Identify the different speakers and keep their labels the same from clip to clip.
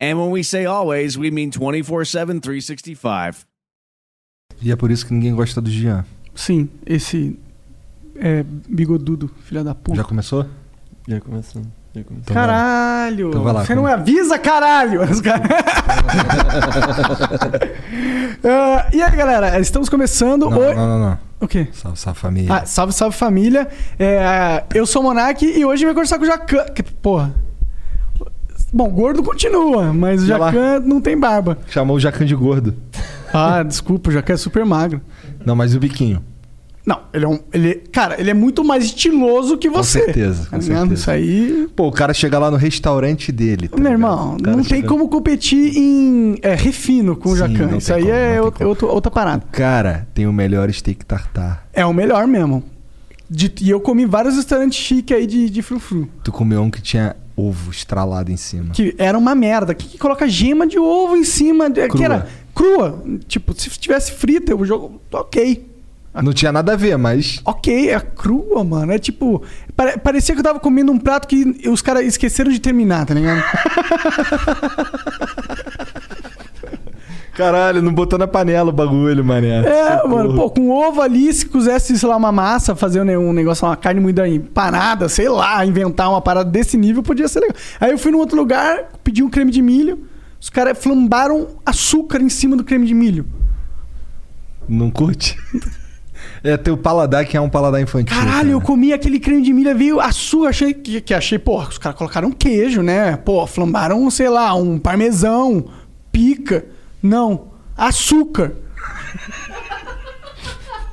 Speaker 1: And when we say always, we mean 24 7, 365.
Speaker 2: E é por isso que ninguém gosta do Jean.
Speaker 3: Sim, esse é bigodudo, filha da puta.
Speaker 2: Já começou?
Speaker 4: Já começando. Já
Speaker 2: Tá.
Speaker 4: começando.
Speaker 3: Caralho!
Speaker 2: Então vai lá,
Speaker 3: você
Speaker 2: como-
Speaker 3: não avisa, caralho! Os caras- Ah, e aí, galera? Estamos começando.
Speaker 2: Não,
Speaker 3: o...
Speaker 2: não, não, não.
Speaker 3: o quê?
Speaker 2: Salve, salve família.
Speaker 3: Ah, salve, salve família. É, eu sou o Monark e hoje eu vou conversar com o Jacan. Que, porra. Bom, gordo continua, mas o
Speaker 2: Vai lá.
Speaker 3: Jacan não tem barba.
Speaker 2: Chamou o Jacan de gordo.
Speaker 3: Ah, desculpa, o Jacan é super magro.
Speaker 2: Não, mas e o biquinho.
Speaker 3: Não, ele é um. Ele, cara, ele é muito mais estiloso que você.
Speaker 2: certeza, com
Speaker 3: Tá ligado?
Speaker 2: certeza.
Speaker 3: Isso aí.
Speaker 2: Pô, o cara chega lá no restaurante dele. tá ligado?
Speaker 3: Meu irmão,
Speaker 2: O cara
Speaker 3: não tem
Speaker 2: chega-
Speaker 3: como competir em é, refino com o
Speaker 2: Sim, não
Speaker 3: Jacan.
Speaker 2: tem
Speaker 3: Isso aí
Speaker 2: como, não
Speaker 3: é
Speaker 2: tem
Speaker 3: ou-
Speaker 2: como.
Speaker 3: outro- outra parada.
Speaker 2: Cara, tem o melhor steak tartar.
Speaker 3: É o melhor mesmo. De- e eu comi vários restaurantes chiques aí de, de frufru.
Speaker 2: Tu comeu um que tinha ovo estralado em cima.
Speaker 3: Que era uma merda. Que, que coloca gema de ovo em cima. de- Que
Speaker 2: Crua.
Speaker 3: era crua. Tipo, se tivesse frita, o jogo. Ok.
Speaker 2: Não tinha nada a ver, mas.
Speaker 3: Ok, é crua, mano. É tipo. pare- parecia que eu tava comendo um prato que os caras esqueceram de terminar, tá ligado?
Speaker 2: Caralho, não botou na panela o bagulho, mané.
Speaker 3: É, mano, pô, com ovo ali, se quisesse, sei lá, uma massa, fazer né, um negócio, uma carne muito aí parada, sei lá, inventar uma parada desse nível, podia ser legal. Aí eu fui num outro lugar, pedi um creme de milho, os caras flambaram açúcar em cima do creme de milho.
Speaker 2: Não curte? é teu paladar que é um paladar infantil.
Speaker 3: Caralho, eu
Speaker 2: cara.
Speaker 3: comi aquele creme de milho, veio açúcar, achei que, que achei, porra, os caras colocaram queijo, né? Pô, flambaram, sei lá, um parmesão, pica. Não, açúcar.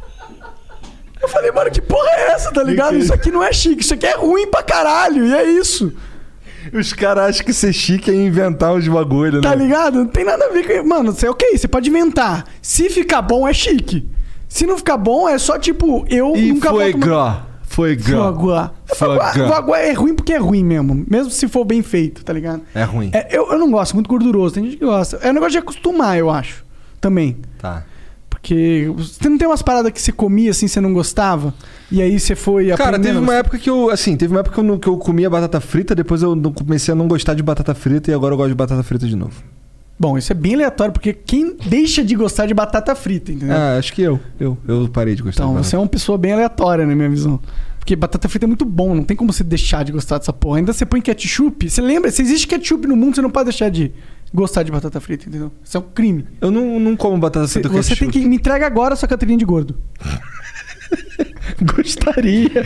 Speaker 3: Eu falei, mano, que porra é essa, tá ligado? Isso aqui não é chique, isso aqui é ruim pra caralho, e é isso.
Speaker 2: Os caras acham que ser chique é inventar uns bagulho,
Speaker 3: Tá
Speaker 2: né?
Speaker 3: ligado? Não tem nada a ver com. Mano, você ok, você pode inventar. Se ficar bom, é chique. Se não ficar bom, é só tipo, eu
Speaker 2: E
Speaker 3: nunca
Speaker 2: foi
Speaker 3: vou tomar-
Speaker 2: gró. Foi gró.
Speaker 3: Foguá.
Speaker 2: Foguá.
Speaker 3: Foguá. Foguá é ruim porque é ruim mesmo. Mesmo se for bem feito, tá ligado?
Speaker 2: É ruim.
Speaker 3: É, eu, eu não gosto, muito gorduroso. Tem gente que gosta. É um negócio de acostumar, eu acho. Também.
Speaker 2: Tá.
Speaker 3: Porque você não tem umas paradas que você comia assim, você não gostava? E aí você foi
Speaker 2: Cara, teve
Speaker 3: aprendendo?
Speaker 2: uma época que eu, assim, teve uma época que eu, não- que eu comia batata frita, depois eu não- comecei a não gostar de batata frita e agora eu gosto de batata frita de novo.
Speaker 3: Bom, isso é bem aleatório, porque quem deixa de gostar de batata frita, entendeu?
Speaker 2: Ah, acho que eu. Eu, eu parei de gostar
Speaker 3: É. então,
Speaker 2: de batata
Speaker 3: você é uma pessoa bem aleatória, na minha visão. Porque batata frita é muito bom, não tem como você deixar de gostar dessa porra. Ainda você põe ketchup. Você lembra? Se existe ketchup no mundo, você não pode deixar de gostar de batata frita, entendeu? Isso é um crime.
Speaker 2: Eu não, não como batata
Speaker 3: Cê-
Speaker 2: frita com
Speaker 3: Você tem que me entrega agora a sua Caterina de gordo.
Speaker 2: Gostaria.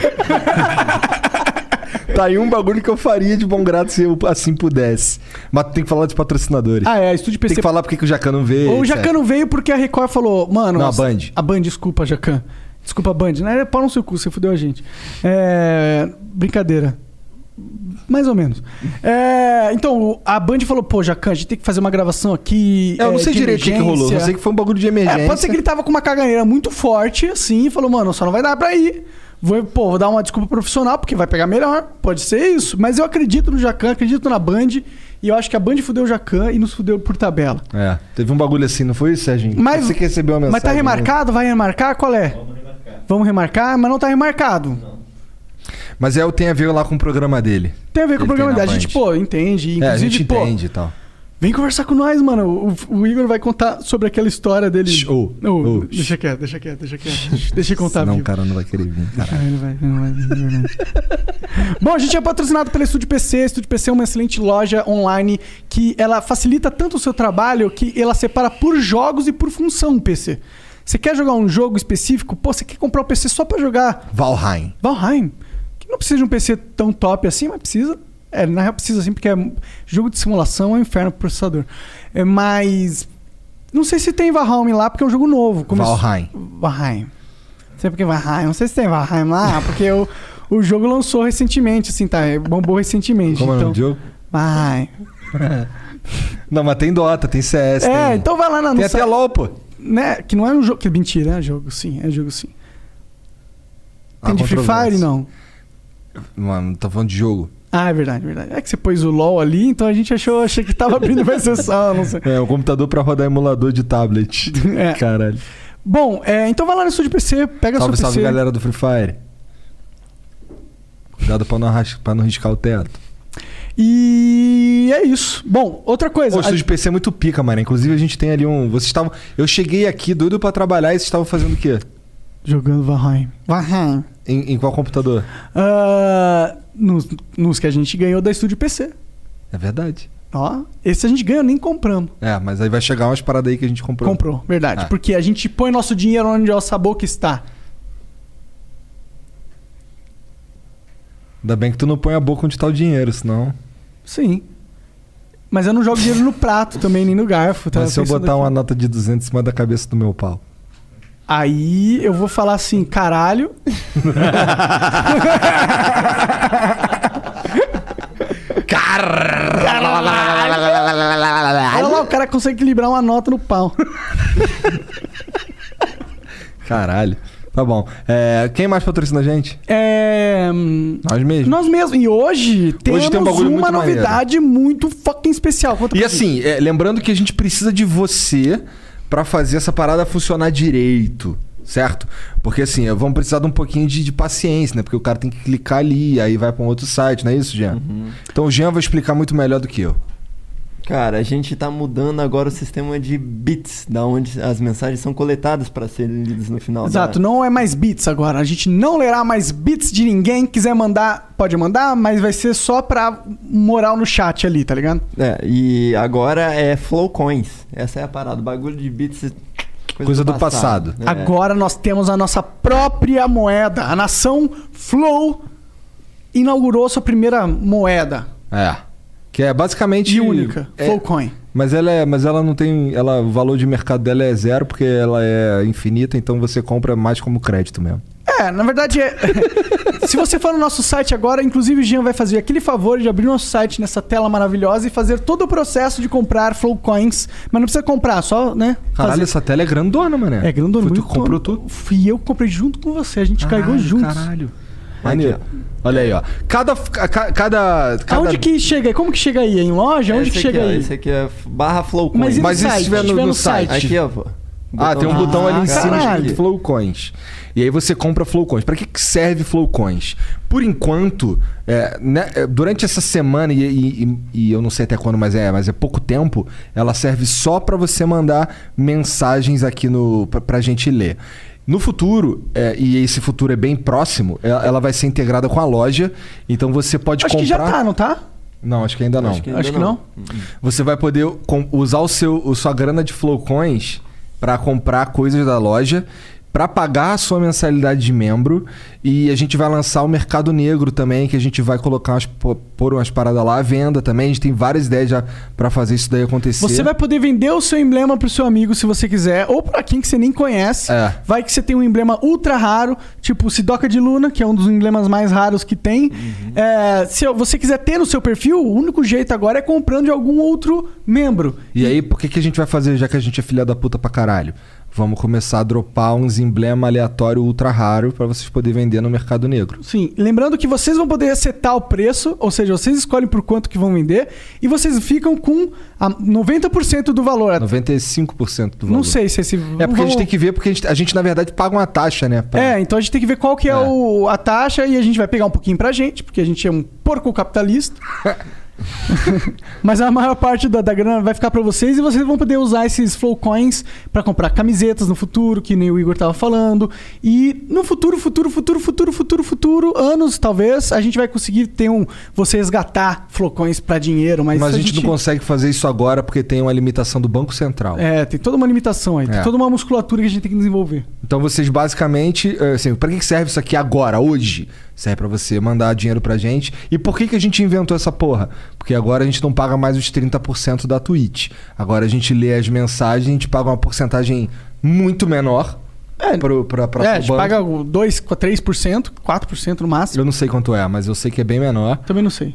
Speaker 2: tá aí um bagulho que eu faria de bom grado se eu assim pudesse. Mas tem que falar dos patrocinadores.
Speaker 3: Ah, é, estúdio
Speaker 2: tem
Speaker 3: PC.
Speaker 2: que falar porque que o Jacan não veio.
Speaker 3: Ou o
Speaker 2: etc.
Speaker 3: Jacan não veio porque a Record falou, mano.
Speaker 2: Não, a
Speaker 3: nossa-
Speaker 2: Band.
Speaker 3: A Band, desculpa, Jacan. Desculpa, Band. Não era pau no seu cu, você fudeu a gente. É. Brincadeira. Mais ou menos. É, então, o- a Band falou, pô, Jacan, a gente tem que fazer uma gravação aqui.
Speaker 2: É, eu não
Speaker 3: é,
Speaker 2: sei
Speaker 3: de
Speaker 2: direito o que, que rolou.
Speaker 3: emergência."
Speaker 2: Eu sei que foi um bagulho de emergência.
Speaker 3: É, pode ser que ele tava com uma caganeira muito forte, assim, e falou, mano, só não vai dar pra ir. Vou, pô, vou dar uma desculpa profissional, porque vai pegar melhor. Pode ser isso. Mas eu acredito no Jacan, acredito na Band. E eu acho que a Band fudeu o Jacan e nos fudeu por tabela.
Speaker 2: É, teve um bagulho assim, não foi isso, Serginho?
Speaker 3: Mas,
Speaker 2: Você que recebeu uma mensagem.
Speaker 3: mas tá
Speaker 2: né?
Speaker 3: remarcado? Vai remarcar? Qual é? Vamos remarcar. Vamos remarcar, mas não tá remarcado.
Speaker 2: Mas é, tem a ver lá com o programa dele.
Speaker 3: Tem a ver com o
Speaker 2: Ele
Speaker 3: programa
Speaker 2: tem
Speaker 3: dele.
Speaker 2: na
Speaker 3: A gente,
Speaker 2: Band.
Speaker 3: pô, entende. Inclusive,
Speaker 2: é, a gente
Speaker 3: pô,
Speaker 2: entende e tal.
Speaker 3: vem conversar com nós, mano. O, o Igor vai contar sobre aquela história dele.
Speaker 2: Shh, oh,
Speaker 3: Oh,
Speaker 2: oh,
Speaker 3: deixa quieto, deixa quieto, deixa quieto. deixa eu contar,
Speaker 2: Senão
Speaker 3: viu?
Speaker 2: o cara não vai querer vir, cara.
Speaker 3: Ah, ele vai, ele não vai, ele não vai. Bom, a gente é patrocinado pela Estúdio PC. A Estúdio PC é uma excelente loja online que ela facilita tanto o seu trabalho que ela separa por jogos e por função o PC. Você quer jogar um jogo específico? Pô, você quer comprar um PC só pra jogar
Speaker 2: Valheim.
Speaker 3: Valheim, que não precisa de um PC tão top assim, mas precisa. É, na real precisa sim, porque é jogo de simulação é um inferno pro processador. É, mas. Não sei se tem Valheim lá, porque é um jogo novo. Come-
Speaker 2: Valheim.
Speaker 3: Valheim. Não sei porque Valheim. Não sei se tem Valheim lá, porque o, o jogo lançou recentemente, assim, tá? Bombou recentemente.
Speaker 2: Como é o
Speaker 3: então,
Speaker 2: nome do jogo?
Speaker 3: Valheim.
Speaker 2: Não, mas tem Dota, tem CS.
Speaker 3: É,
Speaker 2: tem...
Speaker 3: então vai lá na
Speaker 2: Tem
Speaker 3: no
Speaker 2: até
Speaker 3: site,
Speaker 2: LOL, pô.
Speaker 3: né? Que não é um jogo. Que mentira, é jogo sim, é jogo sim.
Speaker 2: Ah,
Speaker 3: Tem de Free Fire?
Speaker 2: controvérsia.
Speaker 3: Não.
Speaker 2: Mano, tá falando de jogo.
Speaker 3: Ah, é verdade, é verdade. É que você pôs o LOL ali, então a gente achou, achei que tava abrindo uma exceção, não sei.
Speaker 2: É, um computador pra rodar emulador de tablet.
Speaker 3: É.
Speaker 2: Caralho.
Speaker 3: Bom, é, então vai lá no estúdio PC, pega
Speaker 2: Salve,
Speaker 3: seu
Speaker 2: salve,
Speaker 3: PC.
Speaker 2: galera do Free Fire. Cuidado pra não, arras... pra não riscar o teto.
Speaker 3: E é isso. Bom, outra coisa.
Speaker 2: Pô, o estúdio PC é muito pica, mano. Inclusive, a gente tem ali um... Vocês estavam... Eu cheguei aqui doido pra trabalhar e vocês estavam fazendo o quê?
Speaker 3: a- Jogando Valheim. Valheim.
Speaker 2: Em, em qual computador?
Speaker 3: Ah, nos, nos que a gente ganhou da estúdio PC.
Speaker 2: É verdade.
Speaker 3: Ó, esse a gente ganhou, nem compramos.
Speaker 2: É, mas aí vai chegar umas paradas aí que a gente comprou.
Speaker 3: Comprou, verdade.
Speaker 2: Ah.
Speaker 3: Porque a gente põe nosso dinheiro onde é a nossa boca está.
Speaker 2: Ainda bem que tu não põe a boca onde tá o dinheiro, senão...
Speaker 3: Sim. Mas eu não jogo dinheiro no prato também, nem no garfo. Tá
Speaker 2: mas se eu
Speaker 3: Pensando
Speaker 2: botar
Speaker 3: aqui.
Speaker 2: uma nota de 200 em cima da cabeça do meu pau.
Speaker 3: Aí eu vou falar assim, caralho. Olha lá, o cara consegue equilibrar uma nota no pau.
Speaker 2: Caralho. Tá bom. É, quem mais patrocina a gente?
Speaker 3: É. hum,
Speaker 2: Nós mesmos.
Speaker 3: Nós mesmos. E hoje temos
Speaker 2: tem um bagulho
Speaker 3: uma
Speaker 2: muito maneiro.
Speaker 3: novidade muito fucking especial. Conta
Speaker 2: E
Speaker 3: pra gente.
Speaker 2: assim, é, lembrando que a gente precisa de você pra fazer essa parada funcionar direito, certo? Porque assim, é, vamos precisar de um pouquinho de, de paciência, né? Porque o cara tem que clicar ali, aí vai pra um outro site, não é isso, Jean?
Speaker 3: Uhum.
Speaker 2: Então o Jean vai explicar muito melhor do que eu.
Speaker 4: Cara, a gente tá mudando agora o sistema de bits, da onde as mensagens são coletadas para serem lidas no final. né?
Speaker 3: Exato,
Speaker 4: da...
Speaker 3: não é mais bits agora. A gente não lerá mais bits de ninguém. Quiser mandar, pode mandar, mas vai ser só pra moral no chat ali, tá ligado?
Speaker 4: É, e agora é flow coins. Essa é a parada. O bagulho de bits. é
Speaker 2: Coisa do passado.
Speaker 4: né?
Speaker 3: Agora nós temos a nossa própria moeda. A nação Flow inaugurou sua primeira moeda
Speaker 2: É. Que é basicamente.
Speaker 3: e única,
Speaker 2: É,
Speaker 3: Flowcoin.
Speaker 2: mas ela é, mas ela não tem, ela o valor de mercado dela é zero porque ela é infinita, então você compra mais como crédito mesmo.
Speaker 3: É, na verdade é. Se você for no nosso site agora, inclusive o Jean vai fazer aquele favor de abrir nosso site nessa tela maravilhosa e fazer todo o processo de comprar Flow Coins. Mas não precisa comprar, só, né?
Speaker 2: Caralho,
Speaker 3: fazer.
Speaker 2: essa tela é grandona, mané.
Speaker 3: É, grandona
Speaker 2: Foi tu
Speaker 3: muito.
Speaker 2: que comprou tudo?
Speaker 3: Fui eu que comprei junto com você, a gente carregou juntos.
Speaker 2: Caralho. Maneiro. Olha aí, ó. Cada. ca- Cada. cada...
Speaker 3: Aonde que chega? Como que chega aí? Em loja? Onde
Speaker 4: Esse
Speaker 3: que chega
Speaker 4: aqui, ó,
Speaker 3: aí?
Speaker 4: Esse aqui é f- barra flow
Speaker 3: Mas
Speaker 4: coins.
Speaker 3: e no
Speaker 2: Mas e se
Speaker 3: site?
Speaker 2: tiver no- no site?
Speaker 4: Aqui, ó. pô.
Speaker 2: Ah, tem um botão ali em cima
Speaker 3: caralho.
Speaker 2: escrito Flowcoins. E aí você compra Flowcoins. Pra que que serve Flowcoins? Por enquanto, é, né, é, durante essa semana, e, e- e- e eu não sei até quando, mas é, mas é pouco tempo, ela serve só pra você mandar mensagens aqui no, pra, pra gente ler. No futuro, é, e esse futuro é bem próximo, ela, ela vai ser integrada com a loja. Então você pode
Speaker 3: Acho
Speaker 2: comprar.
Speaker 3: que já tá, não tá?
Speaker 2: Não, acho que ainda não.
Speaker 4: Ainda
Speaker 3: Acho que não.
Speaker 2: Você vai poder com- usar o seu, o sua grana de flowcoins pra comprar coisas da loja, pra pagar a sua mensalidade de membro e a gente vai lançar o mercado negro também, que a gente vai colocar umas, pô- pôr umas paradas lá à venda também. A gente tem várias ideias já pra fazer isso daí acontecer.
Speaker 3: Você vai poder vender o seu emblema pro seu amigo se você quiser, ou pra quem que você nem conhece.
Speaker 2: É.
Speaker 3: Vai que você tem um emblema ultra raro, tipo o Sidoca de Luna, que é um dos emblemas mais raros que tem.
Speaker 2: Uhum.
Speaker 3: É, se você quiser ter no seu perfil, o único jeito agora é comprando de algum outro membro.
Speaker 2: E aí, por que, que a gente vai fazer, já que a gente é filha da puta pra caralho? Vamos começar a dropar uns emblemas aleatórios ultra raro pra vocês poderem vender no mercado negro.
Speaker 3: Sim, lembrando que vocês vão poder acertar o preço, ou seja, vocês escolhem por quanto que vão vender e vocês ficam com a 90% do valor.
Speaker 2: 95% do valor.
Speaker 3: Não sei se esse
Speaker 2: É porque a gente tem que ver, porque a gente, a gente, na verdade, paga uma taxa, né? pra-
Speaker 3: É, então a gente tem que ver qual que é,
Speaker 2: É.
Speaker 3: o- a taxa e a gente vai pegar um pouquinho pra gente, porque a gente é um porco capitalista. Mas a maior parte da, da grana vai ficar pra vocês e vocês vão poder usar esses flow coins pra comprar camisetas no futuro, que nem o Igor tava falando. E no futuro, futuro, futuro, futuro, futuro, futuro, anos talvez, a gente vai conseguir ter um você resgatar flow coins pra dinheiro, mas,
Speaker 2: Mas, a
Speaker 3: isso
Speaker 2: gente não consegue fazer isso agora porque tem uma limitação do Banco Central.
Speaker 3: É, tem toda uma limitação aí,
Speaker 2: É.
Speaker 3: tem toda uma musculatura que a gente tem que desenvolver.
Speaker 2: Então vocês basicamente, eh, assim, pra que serve isso aqui agora, hoje? Serve pra você mandar dinheiro pra gente. E por que, que a gente inventou essa porra? Porque agora a gente não paga mais os 30% da Twitch. Agora a gente lê as mensagens, a gente paga uma porcentagem muito menor
Speaker 3: É,
Speaker 2: pro, pra, pra
Speaker 3: é,
Speaker 2: pro
Speaker 3: a gente
Speaker 2: banco.
Speaker 3: paga o 2, 3%, 4% no máximo.
Speaker 2: Eu não sei quanto é, mas eu É. sei que é bem menor.
Speaker 3: Também não sei.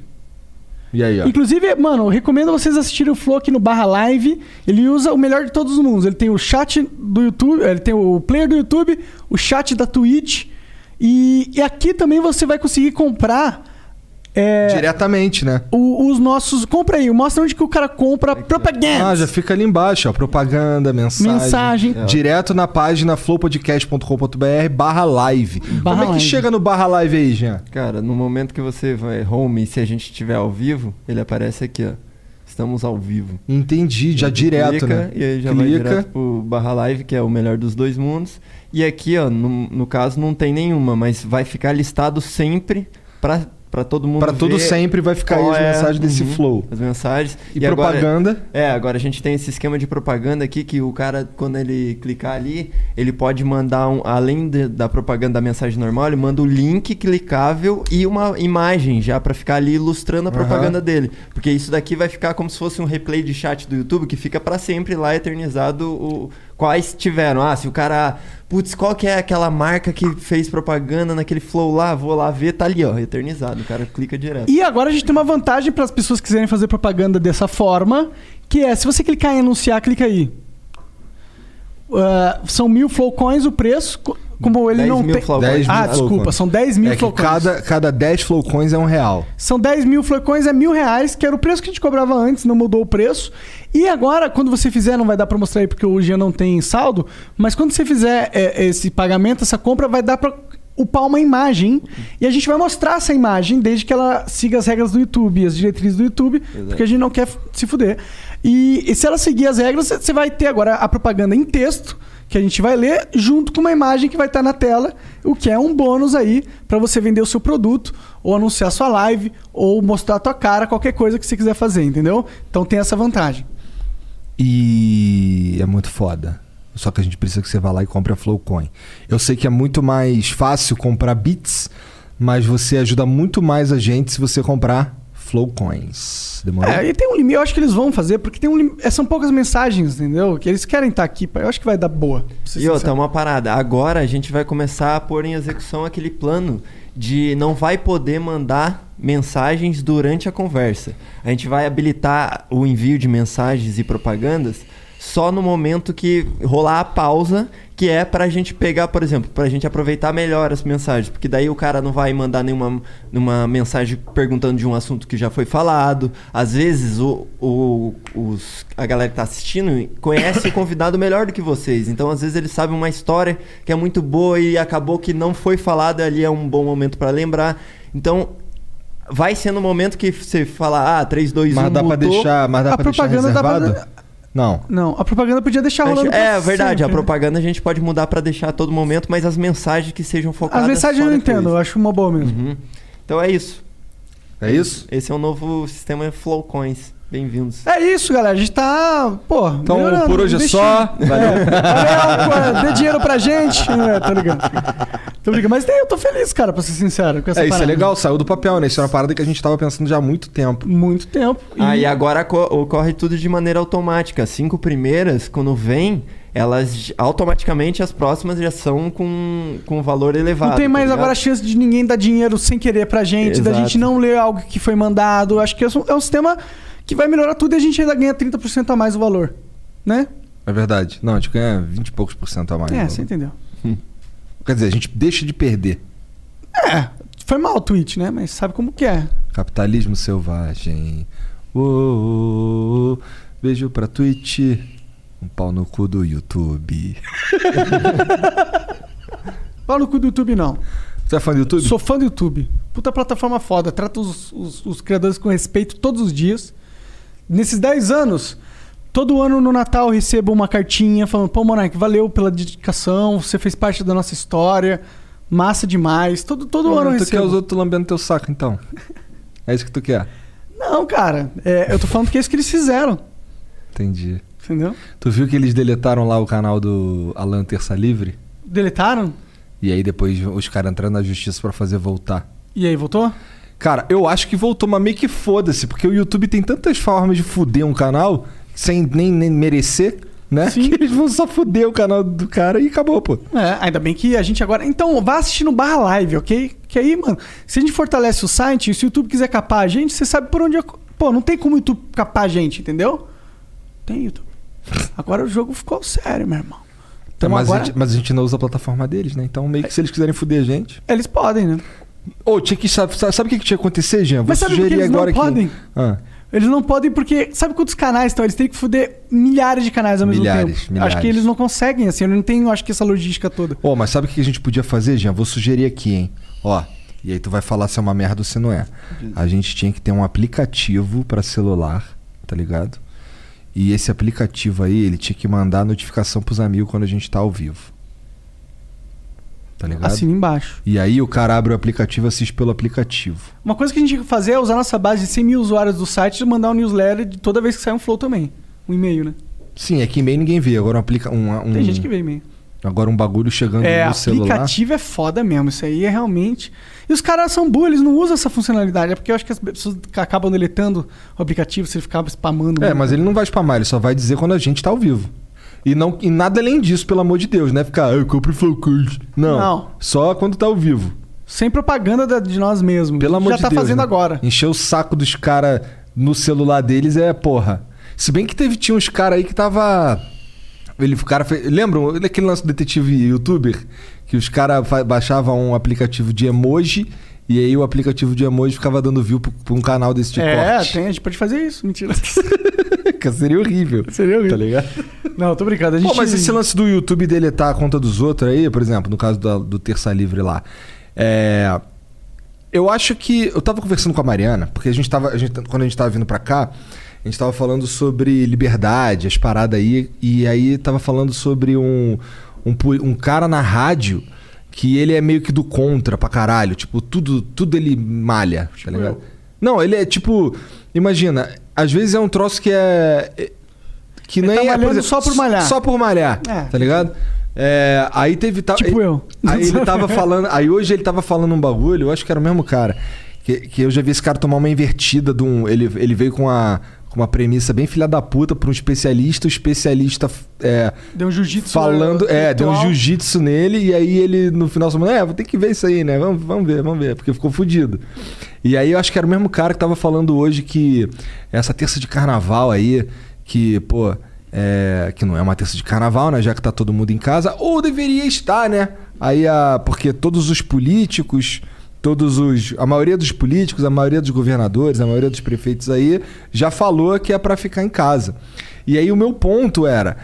Speaker 2: E aí, ó.
Speaker 3: Inclusive, mano, eu recomendo vocês assistirem o Flow aqui no Barra Live. Ele usa o melhor de todos os mundos. Ele tem o chat do YouTube, ele tem o player do YouTube, o chat da Twitch. E, e aqui também você vai conseguir comprar é,
Speaker 2: Diretamente, né?
Speaker 3: o- os nossos. Compra aí, mostra onde que o cara compra propaganda.
Speaker 2: Ah, já fica ali embaixo, ó. Propaganda, mensagem.
Speaker 3: Mensagem.
Speaker 2: É. Direto na página flowpodcast.com.br barra live. Como
Speaker 3: Barra
Speaker 2: é que
Speaker 3: live.
Speaker 2: chega no barra live aí, Jean?
Speaker 4: Cara, no momento que você vai home e se a gente estiver ao vivo, ele aparece aqui, ó. Estamos ao vivo.
Speaker 2: Entendi, já
Speaker 4: Você
Speaker 2: direto,
Speaker 4: clica,
Speaker 2: né?
Speaker 4: E aí já vai direto pro barra live, que é o melhor dos dois mundos. E aqui, ó, no, no caso não tem nenhuma, mas vai ficar listado sempre pra, pra todo mundo
Speaker 2: Pra tudo
Speaker 4: ver
Speaker 2: sempre vai ficar aí
Speaker 4: qual
Speaker 2: as
Speaker 4: é-
Speaker 2: mensagens desse
Speaker 4: Uhum,
Speaker 2: flow.
Speaker 4: As mensagens.
Speaker 2: E,
Speaker 4: agora-
Speaker 2: propaganda.
Speaker 4: é, agora a gente tem esse esquema de propaganda aqui que o cara, quando ele clicar ali, ele pode mandar, um, além de- da propaganda da mensagem normal, ele manda o link clicável e uma imagem já pra ficar ali ilustrando a
Speaker 2: Aham.
Speaker 4: propaganda dele. Porque isso daqui vai ficar como se fosse um replay de chat do YouTube que fica pra sempre lá eternizado o, quais tiveram. Ah, se o cara. Putz, qual que é aquela marca que fez propaganda naquele flow lá? Vou lá ver, tá ali, ó, eternizado. O cara clica direto.
Speaker 3: E agora a gente tem uma vantagem para as pessoas que quiserem fazer propaganda dessa forma, que é, se você clicar em anunciar, clica aí. Ah, são mil flowcoins o preço, co- como ele
Speaker 4: 10
Speaker 3: não
Speaker 4: mil
Speaker 3: tem...
Speaker 4: flow
Speaker 2: Dez
Speaker 4: coins.
Speaker 2: mil
Speaker 3: Ah,
Speaker 2: flowcoins.
Speaker 3: desculpa, são 10 mil
Speaker 2: é que
Speaker 3: flowcoins.
Speaker 2: cada, cada 10 flowcoins é um real.
Speaker 3: São 10 mil flocões, é mil reais, que era o preço que a gente cobrava antes, não mudou o preço. E agora, quando você fizer, não vai dar pra mostrar aí porque o Jean não tem saldo, mas quando você fizer é, esse pagamento, essa compra, vai dar pra upar uma imagem. E a gente vai mostrar essa imagem, desde que ela siga as regras do YouTube, as diretrizes do YouTube, porque a gente não quer se fuder. E, e se ela seguir as regras, você vai ter agora a propaganda em texto, que a gente vai ler, junto com uma imagem que vai estar na tela, o que é um bônus aí pra você vender o seu produto, ou anunciar sua live, ou mostrar a tua cara, qualquer coisa que você quiser fazer, entendeu? Então tem essa vantagem.
Speaker 2: E é muito foda. Só que a gente precisa que você vá lá e compre a Flowcoin. Eu sei que é muito mais fácil comprar bits, mas você ajuda muito mais a gente se você comprar Flowcoins. Demorou?
Speaker 3: É, e tem um limite, eu acho que eles vão fazer, porque tem um lim... é, são poucas mensagens, entendeu? Que eles querem estar aqui, eu acho que vai dar boa. pra ser
Speaker 4: E outra,
Speaker 3: sincero.
Speaker 4: uma parada. Agora a gente vai começar a pôr em execução aquele plano de não vai poder mandar mensagens durante a conversa. A gente vai habilitar o envio de mensagens e propagandas só no momento que rolar a pausa, que é pra gente pegar, por exemplo, pra gente aproveitar melhor as mensagens, porque daí o cara não vai mandar nenhuma, nenhuma mensagem perguntando de um assunto que já foi falado. Às vezes o, o- os, a galera que tá assistindo conhece o convidado melhor do que vocês. Então, às vezes, ele sabe uma história que é muito boa e acabou que não foi falada ali, é um bom momento pra lembrar. Então, vai sendo um momento que você fala, ah, 3, 2, 1,
Speaker 2: mas dá pra
Speaker 4: mutou.
Speaker 2: deixar, mas dá
Speaker 3: A
Speaker 2: pra deixar
Speaker 3: propaganda dá pra-
Speaker 2: reservado? Não.
Speaker 3: Não, a propaganda podia deixar
Speaker 4: A gente-
Speaker 3: Tá rolando. pra
Speaker 4: é verdade,
Speaker 3: sempre,
Speaker 4: a
Speaker 3: né?
Speaker 4: propaganda a gente pode mudar pra deixar a todo momento, mas as mensagens que sejam focadas.
Speaker 3: As mensagens
Speaker 4: só
Speaker 3: eu não
Speaker 4: depois.
Speaker 3: entendo, eu acho uma boa mesmo.
Speaker 4: Uhum. Então é isso.
Speaker 2: É isso?
Speaker 4: Esse é o novo sistema Flowcoins. Bem-vindos.
Speaker 3: É isso, galera. A gente tá. Pô,
Speaker 2: Então, por hoje é só.
Speaker 3: Valeu. Valeu, pô, dê dinheiro pra gente. É, tô ligando. Tô ligando. Mas tem- eu tô feliz, cara, pra ser sincero. Com essa
Speaker 2: É, isso é
Speaker 3: parada.
Speaker 2: legal, saiu do papel, né? Isso é uma parada que a gente tava pensando já há muito tempo.
Speaker 3: Muito tempo.
Speaker 4: Ah,
Speaker 2: é
Speaker 4: e agora co- ocorre tudo de maneira automática. As cinco primeiras, quando vem, elas j- automaticamente as próximas já são com, com valor elevado.
Speaker 3: Não tem
Speaker 4: tá
Speaker 3: mais
Speaker 4: ligado?
Speaker 3: agora a chance de ninguém dar dinheiro sem querer pra gente, da
Speaker 4: Exato.
Speaker 3: gente não ler algo que foi mandado. Acho que é um, é um sistema que vai melhorar tudo e a gente ainda ganha 30% a mais o valor. Né?
Speaker 2: É verdade. Não, a gente ganha 20 e poucos por cento a mais.
Speaker 3: é,
Speaker 2: Né?
Speaker 3: você entendeu.
Speaker 2: Quer dizer, a gente deixa de perder.
Speaker 3: É, foi mal o tweet, né? Mas sabe como que é.
Speaker 2: Capitalismo selvagem. Uou, beijo pra Twitch. Um pau no cu do YouTube.
Speaker 3: Fala no cu do YouTube, não.
Speaker 2: Você é fã do YouTube?
Speaker 3: Sou fã do YouTube. puta plataforma foda. Trata os, os- os criadores com respeito todos os dias. Nesses 10 anos, todo ano no Natal eu recebo uma cartinha falando: pô, Monark, valeu pela dedicação, você fez parte da nossa história, massa demais. Todo, todo ano eu
Speaker 2: tu quer
Speaker 3: recebo.
Speaker 2: os outros lambendo teu saco, então. É isso que tu quer.
Speaker 3: Não, cara, é, eu tô falando que é isso que eles fizeram,
Speaker 2: Entendi.
Speaker 3: entendeu?
Speaker 2: Tu viu que eles deletaram lá o canal do Alan Terça Livre?
Speaker 3: Deletaram?
Speaker 2: E aí depois os caras entraram na justiça pra fazer voltar.
Speaker 3: E aí, voltou?
Speaker 2: Cara, eu acho que voltou, mas meio que foda-se, porque o YouTube tem tantas formas de fuder um canal sem nem, nem merecer, né?
Speaker 3: Sim.
Speaker 2: Que eles vão só fuder o canal do cara e acabou, pô.
Speaker 3: É, ainda bem que a gente agora. Então, vá assistir no Barra Live, ok? Que aí, mano, se a gente fortalece o site, se o YouTube quiser capar a gente, você sabe por onde. eu- Pô, não tem como o YouTube capar a gente, entendeu? Tem YouTube. Agora o jogo ficou sério, meu irmão. Então
Speaker 2: mas,
Speaker 3: agora.
Speaker 2: a gente, mas a gente não usa a plataforma deles, né? Então meio que se eles quiserem fuder a gente.
Speaker 3: Eles podem, né?
Speaker 2: Ô, tinha que. Sabe, sabe o que que tinha que acontecer, Jean? Vou
Speaker 3: Mas sabe por que
Speaker 2: sugerir
Speaker 3: eles não
Speaker 2: agora que.
Speaker 3: podem?
Speaker 2: Ah,
Speaker 3: Eles não podem porque. Sabe quantos canais estão? Eles têm que foder milhares de canais ao mesmo
Speaker 2: Milhares,
Speaker 3: tempo.
Speaker 2: milhares.
Speaker 3: Acho que eles não conseguem, assim. Eu não tenho, acho que, essa logística toda.
Speaker 2: Ô, mas sabe o que a gente podia fazer, Jean? Vou sugerir aqui, hein? Ó, e aí tu vai falar se é uma merda ou se não é. A gente tinha que ter um aplicativo pra celular, tá ligado? E esse aplicativo aí, ele tinha que mandar notificação pros amigos quando a gente tá ao vivo. Tá ligado?
Speaker 3: Assina embaixo.
Speaker 2: E aí o cara abre o aplicativo e assiste pelo aplicativo.
Speaker 3: Uma coisa que a gente tem que fazer é usar a nossa base de 100 mil usuários do site e mandar um newsletter de toda vez que sai um flow também. Um e-mail, né?
Speaker 2: Sim, é que e-mail ninguém vê. Agora um aplica um, um
Speaker 3: Tem gente que vê e-mail.
Speaker 2: agora um bagulho chegando
Speaker 3: É,
Speaker 2: no celular.
Speaker 3: aplicativo é foda mesmo. Isso aí é realmente. E os caras são burros, eles não usam essa funcionalidade. É porque eu acho que as pessoas acabam deletando o aplicativo se ele ficava spamando.
Speaker 2: É,
Speaker 3: muito. né?
Speaker 2: mas ele não vai spamar, ele só vai dizer quando a gente tá ao vivo. E, não, e nada além disso, pelo amor de Deus, né? Ficar, "Ah, eu compro Flowcast. Não,
Speaker 3: Não.
Speaker 2: Só quando tá ao vivo.
Speaker 3: Sem propaganda da- de nós mesmos.
Speaker 2: Pelo amor
Speaker 3: Já
Speaker 2: de
Speaker 3: tá
Speaker 2: Deus.
Speaker 3: fazendo
Speaker 2: né?
Speaker 3: agora.
Speaker 2: Encher o saco dos caras no celular deles é porra. Se bem que teve, tinha uns caras aí que tava. Ele, o cara fez, lembram daquele lance do detetive youtuber? Que os caras fa- baixavam um aplicativo de emoji e aí o aplicativo de emoji ficava dando view pra pra um canal desse de
Speaker 3: é,
Speaker 2: corte. Tá
Speaker 3: tem, a gente pode fazer isso. Mentira.
Speaker 2: Que Seria horrível.
Speaker 3: Seria horrível.
Speaker 2: Tá ligado?
Speaker 3: não, tô brincando. A gente...
Speaker 2: Pô, mas esse lance do YouTube deletar a conta dos outros aí, por exemplo, no caso da- do Terça Livre lá. É. Eu acho que. Eu tava conversando com a Mariana, porque a gente tava. a gente- quando a gente tava vindo pra cá, a gente tava falando sobre liberdade, as paradas aí. E aí tava falando sobre um, um, pu- um cara na rádio que ele é meio que do contra pra caralho. Tipo, tudo, tudo ele malha,
Speaker 3: Tipo
Speaker 2: tá ligado? Não, ele é tipo. Imagina, às vezes é um troço que é. é- Que
Speaker 3: Ele
Speaker 2: nem
Speaker 3: tá
Speaker 2: é, por
Speaker 3: malhando só por malhar.
Speaker 2: Só por malhar.
Speaker 3: É.
Speaker 2: Tá ligado? É, aí teve. tal-
Speaker 3: Tipo
Speaker 2: ele-
Speaker 3: eu.
Speaker 2: Aí ele tava falando. Aí hoje ele tava falando um bagulho, eu acho que era o mesmo cara. Que, que eu já vi esse cara tomar uma invertida de um. Ele, ele veio com uma, com uma premissa bem filha da puta pra um especialista, o especialista. é,
Speaker 3: Deu um jiu-jitsu.
Speaker 2: falando. É, deu um
Speaker 3: virtual.
Speaker 2: jiu-jitsu nele, e aí ele no final falou: É, vou ter que ver isso aí, né? Vamos, vamos ver, vamos ver, porque ficou fudido. E aí eu acho que era o mesmo cara que tava falando hoje que essa terça de carnaval aí, que, pô, é, que não é uma terça de carnaval, né? Já que tá todo mundo em casa, ou deveria estar, né? Aí a. Porque todos os políticos. Todos os. A maioria dos políticos, a maioria dos governadores, a maioria dos prefeitos aí já falou que é pra ficar em casa. E aí o meu ponto era: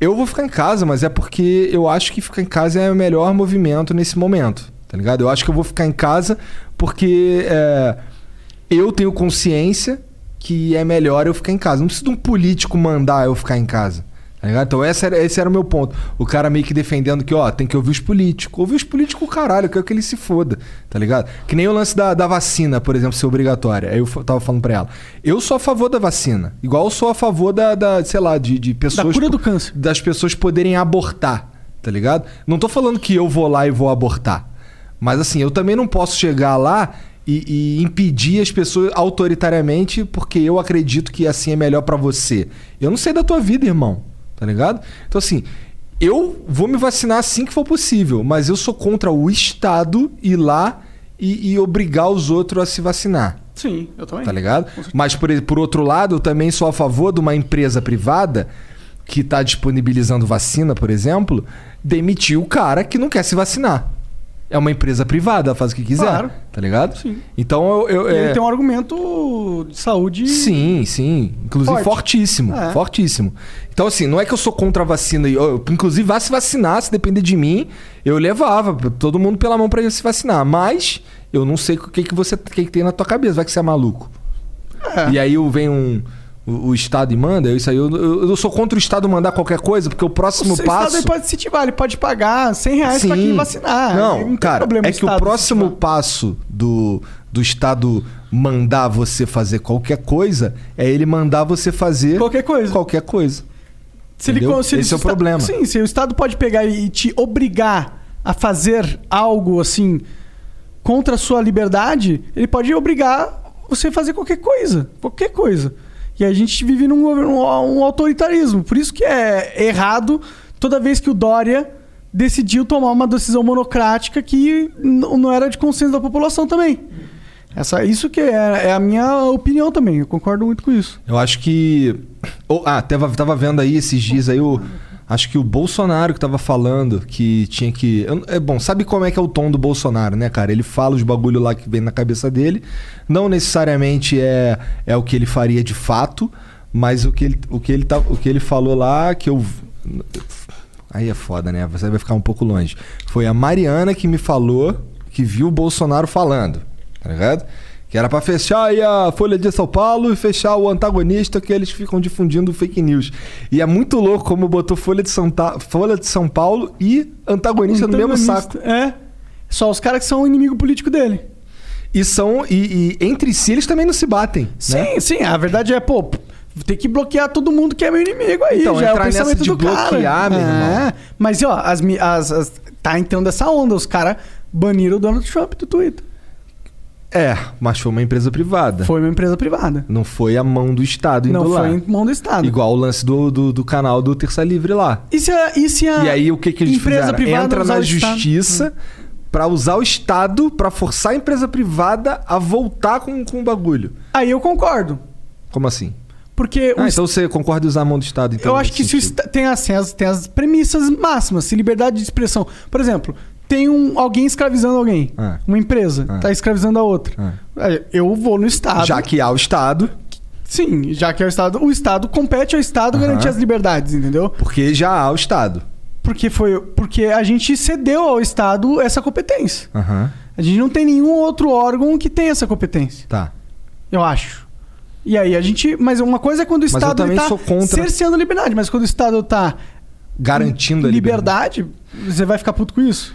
Speaker 2: eu vou ficar em casa, mas é porque eu acho que ficar em casa é o melhor movimento nesse momento, tá ligado? Eu acho que eu vou ficar em casa porque é, eu tenho consciência que é melhor eu ficar em casa. Não preciso de um político mandar eu ficar em casa. Tá ligado? Então essa era- esse era o meu ponto. O cara meio que defendendo que, ó, tem que ouvir os políticos. Ouvir os políticos, caralho, eu quero que ele se foda, tá ligado? Que nem o lance da, da vacina, por exemplo, ser obrigatória. Aí eu fa- tava falando pra ela. Eu sou a favor da vacina. Igual eu sou a favor da, da, sei lá, de, de pessoas.
Speaker 3: cura do câncer.
Speaker 2: Das pessoas poderem abortar, tá ligado? Não tô falando que eu vou lá e vou abortar. Mas assim, eu também não posso chegar lá e, e impedir as pessoas autoritariamente porque eu acredito que assim é melhor pra você. Eu não sei da tua vida, irmão, tá ligado? Então assim, eu vou me vacinar assim que for possível, mas eu sou contra o Estado ir lá e- e obrigar os outros a se vacinar
Speaker 3: Sim, eu também.
Speaker 2: tá ligado? Mas por, por outro lado, eu também sou a favor de uma empresa privada que tá disponibilizando vacina, por exemplo, demitir o cara que não quer se vacinar. É uma empresa privada, ela faz o que quiser,
Speaker 3: Claro.
Speaker 2: tá ligado?
Speaker 3: Sim.
Speaker 2: Então eu, eu-
Speaker 3: E ele
Speaker 2: é-
Speaker 3: tem um argumento de saúde.
Speaker 2: Sim, sim. Inclusive
Speaker 3: Forte.
Speaker 2: fortíssimo.
Speaker 3: É.
Speaker 2: Fortíssimo. Então, assim, não é que eu sou contra a vacina. Eu, inclusive, vá se vacinar, se depender de mim, eu levava todo mundo pela mão pra se vacinar. Mas Eu não sei o que, que você que que tem na tua cabeça, vai que você é maluco.
Speaker 3: É.
Speaker 2: E é aí eu- vem um. O, o Estado e manda, isso aí eu, eu, eu sou contra o Estado mandar qualquer coisa, porque o próximo
Speaker 3: o
Speaker 2: passo.
Speaker 3: Estado aí pode incentivar, ele pode pagar 100 reais pra quem vacinar.
Speaker 2: Não,
Speaker 3: tem
Speaker 2: cara,
Speaker 3: problema
Speaker 2: é
Speaker 3: o
Speaker 2: que o
Speaker 3: Estado
Speaker 2: próximo
Speaker 3: incentivar.
Speaker 2: passo do, do Estado mandar você fazer qualquer coisa é ele mandar você fazer
Speaker 3: Qualquer coisa.
Speaker 2: Qualquer coisa.
Speaker 3: Se ele,
Speaker 2: Entendeu?
Speaker 3: con- se ele-
Speaker 2: Esse é o
Speaker 3: se o Esta-
Speaker 2: problema.
Speaker 3: Sim, se o Estado pode pegar e te obrigar a fazer algo assim contra a sua liberdade, ele pode obrigar você a fazer qualquer coisa. Qualquer coisa. E a gente vive num governo, um autoritarismo. Por isso que é errado toda vez que o Dória decidiu tomar uma decisão monocrática que n- não era de consenso da população também. Essa, isso que é, é a minha opinião também. Eu concordo muito com isso.
Speaker 2: Eu acho que. ou- ah, tava, tava vendo aí esses dias aí o. Acho que o Bolsonaro que tava falando que tinha que. eu- É bom, sabe como é que é o tom do Bolsonaro, né, cara? Ele fala os bagulho lá que vem na cabeça dele. Não necessariamente é, é o que ele faria de fato, mas o que ele, o que ele, tá, o que ele falou lá que eu. Aí é foda, né? Você vai ficar um pouco longe. Foi a Mariana que me falou que viu o Bolsonaro falando, tá ligado? Que era pra fechar aí a Folha de São Paulo e fechar o antagonista que eles ficam difundindo fake news. E é muito louco como botou Folha de São, Ta- Folha de São Paulo e antagonista no mesmo saco.
Speaker 3: Antagonista, É. Só os caras que são inimigo político dele.
Speaker 2: E são. E, e entre si eles também não se batem.
Speaker 3: Sim,
Speaker 2: né?
Speaker 3: sim. A verdade é, pô, tem que bloquear todo mundo que é meu inimigo aí.
Speaker 2: Então,
Speaker 3: já é o
Speaker 2: entrar nessa
Speaker 3: pensamento
Speaker 2: de
Speaker 3: do cara.
Speaker 2: bloquear, meu
Speaker 3: É.
Speaker 2: irmão.
Speaker 3: Mas, ó, as, mi- as, as- tá entrando essa onda. Os caras baniram o Donald Trump do Twitter.
Speaker 2: É, mas foi uma empresa privada.
Speaker 3: Foi uma empresa privada.
Speaker 2: Não foi a mão do Estado indo
Speaker 3: Não
Speaker 2: lá.
Speaker 3: foi em mão do Estado.
Speaker 2: Igual o lance do, do, do canal do Terça Livre lá.
Speaker 3: E se a, e se a
Speaker 2: E aí o que que eles
Speaker 3: Ah, empresa
Speaker 2: fizeram?
Speaker 3: privada
Speaker 2: Entra
Speaker 3: usar
Speaker 2: na
Speaker 3: o Estado?
Speaker 2: justiça pra usar o Estado pra forçar a empresa privada a voltar com, com o bagulho.
Speaker 3: Aí eu concordo.
Speaker 2: Como assim?
Speaker 3: Porque o
Speaker 2: Ah, então você concorda em usar a mão do Estado? Então,
Speaker 3: Eu acho
Speaker 2: nesse
Speaker 3: que se o
Speaker 2: sentido.
Speaker 3: esta- tem, assim, as, tem as premissas máximas, se liberdade de expressão. Por exemplo, tem um, alguém escravizando alguém.
Speaker 2: Ah.
Speaker 3: Uma empresa
Speaker 2: Ah.
Speaker 3: está escravizando a outra. Aí, Eu vou no Estado.
Speaker 2: Já que há o Estado,
Speaker 3: Sim, já que é o Estado. O Estado compete ao Estado
Speaker 2: Aham.
Speaker 3: garantir as liberdades, entendeu?
Speaker 2: porque já há o Estado.
Speaker 3: Porque foi. Porque a gente cedeu ao Estado essa competência.
Speaker 2: Aham.
Speaker 3: A gente não tem nenhum outro órgão que tenha essa competência.
Speaker 2: Tá.
Speaker 3: Eu acho. E aí a gente. Mas uma coisa é quando o
Speaker 2: eu
Speaker 3: Estado
Speaker 2: também
Speaker 3: ele tá
Speaker 2: sou contra-
Speaker 3: cerceando a liberdade, mas quando o Estado tá
Speaker 2: Garantindo a liberdade.
Speaker 3: liberdade, você vai ficar puto com isso?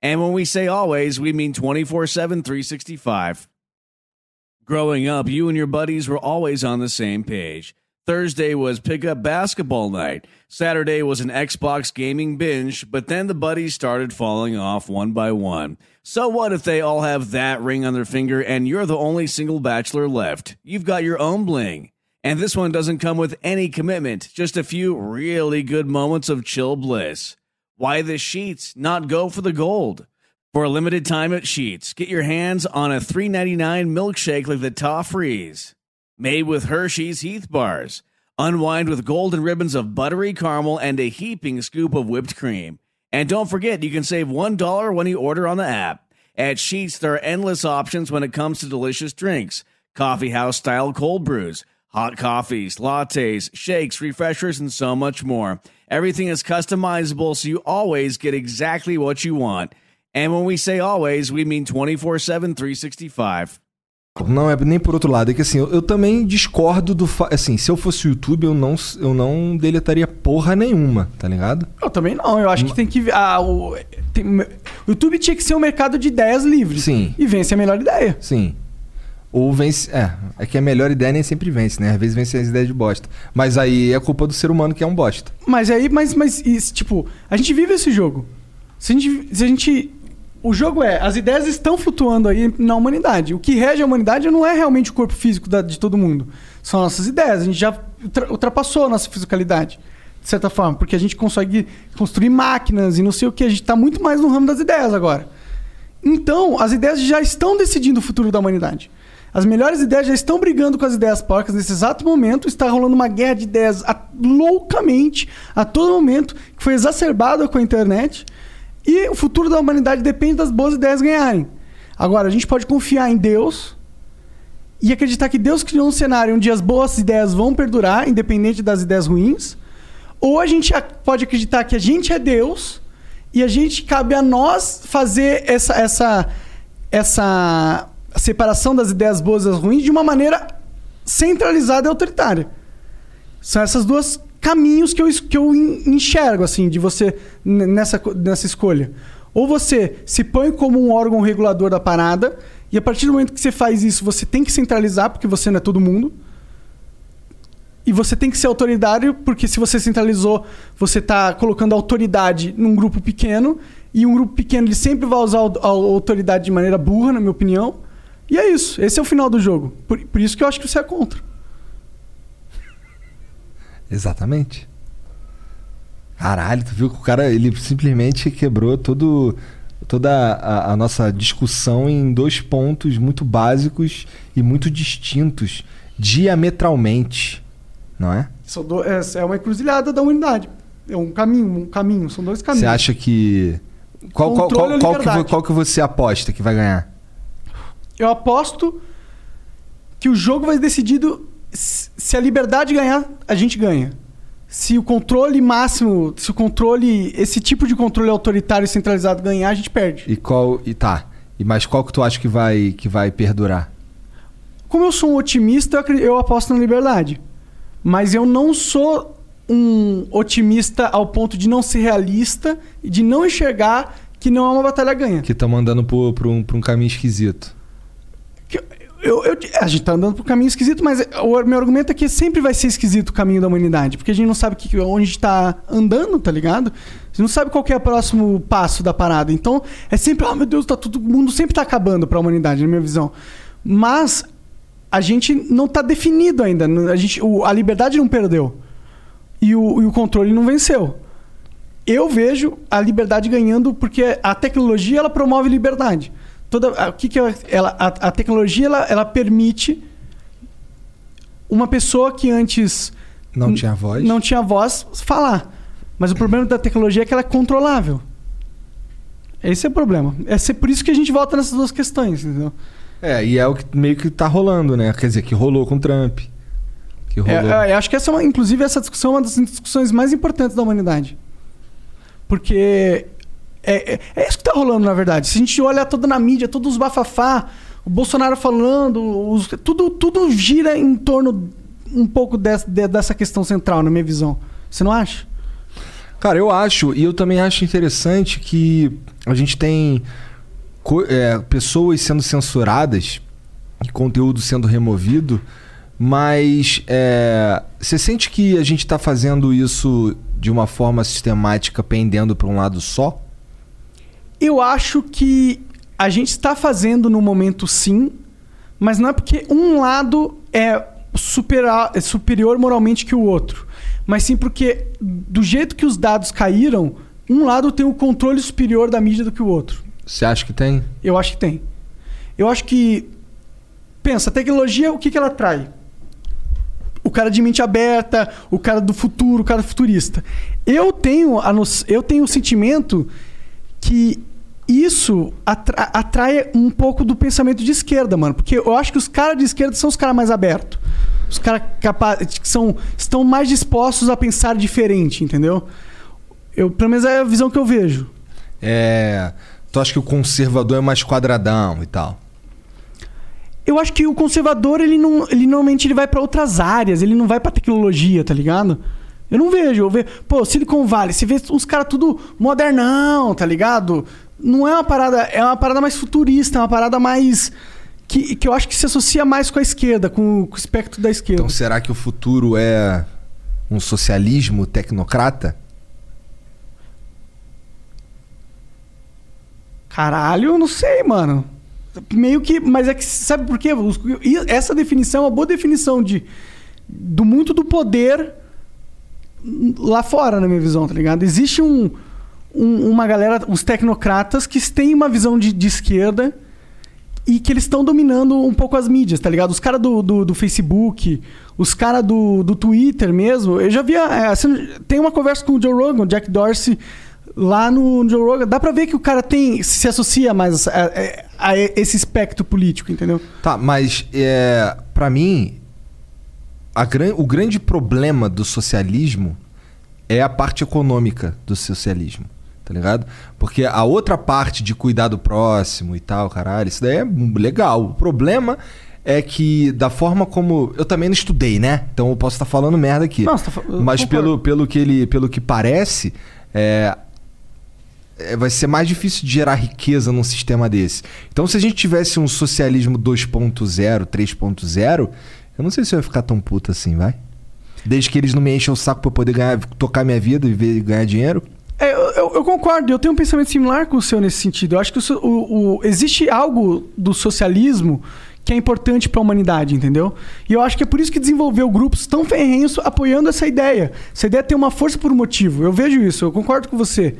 Speaker 1: And when we say always, we mean 24 7, 365. Growing up, you and your buddies were always on the same page. Thursday was pickup basketball night. Saturday was an Xbox gaming binge, but then the buddies started falling off one by one. So what if they all have that ring on their finger and you're the only single bachelor left? You've got your own bling. And this one doesn't come with any commitment, just a few really good moments of chill bliss. Why the sheets not go for the gold? For a limited time at Sheets, get your hands on a $3.99 milkshake like the Toffrees, made with Hershey's Heath bars. Unwind with golden ribbons of buttery caramel and a heaping scoop of whipped cream. And don't forget, you can save $1 when you order on the app. At Sheets, there are endless options when it comes to delicious drinks coffee house style cold brews, hot coffees, lattes, shakes, refreshers, and so much more. Everything is customizable, so you always get exactly what you want. And when we say always, we mean 24 7, 365.
Speaker 2: não é nem por outro lado. É que assim, eu, eu também discordo do. fa- Assim, se eu fosse o YouTube, eu não, eu não deletaria porra nenhuma, tá ligado?
Speaker 3: Eu também não. Eu acho que tem que. Ah, o, tem- o YouTube tinha que ser um mercado de ideias livres.
Speaker 2: Sim.
Speaker 3: E vence a melhor ideia.
Speaker 2: Sim. Ou vence. É, é que a melhor ideia nem sempre vence, né? Às vezes vence as ideias de bosta. Mas aí é culpa do ser humano que é um bosta.
Speaker 3: Mas aí, mas, mas isso, tipo, a gente vive esse jogo. Se a, gente, se a gente. O jogo é, as ideias estão flutuando aí na humanidade. O que rege a humanidade não é realmente o corpo físico da- de todo mundo. São nossas ideias. A gente já ultra- ultrapassou a nossa fisicalidade, de certa forma. Porque a gente consegue construir máquinas e não sei o que. A gente está muito mais no ramo das ideias agora. Então, as ideias já estão decidindo o futuro da humanidade. As melhores ideias já estão brigando com as ideias porcas nesse exato momento. Está rolando uma guerra de ideias a- loucamente a todo momento, que foi exacerbada com a internet. E o futuro da humanidade depende das boas ideias ganharem. Agora, a gente pode confiar em Deus e acreditar que Deus criou um cenário onde as boas ideias vão perdurar, independente das ideias ruins, ou a gente ac- pode acreditar que a gente é Deus e a gente cabe a nós fazer essa essa essa separação das ideias boas e das ruins de uma maneira centralizada e autoritária. São essas duas caminhos que eu, es- que eu en- enxergo, assim, de você n- nessa, co- nessa escolha. Ou você se põe como um órgão regulador da parada, e a partir do momento que você faz isso, você tem que centralizar, porque você não é todo mundo. E você tem que ser autoritário, porque se você centralizou, você está colocando autoridade num grupo pequeno. E um grupo pequeno ele sempre vai usar au- a autoridade de maneira burra, na minha opinião. E é isso. Esse é o final do jogo. Por, por isso que eu acho que você é contra.
Speaker 2: Exatamente. Caralho, tu viu que o cara ele simplesmente quebrou todo, toda a, a nossa discussão em dois pontos muito básicos e muito distintos, diametralmente, não é?
Speaker 3: São do- essa é uma encruzilhada da humanidade. É um caminho, um caminho, são dois caminhos.
Speaker 2: Você acha que. Qual, qual,
Speaker 3: Controle
Speaker 2: qual,
Speaker 3: ou
Speaker 2: qual que,
Speaker 3: liberdade?
Speaker 2: vo- qual que você aposta que vai ganhar?
Speaker 3: Eu aposto que o jogo vai ser decidido se se a liberdade ganhar, a gente ganha. Se o controle máximo, se o controle, esse tipo de controle autoritário e centralizado ganhar, a gente perde.
Speaker 2: E qual. E tá. E mas qual que tu acha que vai, que vai perdurar?
Speaker 3: Como eu sou um otimista, eu acre- eu aposto na liberdade. Mas eu não sou um otimista ao ponto de não ser realista e de não enxergar que não é uma batalha ganha.
Speaker 2: Que estamos andando por, por, um, por um caminho esquisito.
Speaker 3: Que eu- eu- eu- a gente tá andando por um caminho esquisito, mas o meu argumento é que sempre vai ser esquisito o caminho da humanidade, porque a gente não sabe que, onde a gente tá andando, tá ligado? A gente não sabe qual que é o próximo passo da parada. Então, é sempre, ah, meu Deus, tá todo mundo sempre tá acabando pra humanidade, na minha visão. Mas a gente não tá definido ainda. A, gente, o- a liberdade não perdeu. E o- e o controle não venceu. Eu vejo a liberdade ganhando porque a tecnologia ela promove liberdade. Toda a- o que que ela, ela- a, a tecnologia ela, ela permite uma pessoa que antes
Speaker 2: Não
Speaker 3: N-
Speaker 2: tinha voz?
Speaker 3: não tinha voz falar. Mas o problema da tecnologia é que ela é controlável. Esse é o problema. Esse é por isso que a gente volta nessas duas questões, entendeu?
Speaker 2: É, e é o que meio que tá rolando, né? Quer dizer, que rolou com o Trump. Que rolou.
Speaker 3: É, é, eu acho que essa é uma, inclusive essa discussão é uma das discussões mais importantes da humanidade. Porque é, é- é isso que tá rolando, na verdade. Se a gente olhar toda na mídia, todos os bafafá, o Bolsonaro falando, os- tudo, tudo gira em torno um pouco des- de- dessa questão central, na minha visão. Você não acha?
Speaker 2: Cara, eu acho, e eu também acho interessante que a gente tem co- é, pessoas sendo censuradas e conteúdo sendo removido, mas é, você sente que a gente está fazendo isso de uma forma sistemática, pendendo para um lado só?
Speaker 3: Eu acho que a gente está fazendo no momento sim, mas não é porque um lado é, supera- é superior moralmente que o outro. Mas sim porque, do jeito que os dados caíram, um lado tem o controle superior da mídia do que o outro.
Speaker 2: Você acha que tem?
Speaker 3: Eu acho que tem. Eu acho que. Pensa, a tecnologia, o que, que ela atrai? O cara de mente aberta, o cara do futuro, o cara futurista. Eu tenho, a no- eu tenho o sentimento que isso atra- atrai um pouco do pensamento de esquerda, mano. Porque eu acho que os caras de esquerda são os caras mais abertos. Os caras capazes que são, estão mais dispostos a pensar diferente, entendeu? Eu, pelo menos é a visão que eu vejo.
Speaker 2: É, tu acha que o conservador é mais quadradão e tal?
Speaker 3: Eu acho que o conservador, ele, não, ele normalmente ele vai pra outras áreas, ele não vai pra tecnologia, tá ligado? Eu não vejo, eu vejo, pô, Silicon Valley, você vê uns caras tudo modernão, tá ligado? Não é uma parada, é uma parada mais futurista, é uma parada mais que, que eu acho que se associa mais com a esquerda, com, o- com o espectro da esquerda.
Speaker 2: Então será que o futuro é um socialismo tecnocrata?
Speaker 3: Caralho, eu não sei, mano. Meio que. Mas é que. Sabe por quê? Os- e Essa definição é uma boa definição de. Do muito do poder lá fora, na minha visão, tá ligado? Existe um, um- uma galera, uns tecnocratas, que têm uma visão de, de esquerda e que eles estão dominando um pouco as mídias, tá ligado? Os caras do, do, do Facebook, os caras do, do Twitter mesmo. Eu já vi. é, assim, tem uma conversa com o Joe Rogan, o Jack Dorsey, lá no, Joe Rogan. Dá pra ver que o cara tem se associa mais a, a- a esse espectro político, entendeu?
Speaker 2: Tá, mas é, para mim, a gran- o grande problema do socialismo é a parte econômica do socialismo, tá ligado? Porque a outra parte de cuidar do próximo e tal, caralho, isso daí é legal. O problema é que da forma como eu também não estudei, né? Então eu posso estar falando merda aqui.
Speaker 3: Não, você tá fa- eu
Speaker 2: mas
Speaker 3: concordo.
Speaker 2: pelo, pelo que ele, pelo que parece, é, é, vai ser mais difícil de gerar riqueza num sistema desse. Então, se a gente tivesse um socialismo 2.0, 3.0, eu não sei se eu ia ficar tão puto assim, vai? Desde que eles não me enchem o saco pra eu poder ganhar, tocar minha vida e ver- ganhar dinheiro.
Speaker 3: É, eu, eu- eu concordo, eu tenho um pensamento similar com o seu nesse sentido. Eu acho que o so- o- o- existe algo do socialismo que é importante para a humanidade, entendeu? E eu acho que é por isso que desenvolveu grupos tão ferrenhos apoiando essa ideia. Essa ideia tem uma força por um motivo. Eu vejo isso, eu concordo com você.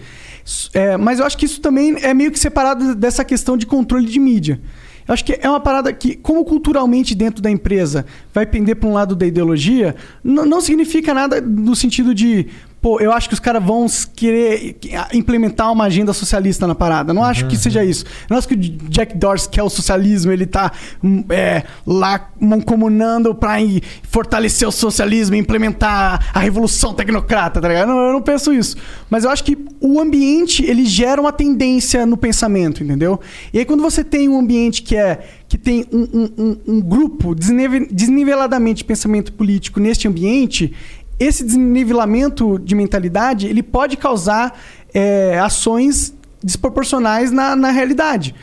Speaker 3: S- é, mas eu acho que isso também é meio que separado dessa questão de controle de mídia. Eu acho que é uma parada que, como culturalmente dentro da empresa vai pender para um lado da ideologia, n- não significa nada no sentido de, pô, eu acho que os caras vão s- querer i- implementar uma agenda socialista na parada. Não acho que seja isso. Não acho que o Jack Dorsey quer o socialismo, ele tá hum, é, lá mancomunando para fortalecer o socialismo e implementar a revolução tecnocrata, tá ligado? Não, eu não penso isso. Mas eu acho que o ambiente, ele gera uma tendência no pensamento, entendeu? E aí quando você tem um ambiente que é que tem um, um- um- um grupo desnive- desniveladamente de pensamento político neste ambiente, esse desnivelamento de mentalidade, ele pode causar é, ações desproporcionais na, na realidade.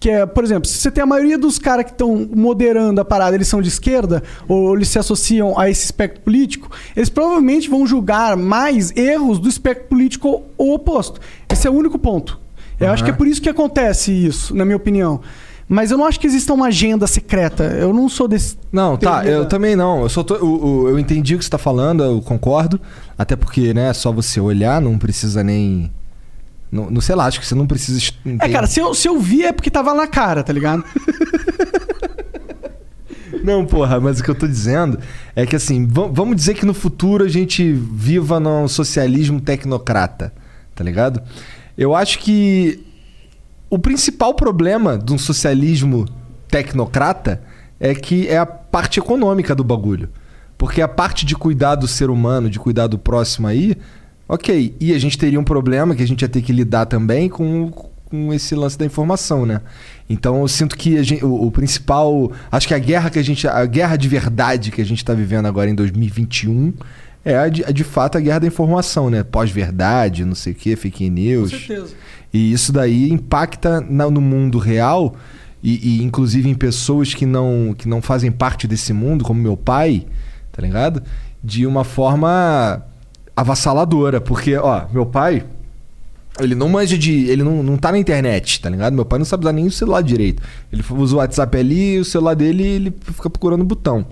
Speaker 3: Que é, por exemplo, se você tem a maioria dos caras que estão moderando a parada, eles são de esquerda, ou eles se associam a esse espectro político, eles provavelmente vão julgar mais erros do espectro político o oposto. Esse é o único ponto. Eu acho que é por isso que acontece isso, na minha opinião. Mas eu não acho que exista uma agenda secreta. Eu não sou desse.
Speaker 2: Não, tá,
Speaker 3: Perdida.
Speaker 2: eu também não. Eu, só tô- o- o- eu entendi o que você tá falando, eu concordo. Até porque, né, é só você olhar, não precisa nem. Não, não sei lá, acho que você não precisa. est-
Speaker 3: É,
Speaker 2: entender.
Speaker 3: cara, se eu, se eu vi é porque tava na cara, tá ligado?
Speaker 2: Não, porra, mas o que eu tô dizendo é que assim, va- vamos dizer que no futuro a gente viva num socialismo tecnocrata, tá ligado? Eu acho que o principal problema de um socialismo tecnocrata é que é a parte econômica do bagulho. Porque a parte de cuidar do ser humano, de cuidar do próximo aí, ok. E a gente teria um problema que a gente ia ter que lidar também com, com esse lance da informação, né? Então eu sinto que a gente- o, o principal. Acho que a guerra que a gente. A guerra de verdade que a gente está vivendo agora em 2021 é a de, a de fato a guerra da informação, né? Pós-verdade, não sei o quê, fake news. E isso daí impacta na- no mundo real e, e, inclusive em pessoas que não, que não fazem parte desse mundo, como meu pai, tá ligado? De uma forma avassaladora. Porque, ó, meu pai, ele não manja de. Ele não, não tá na internet, tá ligado? Meu pai não sabe usar nem o celular direito. Ele usa o WhatsApp ali e o celular dele ele fica procurando o botão.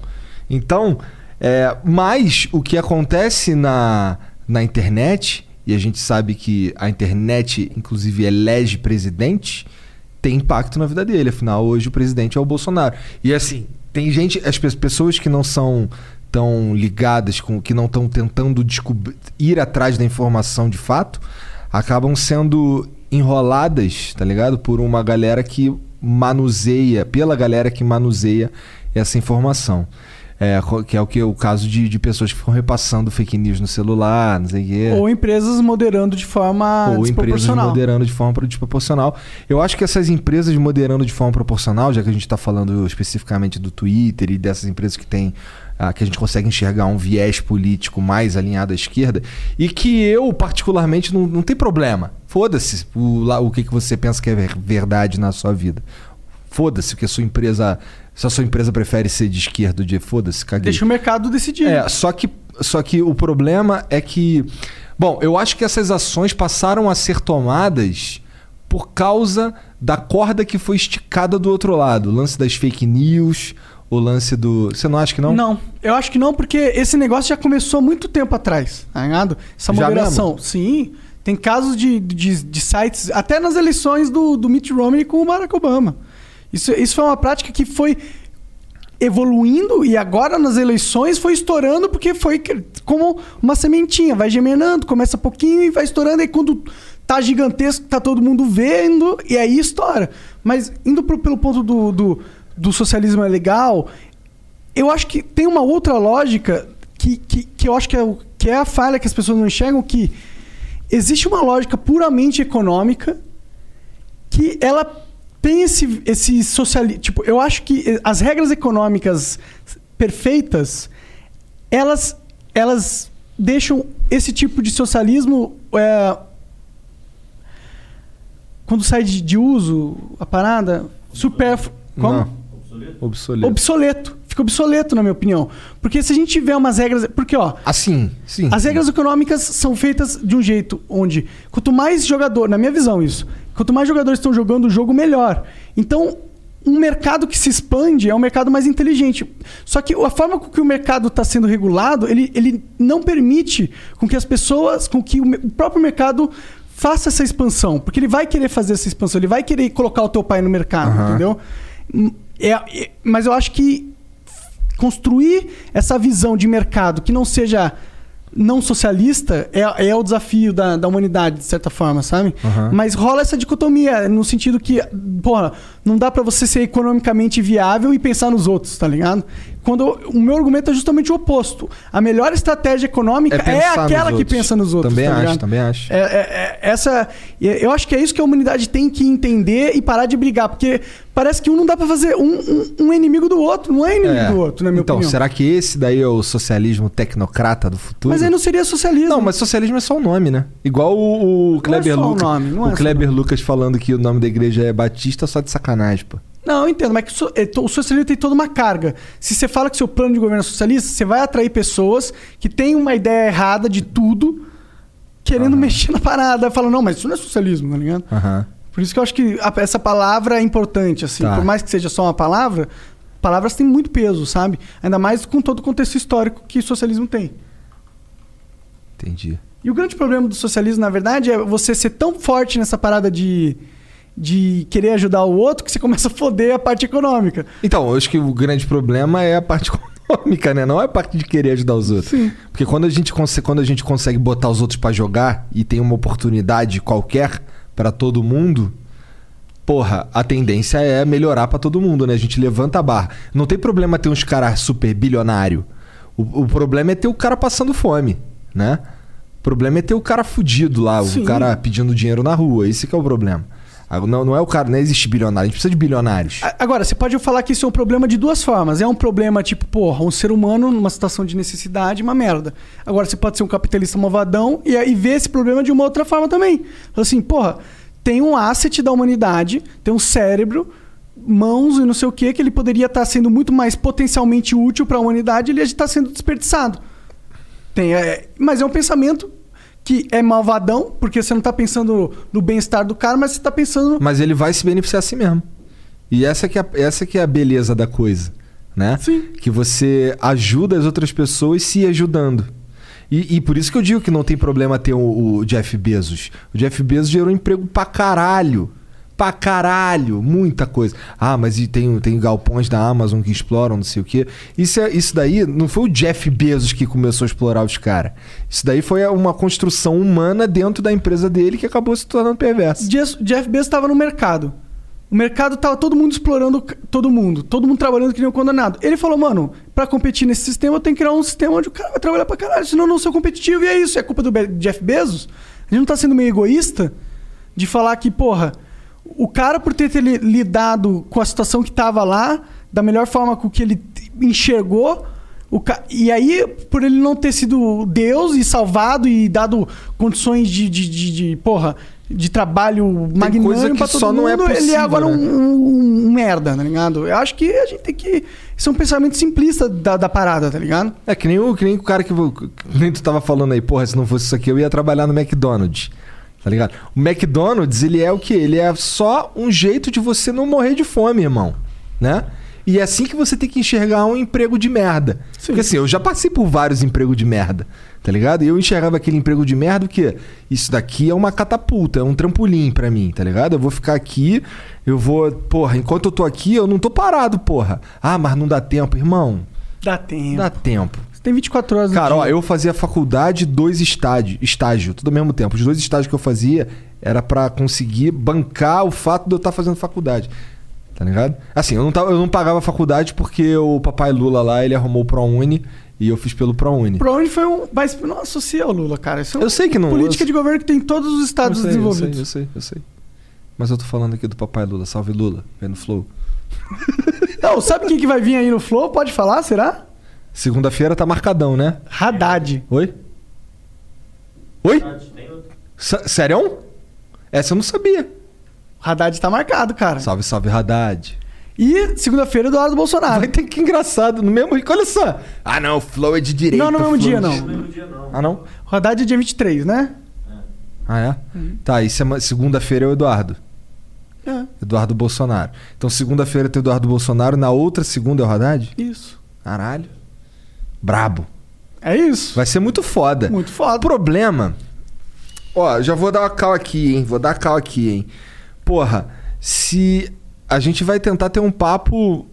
Speaker 2: Então, é, mas o que acontece na, na internet, e a gente sabe que a internet, inclusive, elege presidente, tem impacto na vida dele. Afinal, hoje o presidente é o Bolsonaro. E assim, tem gente. As pe- pessoas que não são tão ligadas, com que não estão tentando descobrir, ir atrás da informação de fato acabam sendo enroladas, tá ligado? Por uma galera que manuseia, pela galera que manuseia essa informação. É, co- que é o que o caso de, de pessoas que ficam repassando fake news no celular, não sei o quê.
Speaker 3: Ou empresas moderando de forma
Speaker 2: É. Ou empresas
Speaker 3: desproporcional.
Speaker 2: moderando de forma pro- desproporcional. Eu acho que essas empresas moderando de forma proporcional, já que a gente está falando especificamente do Twitter e dessas empresas que tem. ah, que a gente consegue enxergar um viés político mais alinhado à esquerda. E que eu, particularmente, não, não tem problema. Foda-se o, lá- o que, que você pensa que é ver- verdade na sua vida. Foda-se que a sua empresa. Se a sua empresa prefere ser de esquerda ou de foda-se, caguei.
Speaker 3: Deixa o mercado decidir.
Speaker 2: É, só que, só que o problema é que. Bom, eu acho que essas ações passaram a ser tomadas por causa da corda que foi esticada do outro lado. O lance das fake news, o lance do. Você não acha que não?
Speaker 3: Não, eu acho que não, porque esse negócio já começou há muito tempo atrás, tá ligado? Essa
Speaker 2: Já
Speaker 3: moderação. Sim. Tem casos de, de, de sites, até nas eleições do, do Mitt Romney com o Barack Obama. Isso, isso foi uma prática que foi evoluindo e agora nas eleições foi estourando porque foi cre- como uma sementinha, vai germinando, começa pouquinho e vai estourando e quando tá gigantesco, tá todo mundo vendo e aí estoura. Mas indo pro- pelo ponto do, do, do socialismo é legal, eu acho que tem uma outra lógica que, que, que eu acho que é, o- que é a falha que as pessoas não enxergam, que existe uma lógica puramente econômica que ela tem esse, esse socialismo... Tipo, eu acho que as regras econômicas perfeitas, elas, elas deixam esse tipo de socialismo... é, quando sai de, de uso a parada, supérfluo. Como?
Speaker 2: Não. Obsoleto.
Speaker 3: obsoleto. Fica obsoleto, na minha opinião. Porque se a gente tiver umas regras. Porque, ó,
Speaker 2: Assim, sim.
Speaker 3: as regras econômicas são feitas de um jeito onde quanto mais jogador, na minha visão isso, quanto mais jogadores estão jogando o jogo, melhor. Então, um mercado que se expande é um mercado mais inteligente. Só que a forma com que o mercado está sendo regulado, ele, ele não permite com que as pessoas, com que o, me- o próprio mercado faça essa expansão. Porque ele vai querer fazer essa expansão, ele vai querer colocar o teu pai no mercado, entendeu? Hum, é- é- mas eu acho que construir essa visão de mercado que não seja não socialista é, é o desafio da, da humanidade, de certa forma, sabe? Mas rola essa dicotomia, no sentido que, porra, não dá pra você ser economicamente viável e pensar nos outros, tá ligado? Quando o meu argumento é justamente o oposto. A melhor estratégia econômica é,
Speaker 2: pensar nos
Speaker 3: aquela que
Speaker 2: outros.
Speaker 3: pensa nos outros.
Speaker 2: Também
Speaker 3: tá
Speaker 2: acho,
Speaker 3: ligado?
Speaker 2: também acho.
Speaker 3: É, é, é, essa, eu acho que é isso que a humanidade tem que entender e parar de brigar, porque parece que um não dá pra fazer um, um- um inimigo do outro, não é inimigo
Speaker 2: É.
Speaker 3: do outro, na minha
Speaker 2: então,
Speaker 3: opinião.
Speaker 2: será que esse daí é o socialismo tecnocrata do futuro?
Speaker 3: Mas aí não seria socialismo.
Speaker 2: Não, mas socialismo é só o nome, né? Igual o, o Kleber
Speaker 3: só o
Speaker 2: Lucas.
Speaker 3: nome, não é
Speaker 2: o
Speaker 3: só
Speaker 2: Kleber Lucas falando que o nome da igreja é Batista só de sacanagem, pô.
Speaker 3: Não, eu entendo, mas que so- é, to- o socialismo tem toda uma carga. Se você fala que seu plano de governo é socialista, você vai atrair pessoas que têm uma ideia errada de tudo, querendo mexer na parada. Falando, não, mas isso não é socialismo, tá ligado?
Speaker 2: Aham.
Speaker 3: Por isso que eu acho que a- essa palavra é importante, assim.
Speaker 2: Tá.
Speaker 3: Por mais que seja só uma palavra, palavras têm muito peso, sabe? Ainda mais com todo o contexto histórico que o socialismo tem.
Speaker 2: Entendi.
Speaker 3: E o grande problema do socialismo, na verdade, é você ser tão forte nessa parada de, de querer ajudar o outro que você começa a foder a parte econômica.
Speaker 2: Então, eu acho que o grande problema é a parte econômica, né? Não é a parte de querer ajudar os outros. Porque quando a gente, conse- quando a gente consegue botar os outros pra jogar e tem uma oportunidade qualquer pra todo mundo, porra, a tendência é melhorar pra todo mundo, né? A gente levanta a barra. Não tem problema ter uns caras super bilionário. O, o problema é ter o cara passando fome, né? O problema é ter o cara fudido lá,
Speaker 3: Sim.
Speaker 2: o cara pedindo dinheiro na rua. Esse que é o problema. Ah, Não, não é o cara, não existe bilionário. A gente precisa de bilionários.
Speaker 3: A- Agora, você pode falar que isso é um problema de duas formas. É um problema, tipo, porra, um ser humano numa situação de necessidade, uma merda. Agora, você pode ser um capitalista malvadão e, e ver esse problema de uma outra forma também. Fala Assim, porra, tem um asset da humanidade, tem um cérebro, mãos e não sei o que, que ele poderia estar sendo muito mais potencialmente útil para a humanidade, ele está sendo desperdiçado. Tem, é, mas é um pensamento que é malvadão, porque você não está pensando no bem-estar do cara, mas você está pensando
Speaker 2: Mas ele vai se beneficiar a si mesmo. E essa que é, a- essa que é a beleza da coisa, né?
Speaker 3: Sim.
Speaker 2: Que você ajuda as outras pessoas se ajudando. E, e por isso que eu digo que não tem problema ter o, o Jeff Bezos. O Jeff Bezos gerou emprego pra caralho. Pra caralho, muita coisa. Ah, mas e tem, tem galpões da Amazon que exploram, não sei o quê. Isso, é- isso daí não foi o Jeff Bezos que começou a explorar os caras. Isso daí foi uma construção humana dentro da empresa dele que acabou se tornando perversa.
Speaker 3: Jeff Jeff Bezos estava no mercado. O mercado tava todo mundo explorando c- todo mundo, todo mundo trabalhando que nem um condenado. Ele falou, mano, pra competir nesse sistema eu tenho que criar um sistema onde o cara vai trabalhar pra caralho, senão eu não sou competitivo. E é isso, é culpa do Be- Jeff Bezos? A gente não tá sendo meio egoísta de falar que, porra, o cara por ter, ter li- lidado com a situação que tava lá, da melhor forma com que ele t- enxergou, o ca- E aí, por ele não ter sido Deus e salvado e dado condições de, de, de- de, porra, de trabalho magnânimo
Speaker 2: coisa que
Speaker 3: pra todo
Speaker 2: só não é
Speaker 3: mundo, ele é
Speaker 2: possível,
Speaker 3: agora
Speaker 2: né?
Speaker 3: um, um- um merda, tá ligado? Eu acho que a gente tem que... Isso é um pensamento simplista da, da parada, tá ligado?
Speaker 2: É que nem o, que nem o cara que, vo- que nem tu tava falando aí, porra, se não fosse isso aqui eu ia trabalhar no McDonald's. Tá ligado? O McDonald's, ele é o que? Ele é só um jeito de você não morrer de fome, irmão, né? E é assim que você tem que enxergar um emprego de merda. Porque assim, eu já passei por vários empregos de merda, tá ligado? E eu enxergava aquele emprego de merda que isso daqui é uma catapulta, é um trampolim pra mim, tá ligado? Eu vou ficar aqui, eu vou, porra, enquanto eu tô aqui, eu não tô parado, porra. Ah, mas não dá tempo, irmão.
Speaker 3: Dá tempo.
Speaker 2: Dá tempo.
Speaker 3: Você tem 24 horas no
Speaker 2: Cara, ó,
Speaker 3: dia.
Speaker 2: eu fazia faculdade dois estágio, estágio, tudo ao mesmo tempo. Os dois estágios que eu fazia era pra conseguir bancar o fato de eu estar fazendo faculdade. Tá ligado? Assim, eu não, tava, eu não pagava faculdade porque o papai Lula lá, ele arrumou o ProUni e eu fiz pelo ProUni.
Speaker 3: Pra onde foi um... Mas não associa o Lula, cara. Isso é
Speaker 2: Eu sei que não-
Speaker 3: Política
Speaker 2: eu-
Speaker 3: de governo que tem em todos os estados
Speaker 2: eu sei,
Speaker 3: desenvolvidos.
Speaker 2: Eu sei, eu sei, eu sei. Mas eu tô falando aqui do papai Lula. Salve Lula, vendo Flow.
Speaker 3: Não, sabe quem que vai vir aí no Flow? Pode falar, será?
Speaker 2: Segunda-feira tá marcadão, né?
Speaker 3: Haddad.
Speaker 2: Oi? Oi? Sé- Sério? Essa eu não sabia.
Speaker 3: Haddad tá marcado, cara.
Speaker 2: Salve, salve Haddad.
Speaker 3: E segunda-feira, Eduardo Bolsonaro.
Speaker 2: Vai ter que engraçado no mesmo. Olha só. Ah, não, o Flow é de direita.
Speaker 3: Não, no mesmo
Speaker 2: Flow
Speaker 3: dia,
Speaker 2: é de-
Speaker 3: não.
Speaker 2: Ah, não?
Speaker 3: O Haddad é dia 23, né?
Speaker 2: Ah, é? Tá, e sema- segunda-feira é o Eduardo.
Speaker 3: É,
Speaker 2: Eduardo Bolsonaro. Então, segunda-feira tem o Eduardo Bolsonaro, na outra segunda é o Haddad?
Speaker 3: isso.
Speaker 2: Caralho. Brabo.
Speaker 3: É isso.
Speaker 2: Vai ser muito foda.
Speaker 3: Muito
Speaker 2: O
Speaker 3: foda.
Speaker 2: problema. Ó, já vou dar uma cal aqui, hein? Vou dar cal aqui, hein? Porra, se a gente vai tentar ter um papo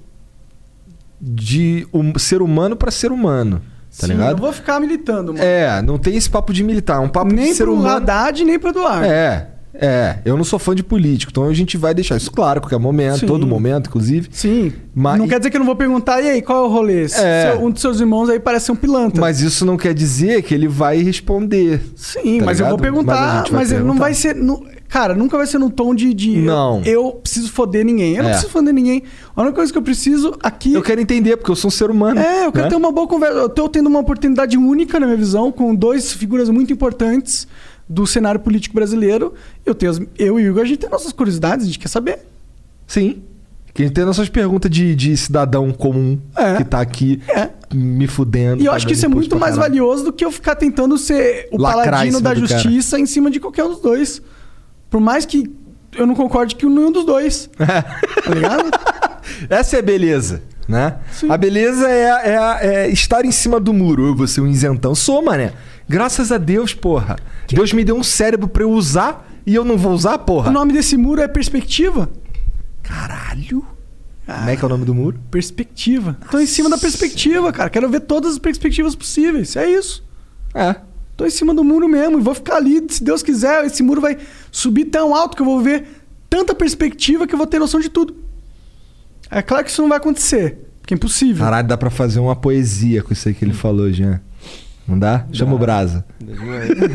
Speaker 2: de um ser humano pra ser humano, tá
Speaker 3: Sim,
Speaker 2: ligado?
Speaker 3: Não vou ficar militando, mano.
Speaker 2: É, não tem esse papo de militar, é um papo
Speaker 3: nem
Speaker 2: de ser
Speaker 3: pro
Speaker 2: humano.
Speaker 3: Haddad, nem pro Eduardo.
Speaker 2: É, é. Eu não sou fã de político, então a gente vai deixar isso claro, a qualquer momento,
Speaker 3: Sim.
Speaker 2: todo momento, inclusive.
Speaker 3: Sim.
Speaker 2: Mas-
Speaker 3: Não quer dizer que eu não vou perguntar, e aí, qual é o rolê? Se-
Speaker 2: É.
Speaker 3: seu- um dos seus irmãos aí parece ser um pilantra.
Speaker 2: Mas isso não quer dizer que ele vai responder.
Speaker 3: Sim,
Speaker 2: Tá
Speaker 3: mas eu
Speaker 2: ligado?
Speaker 3: vou
Speaker 2: Mas a
Speaker 3: perguntar,
Speaker 2: gente
Speaker 3: mas,
Speaker 2: vai
Speaker 3: não
Speaker 2: perguntar.
Speaker 3: vai ser. nu- cara, nunca vai ser num tom de. de
Speaker 2: Não.
Speaker 3: Eu, eu preciso foder ninguém. Eu não
Speaker 2: É.
Speaker 3: preciso foder ninguém. A única coisa que eu preciso aqui.
Speaker 2: Eu quero entender, porque eu sou um ser humano.
Speaker 3: É, eu quero
Speaker 2: né?
Speaker 3: ter uma boa conversa. Eu tô tendo uma oportunidade única, na minha visão, com dois figuras muito importantes do cenário político brasileiro. Eu, tenho as- eu e o Igor, a gente tem nossas curiosidades, a gente quer saber.
Speaker 2: Sim. Que a gente tem nossas perguntas de, de cidadão comum
Speaker 3: É.
Speaker 2: que tá aqui
Speaker 3: É.
Speaker 2: me fudendo.
Speaker 3: E eu acho que
Speaker 2: pagando
Speaker 3: isso é
Speaker 2: imposto
Speaker 3: muito
Speaker 2: pra
Speaker 3: mais
Speaker 2: caralho.
Speaker 3: valioso do que eu ficar tentando ser o
Speaker 2: Lacrar em
Speaker 3: paladino
Speaker 2: cima
Speaker 3: da
Speaker 2: do cara.
Speaker 3: justiça em cima de qualquer um dos dois. Por mais que eu não concorde que nenhum dos dois. Tá ligado?
Speaker 2: Essa é a beleza, né?
Speaker 3: Sim.
Speaker 2: A beleza é, é- é estar em cima do muro. Eu vou ser um isentão. Sou, mané. Graças a Deus, porra. Deus me deu um cérebro pra eu usar e eu não vou usar, porra.
Speaker 3: O nome desse muro é perspectiva.
Speaker 2: Caralho. Como é que é o nome do muro?
Speaker 3: Perspectiva. Tô em cima da perspectiva, cara. Quero ver todas as perspectivas possíveis. É isso.
Speaker 2: É.
Speaker 3: Tô em cima do muro mesmo e vou ficar ali. Se Deus quiser, esse muro vai subir tão alto que eu vou ver tanta perspectiva que eu vou ter noção de tudo. É claro que isso não vai acontecer, porque é impossível.
Speaker 2: Caralho, dá pra fazer uma poesia com isso aí que ele falou, Jean. Não dá? Chama o Brasa.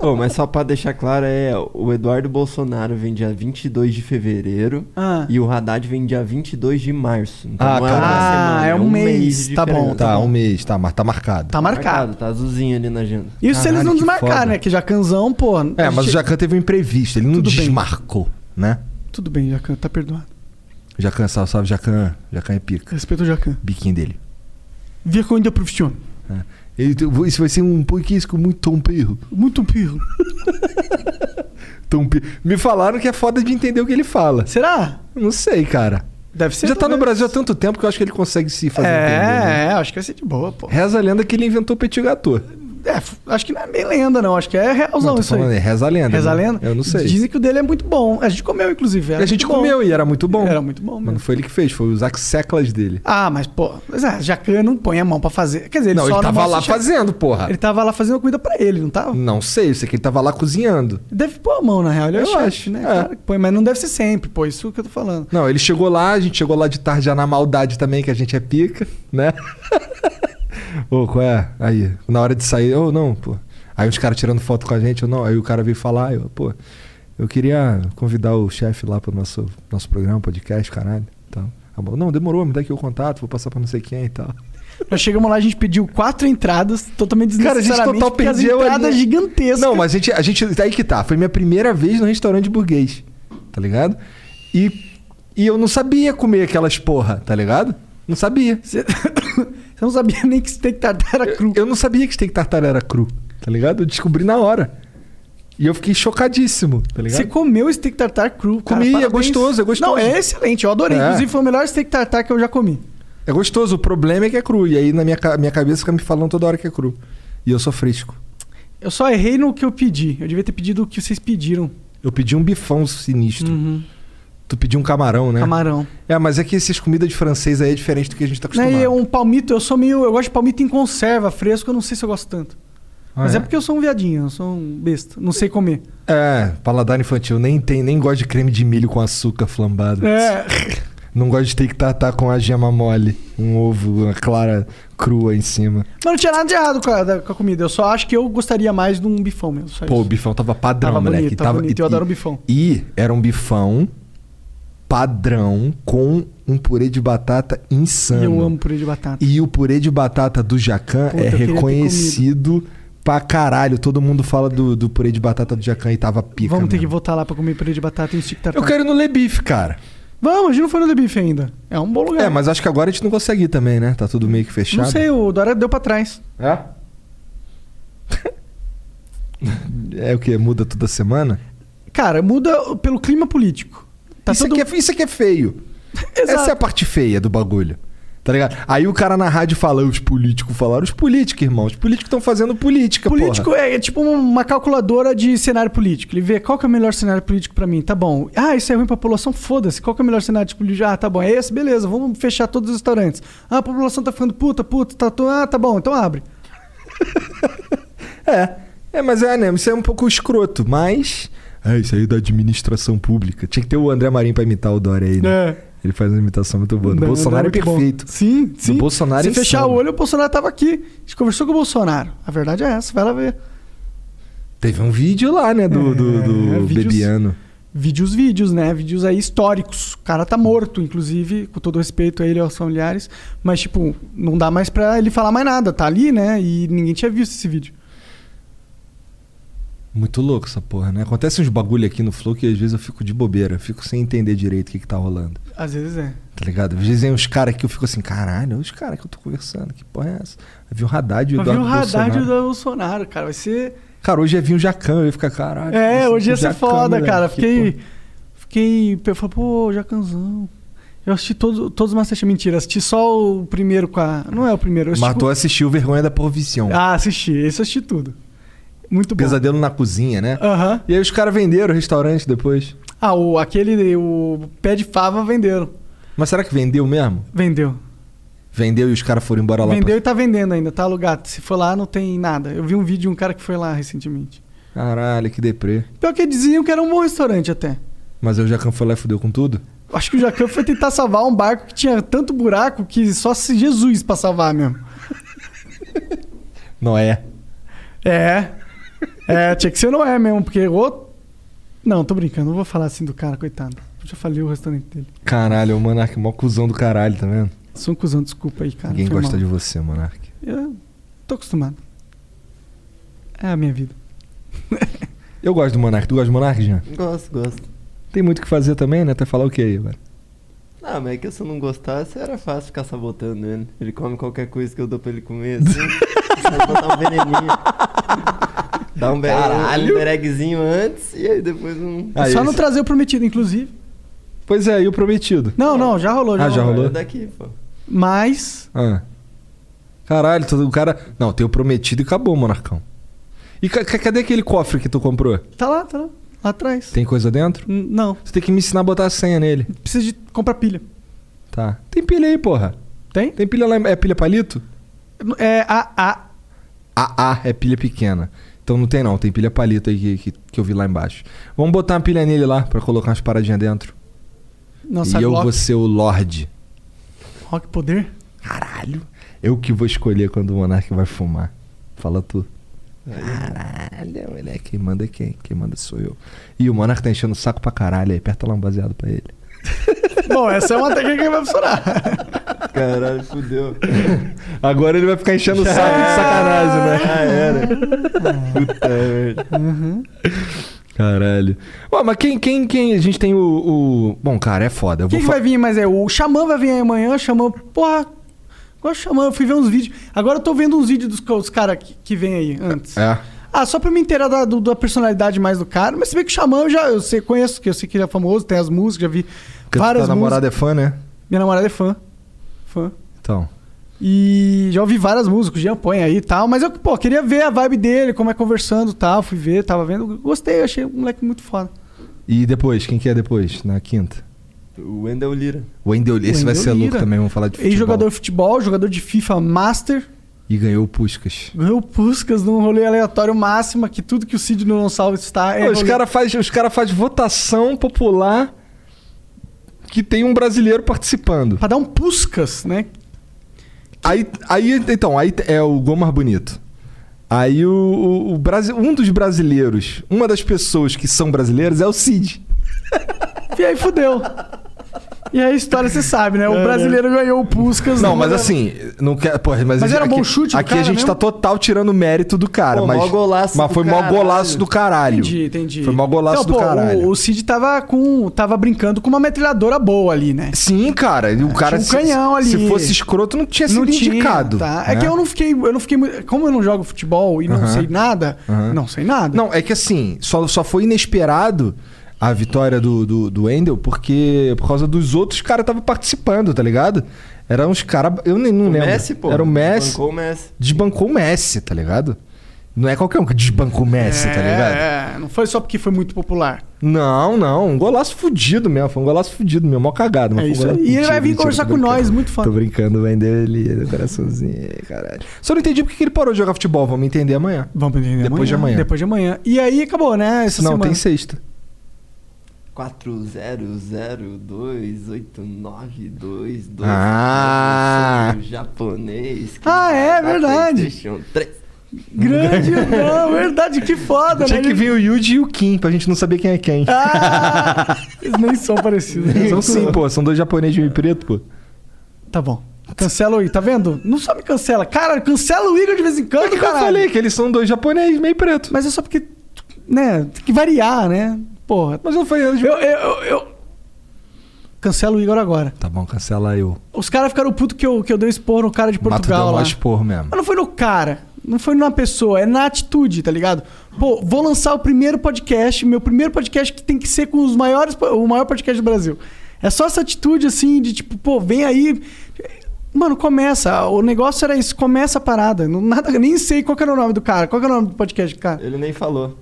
Speaker 4: É. Ô, mas só pra deixar claro, é o Eduardo Bolsonaro vem dia 22 de fevereiro
Speaker 3: Ah.
Speaker 4: e o Haddad vem dia 22 de março. Então
Speaker 2: Ah,
Speaker 4: não
Speaker 2: cara.
Speaker 3: Ah, é um mês,
Speaker 4: de
Speaker 3: tá
Speaker 4: diferença.
Speaker 3: bom,
Speaker 2: Tá, um mês, tá, mas tá marcado.
Speaker 3: Tá marcado.
Speaker 4: Tá azulzinho ali na agenda.
Speaker 3: Isso se eles
Speaker 2: Caralho,
Speaker 3: não
Speaker 2: que
Speaker 3: desmarcar,
Speaker 2: foda.
Speaker 3: né? Que Jacanzão, pô.
Speaker 2: É,
Speaker 3: a
Speaker 2: mas o
Speaker 3: gente-
Speaker 2: Jacan teve um imprevisto, ele não
Speaker 3: Tudo bem.
Speaker 2: desmarcou, né?
Speaker 3: Tudo bem, Jacan, tá perdoado.
Speaker 2: Jacan, salve, salve, Jacan. Jacan é pica.
Speaker 3: Respeito o Jacan.
Speaker 2: Biquinho dele.
Speaker 3: Via com ainda profissional.
Speaker 2: né? Ele tem- Isso vai ser um podcast muito tão perro.
Speaker 3: Muito pirro.
Speaker 2: Tão pirro. Me falaram que é foda de entender o que ele fala.
Speaker 3: Será?
Speaker 2: Eu Não sei, cara.
Speaker 3: Deve ser.
Speaker 2: Já tá no
Speaker 3: talvez.
Speaker 2: Brasil há tanto tempo que eu acho que ele consegue se fazer entender. né?
Speaker 3: É, é, acho que vai ser de boa, pô.
Speaker 2: Reza a lenda que ele inventou o petit gâteau.
Speaker 3: É, f- acho que não é bem lenda, não. Acho que é realzão
Speaker 2: Não, tô
Speaker 3: isso aí.
Speaker 2: falando, é reza a lenda.
Speaker 3: Reza a
Speaker 2: né?
Speaker 3: lenda?
Speaker 2: Eu não sei.
Speaker 3: Dizem que o dele é muito bom. A gente comeu, inclusive.
Speaker 2: E a gente comeu e era muito bom.
Speaker 3: Era muito bom
Speaker 2: Mas
Speaker 3: mesmo.
Speaker 2: não foi ele que fez, foi os seclas dele.
Speaker 3: Ah, mas, pô, mas, ah, Jacan não põe a mão pra fazer. Quer dizer, ele
Speaker 2: não,
Speaker 3: só
Speaker 2: ele
Speaker 3: não
Speaker 2: tava
Speaker 3: mostra
Speaker 2: lá
Speaker 3: o Jacan.
Speaker 2: fazendo, porra.
Speaker 3: Ele tava lá fazendo comida pra ele, não tava?
Speaker 2: Não sei, eu sei que ele tava lá cozinhando.
Speaker 3: Deve pôr a mão, na real. Ele é
Speaker 2: Eu
Speaker 3: o chefe,
Speaker 2: acho,
Speaker 3: né?
Speaker 2: é.
Speaker 3: Claro que põe, mas não deve ser sempre, pô. Isso que eu tô falando.
Speaker 2: Não, ele chegou lá, a gente chegou lá de tarde já na maldade também, que a gente é pica, né? Ô, qual é? Aí, na hora de sair, ô, não, pô. Aí os caras tirando foto com a gente, ou não. Aí o cara veio falar, eu, pô, eu queria convidar o chefe lá pro nosso, nosso programa, podcast, caralho. Então, tá bom. Não, demorou, me dá aqui o contato, vou passar pra não sei quem e tal.
Speaker 3: Nós chegamos lá, a gente pediu quatro entradas, totalmente
Speaker 2: Cara, a gente
Speaker 3: desnecessariamente,
Speaker 2: total
Speaker 3: porque as
Speaker 2: perdeu ali,
Speaker 3: entradas
Speaker 2: né?
Speaker 3: gigantescas.
Speaker 2: Não, mas a gente, a gente. Daí que tá. Foi minha primeira vez no restaurante burguês. Tá ligado? E, e eu não sabia comer aquelas porra, tá ligado? Não sabia.
Speaker 3: Você, Você não sabia nem que steak tartar era cru.
Speaker 2: Eu não sabia que steak tartar era cru, tá ligado? Eu descobri na hora. E eu fiquei chocadíssimo, tá ligado?
Speaker 3: Você comeu steak tartar cru. cara,
Speaker 2: Comi, é
Speaker 3: parabéns.
Speaker 2: gostoso, é gostoso.
Speaker 3: Não, é excelente, eu adorei.
Speaker 2: É.
Speaker 3: Inclusive, foi o melhor steak tartar que eu já comi.
Speaker 2: É gostoso, o problema é que é cru. E aí na minha, ca- minha cabeça fica me falando toda hora que é cru. E eu sou fresco.
Speaker 3: Eu só errei no que eu pedi. Eu devia ter pedido o que vocês pediram. Uhum.
Speaker 2: Eu pedi um bifão
Speaker 3: Hum.
Speaker 2: sinistro. Tu pediu um camarão, né?
Speaker 3: Camarão.
Speaker 2: É, mas é que essas comidas de francês aí é diferente do que a gente tá acostumado.
Speaker 3: Né, e um palmito, eu sou meio. Eu gosto de palmito em conserva, fresco, eu não sei se eu gosto tanto.
Speaker 2: Ah,
Speaker 3: Mas é?
Speaker 2: é?
Speaker 3: porque eu sou um viadinho, eu sou um besta. Não sei comer.
Speaker 2: É, paladar infantil. Nem tem, nem gosto de creme de milho com açúcar flambado.
Speaker 3: É.
Speaker 2: Não gosto de ter que tatar com a gema mole. Um ovo, uma clara crua em cima.
Speaker 3: Mas não tinha nada de errado com a, da- com a comida. Eu só acho que eu gostaria mais de um bifão mesmo. Só
Speaker 2: Pô, o
Speaker 3: isso.
Speaker 2: bifão tava padrão,
Speaker 3: Tava
Speaker 2: moleque.
Speaker 3: bonito, tava bonito. Eu adoro bifão.
Speaker 2: E era um bifão padrão com um purê de batata insano.
Speaker 3: eu amo purê de batata.
Speaker 2: E o purê de batata do Jacan
Speaker 3: Puta,
Speaker 2: é
Speaker 3: eu queria ter
Speaker 2: reconhecido pra caralho. Todo mundo fala do, do purê de batata do Jacan e tava pica.
Speaker 3: Vamos ter que
Speaker 2: mesmo.
Speaker 3: voltar lá pra comer purê de batata e um stick tartar.
Speaker 2: Eu quero ir no Lebif, cara.
Speaker 3: Vamos, a gente não foi no The Beef ainda. É um bom lugar.
Speaker 2: É, mas acho que agora a gente não consegue ir também, né? Tá tudo meio que fechado.
Speaker 3: Não sei, o Dora deu pra trás.
Speaker 2: É? é o quê? Muda toda semana?
Speaker 3: Cara, muda pelo clima político. Tá
Speaker 2: isso,
Speaker 3: todo...
Speaker 2: aqui é, isso aqui é feio.
Speaker 3: Exato.
Speaker 2: Essa é a parte feia do bagulho. Tá ligado? Aí o cara na rádio fala, os políticos falaram. Os políticos, irmão. Os políticos estão fazendo política,
Speaker 3: Político é, é tipo uma calculadora de cenário político. Ele vê qual que é o melhor cenário político pra mim. Tá bom. Ah, isso é ruim pra população? Foda-se. Qual que é o melhor cenário político? Ah, tá bom. É esse? Beleza. Vamos fechar todos os restaurantes. Ah, a população tá ficando puta, puta, tá... tu- Ah, tá bom. Então abre.
Speaker 2: É. É, mas é, né? Isso é um pouco escroto, mas. É, isso aí da administração pública. Tinha que ter o André Marinho pra imitar o Dória aí, né?
Speaker 3: É.
Speaker 2: Ele faz uma imitação muito boa. Do
Speaker 3: Não,
Speaker 2: Bolsonaro
Speaker 3: não,
Speaker 2: é
Speaker 3: muito bom.
Speaker 2: perfeito.
Speaker 3: Sim, sim.
Speaker 2: Bolsonaro
Speaker 3: Se
Speaker 2: é
Speaker 3: fechar
Speaker 2: insano.
Speaker 3: o olho, o Bolsonaro tava aqui. A gente conversou com o Bolsonaro. A verdade é essa. Vai lá ver.
Speaker 2: Teve um vídeo lá, né? Do, do, do
Speaker 3: É, vídeos-
Speaker 2: Bebiano.
Speaker 3: Vídeos, vídeos, né? Vídeos aí históricos. O cara tá morto, inclusive, com todo respeito a ele e aos familiares. Mas, tipo, não dá mais pra ele falar mais nada. Tá ali, né? E ninguém tinha visto esse vídeo.
Speaker 2: Muito louco essa porra, né? Acontece uns bagulho aqui no Flow que às vezes eu fico de bobeira. eu Fico sem entender direito o que, que tá rolando.
Speaker 3: Às vezes é.
Speaker 2: Tá ligado? Às vezes vem uns caras que eu fico assim, caralho, olha os caras que eu tô conversando. Que porra é essa? Eu vi o Haddad e o
Speaker 3: Mas viu
Speaker 2: Eduardo
Speaker 3: o radar
Speaker 2: Bolsonaro.
Speaker 3: do Bolsonaro, cara. Vai ser.
Speaker 2: Cara, hoje ia vir o Jacan, eu ia ficar, caralho.
Speaker 3: É,
Speaker 2: conversando
Speaker 3: hoje ia
Speaker 2: com o
Speaker 3: ser
Speaker 2: Jacquin,
Speaker 3: foda,
Speaker 2: moleque,
Speaker 3: cara.
Speaker 2: que
Speaker 3: Fiquei.
Speaker 2: porra.
Speaker 3: Fiquei. Eu falei, pô, Jacanzão. Eu assisti todo, todos os Masterchef. Mentira, assisti só o primeiro com a. Não é o primeiro. Eu assisti
Speaker 2: Matou assistiu Vergonha da Provisão.
Speaker 3: com- Ah, assisti. Esse eu assisti tudo. Muito bom.
Speaker 2: Pesadelo na cozinha, né?
Speaker 3: Aham.
Speaker 2: E aí os caras venderam o restaurante depois.
Speaker 3: Ah, o, aquele. O pé de fava venderam.
Speaker 2: Mas será que vendeu mesmo?
Speaker 3: Vendeu.
Speaker 2: Vendeu e os caras foram embora lá.
Speaker 3: Vendeu e tá vendendo ainda, tá alugado. Se for lá, não tem nada. Eu vi um vídeo de um cara que foi lá recentemente.
Speaker 2: Pra... Caralho, que deprê.
Speaker 3: Pior que diziam que era um bom restaurante até.
Speaker 2: Mas aí o Jacan foi lá e fudeu com tudo?
Speaker 3: Acho que o Jacan foi tentar salvar um barco que tinha tanto buraco que só se Jesus pra salvar mesmo.
Speaker 2: Não é.
Speaker 3: É. É, tinha que ser não é mesmo, porque o. Não, tô brincando, não vou falar assim do cara, coitado. Eu já falei o restaurante dele.
Speaker 2: Caralho, o Monark, mó cuzão do caralho, tá vendo?
Speaker 3: Sou um cuzão, desculpa aí, cara.
Speaker 2: Ninguém
Speaker 3: foi
Speaker 2: gosta
Speaker 3: mal.
Speaker 2: de você, Monark.
Speaker 3: Eu tô acostumado. É a minha vida.
Speaker 2: Eu gosto do Monark. Tu gosta do Monark, Jean?
Speaker 4: Gosto, gosto.
Speaker 2: Tem muito o que fazer também, né? Até falar o que aí, velho?
Speaker 4: Ah, mas é que se eu não gostasse, era fácil ficar sabotando ele. Ele come qualquer coisa que eu dou pra ele comer, assim. Só botar um veneninho. Dá um, be-
Speaker 2: Caralho!
Speaker 4: um bereguezinho antes e aí depois um...
Speaker 2: Ah,
Speaker 3: É Só
Speaker 2: esse-
Speaker 3: não trazer o prometido, inclusive.
Speaker 2: Pois é, e o prometido?
Speaker 3: Não, não, já rolou.
Speaker 2: Ah, já rolou.
Speaker 4: É daqui, pô.
Speaker 3: Mas.
Speaker 2: Ah. Caralho, todo o cara. Não, tem o prometido e acabou, Monarcão. E ca- ca- cadê aquele cofre que tu comprou?
Speaker 3: Tá lá, tá lá. Lá atrás.
Speaker 2: Tem coisa dentro?
Speaker 3: N- Não.
Speaker 2: Você tem que me ensinar a botar a senha nele.
Speaker 3: Precisa de comprar pilha.
Speaker 2: Tá. Tem pilha aí, porra.
Speaker 3: Tem?
Speaker 2: Tem pilha lá. em- É pilha palito?
Speaker 3: É a. a
Speaker 2: AA é pilha pequena. Então não tem não, tem pilha palito aí que, que, que eu vi lá embaixo. Vamos botar uma pilha nele lá pra colocar umas paradinhas dentro.
Speaker 3: nossa
Speaker 2: e eu
Speaker 3: Glock.
Speaker 2: vou ser o Lorde.
Speaker 3: Rock Poder.
Speaker 2: Caralho. Eu que vou escolher quando o Monark vai fumar. Fala tu. Caralho, moleque. Quem manda é quem? Quem manda sou eu. E o Monark tá enchendo o saco pra caralho aí. Aperta lá um baseado pra ele.
Speaker 3: Tá Bom, essa é uma técnica que vai funcionar.
Speaker 4: Caralho, fudeu.
Speaker 2: Agora ele vai ficar enchendo o saco de sacanagem, né?
Speaker 4: Já era. Puta merda.
Speaker 3: Uhum.
Speaker 2: Caralho. Ó, mas quem, quem, quem? A gente tem o. o- Bom, cara, é foda. Eu
Speaker 3: Quem que
Speaker 2: fa-
Speaker 3: vai vir mais é? O Xamã vai vir aí amanhã, o Xamã. Porra, qual é o Xamã? Eu fui ver uns vídeos. Agora eu tô vendo uns vídeos dos, co- dos caras que, que vem aí antes.
Speaker 2: É.
Speaker 3: Ah, só pra me inteirar da, do- da personalidade mais do cara. Mas se bem que o Xamã eu já eu sei, conheço, que eu sei que ele é famoso, tem as músicas, já vi
Speaker 2: Porque
Speaker 3: várias
Speaker 2: tua
Speaker 3: músicas.
Speaker 2: namorada é fã, né?
Speaker 3: Minha namorada é fã. Fã.
Speaker 2: Então.
Speaker 3: E já ouvi várias músicas, o Jean põe aí e tal. Mas eu, pô, queria ver a vibe dele, como é conversando e tal. Fui ver, tava vendo. Gostei, achei um moleque muito foda.
Speaker 2: E depois? Quem que é depois? Na quinta?
Speaker 4: O Wendel Lira.
Speaker 2: O Wendel, esse
Speaker 3: Wendel
Speaker 2: vai ser louco
Speaker 3: Lira.
Speaker 2: também, vamos falar de futebol.
Speaker 3: Ex-jogador de futebol, jogador de FIFA Master.
Speaker 2: E ganhou o Puskas.
Speaker 3: Ganhou o Puskas num rolê aleatório máxima, que tudo que o Cid não salva está é.
Speaker 2: Pô, os
Speaker 3: rolê-
Speaker 2: caras fazem cara faz votação popular que tem um brasileiro participando.
Speaker 3: Pra dar um Puskas, né?
Speaker 2: Aí, aí então, aí é o gol mais bonito. Aí o, o, o Brasi- um dos brasileiros, uma das pessoas que são brasileiras é o Cid.
Speaker 3: E aí fudeu. E aí a história você sabe, né? O brasileiro ganhou o Puskas.
Speaker 2: É, Não,
Speaker 3: né?
Speaker 2: mas assim, não quer, porra, mas,
Speaker 3: Mas
Speaker 2: a gente-
Speaker 3: era
Speaker 2: aqui,
Speaker 3: bom chute do
Speaker 2: Aqui
Speaker 3: cara
Speaker 2: a gente tá
Speaker 3: mesmo?
Speaker 2: total tirando o mérito do cara,
Speaker 4: Pô,
Speaker 2: mas
Speaker 4: mó golaço
Speaker 2: mas
Speaker 4: do
Speaker 2: foi mó
Speaker 4: caralho.
Speaker 2: golaço do caralho.
Speaker 3: Entendi, entendi.
Speaker 2: Foi mó golaço
Speaker 3: Não,
Speaker 2: do
Speaker 3: pô,
Speaker 2: caralho.
Speaker 3: O, o Cid tava com. tava brincando com uma metralhadora boa ali, né?
Speaker 2: Sim, cara, e o cara
Speaker 3: um
Speaker 2: se-
Speaker 3: canhão ali.
Speaker 2: se fosse escroto não tinha É sido indicado.
Speaker 3: tá? É
Speaker 2: né?
Speaker 3: que eu não fiquei. Eu não fiquei. muito- Como eu não jogo futebol e não sei nada, não sei nada.
Speaker 2: Não, é que assim, só, só foi inesperado a vitória do, do, do Wendel porque por causa dos outros caras estavam participando, tá ligado? Eram uns caras. Eu nem não
Speaker 4: O
Speaker 2: lembro.
Speaker 4: Messi, pô.
Speaker 2: Era o Messi. Desbancou.
Speaker 4: Bancou o
Speaker 2: o
Speaker 4: Messi.
Speaker 2: Messi, tá ligado? Não é qualquer um que desbancou o Messi, tá ligado?
Speaker 3: É, não foi só porque foi muito popular.
Speaker 2: Não, não. Um golaço fudido mesmo. Foi um golaço fudido mesmo. Mó cagado. mas
Speaker 3: É
Speaker 2: foi um
Speaker 3: isso
Speaker 2: golaço
Speaker 3: aí. E ele
Speaker 2: fudido,
Speaker 3: vai vir
Speaker 2: mentira,
Speaker 3: conversar
Speaker 2: tô
Speaker 3: com
Speaker 2: brincando.
Speaker 3: nós, muito fã.
Speaker 2: Tô brincando, Wendel ali, do é um coraçãozinho, caralho. Só não entendi porque que ele parou de jogar futebol. Vamos entender amanhã.
Speaker 3: Vamos entender
Speaker 2: Depois de amanhã.
Speaker 3: Depois de amanhã. E aí acabou, né? Essa
Speaker 2: não,
Speaker 3: semana.
Speaker 2: tem sexta.
Speaker 4: 40028922.
Speaker 2: Ah!
Speaker 4: japonês. que
Speaker 3: Ah, é
Speaker 4: vai dar
Speaker 3: verdade.
Speaker 4: PlayStation 3.
Speaker 3: Grande, não, é verdade, que foda,
Speaker 2: Tinha
Speaker 3: né?
Speaker 2: que
Speaker 3: Ele-
Speaker 2: vir o Yuji e o Kim, pra gente não saber quem é quem.
Speaker 3: Ah, eles nem são parecidos. né?
Speaker 2: São sim, pô. São dois japoneses de meio preto, pô.
Speaker 3: Tá bom. Cancela o Igor, tá vendo? Não só me cancela. Cara, cancela o Igor de vez em quando,
Speaker 2: É que eu
Speaker 3: caralho.
Speaker 2: falei que eles são dois japoneses meio preto.
Speaker 3: Mas é só porque, né, tem que variar, né? Porra.
Speaker 2: Mas eu falei... eles-
Speaker 3: Eu, eu, eu, eu- Cancela o Igor agora.
Speaker 2: Tá bom, cancela eu.
Speaker 3: Os caras ficaram putos que eu, que eu dei expor no cara de
Speaker 2: Mato
Speaker 3: Portugal
Speaker 2: deu
Speaker 3: lá.
Speaker 2: um esporro mesmo.
Speaker 3: Mas não foi no cara. Não foi na pessoa, é na atitude, tá ligado? Pô, vou lançar o primeiro podcast, meu primeiro podcast que tem que ser com os maiores, o maior podcast do Brasil. É só essa atitude assim de tipo, pô, vem aí. Mano, começa. O negócio era isso, começa a parada. Não, nada, nem sei qual que era o nome do cara, qual que era o nome do podcast do cara.
Speaker 4: Ele nem falou.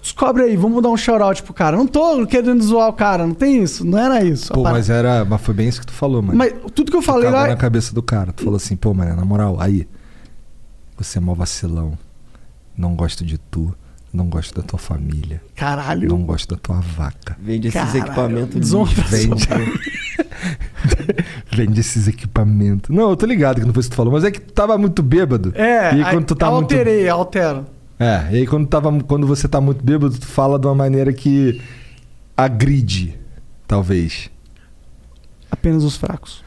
Speaker 3: Descobre aí, vamos dar um shout-out pro cara. Não tô querendo zoar o cara, não tem isso, não era isso. a
Speaker 2: Pô,
Speaker 3: parada.
Speaker 2: mas era... Mas né? foi bem isso que tu falou, mano.
Speaker 3: Mas tudo que eu
Speaker 2: Tu
Speaker 3: falei
Speaker 2: cagou
Speaker 3: lá.
Speaker 2: na cabeça do cara. Tu falou assim, pô, mano, na moral, aí. Você é mó vacilão. Não gosto de tu. Não gosto da tua família.
Speaker 3: é Caralho.
Speaker 2: Não gosto da tua vaca.
Speaker 4: Vende esses
Speaker 3: Caralho,
Speaker 4: equipamentos.
Speaker 3: desonra
Speaker 4: lixo.
Speaker 3: pra
Speaker 2: Vende. Vende esses equipamentos. Não, eu tô ligado que não foi isso que tu falou, mas é que tu tava muito bêbado.
Speaker 3: É,
Speaker 2: e aí, quando tu tá muito.
Speaker 3: alterei, altero.
Speaker 2: É, e aí quando, tava, quando você tá muito bêbado, tu fala de uma maneira que agride, talvez.
Speaker 3: Apenas os fracos.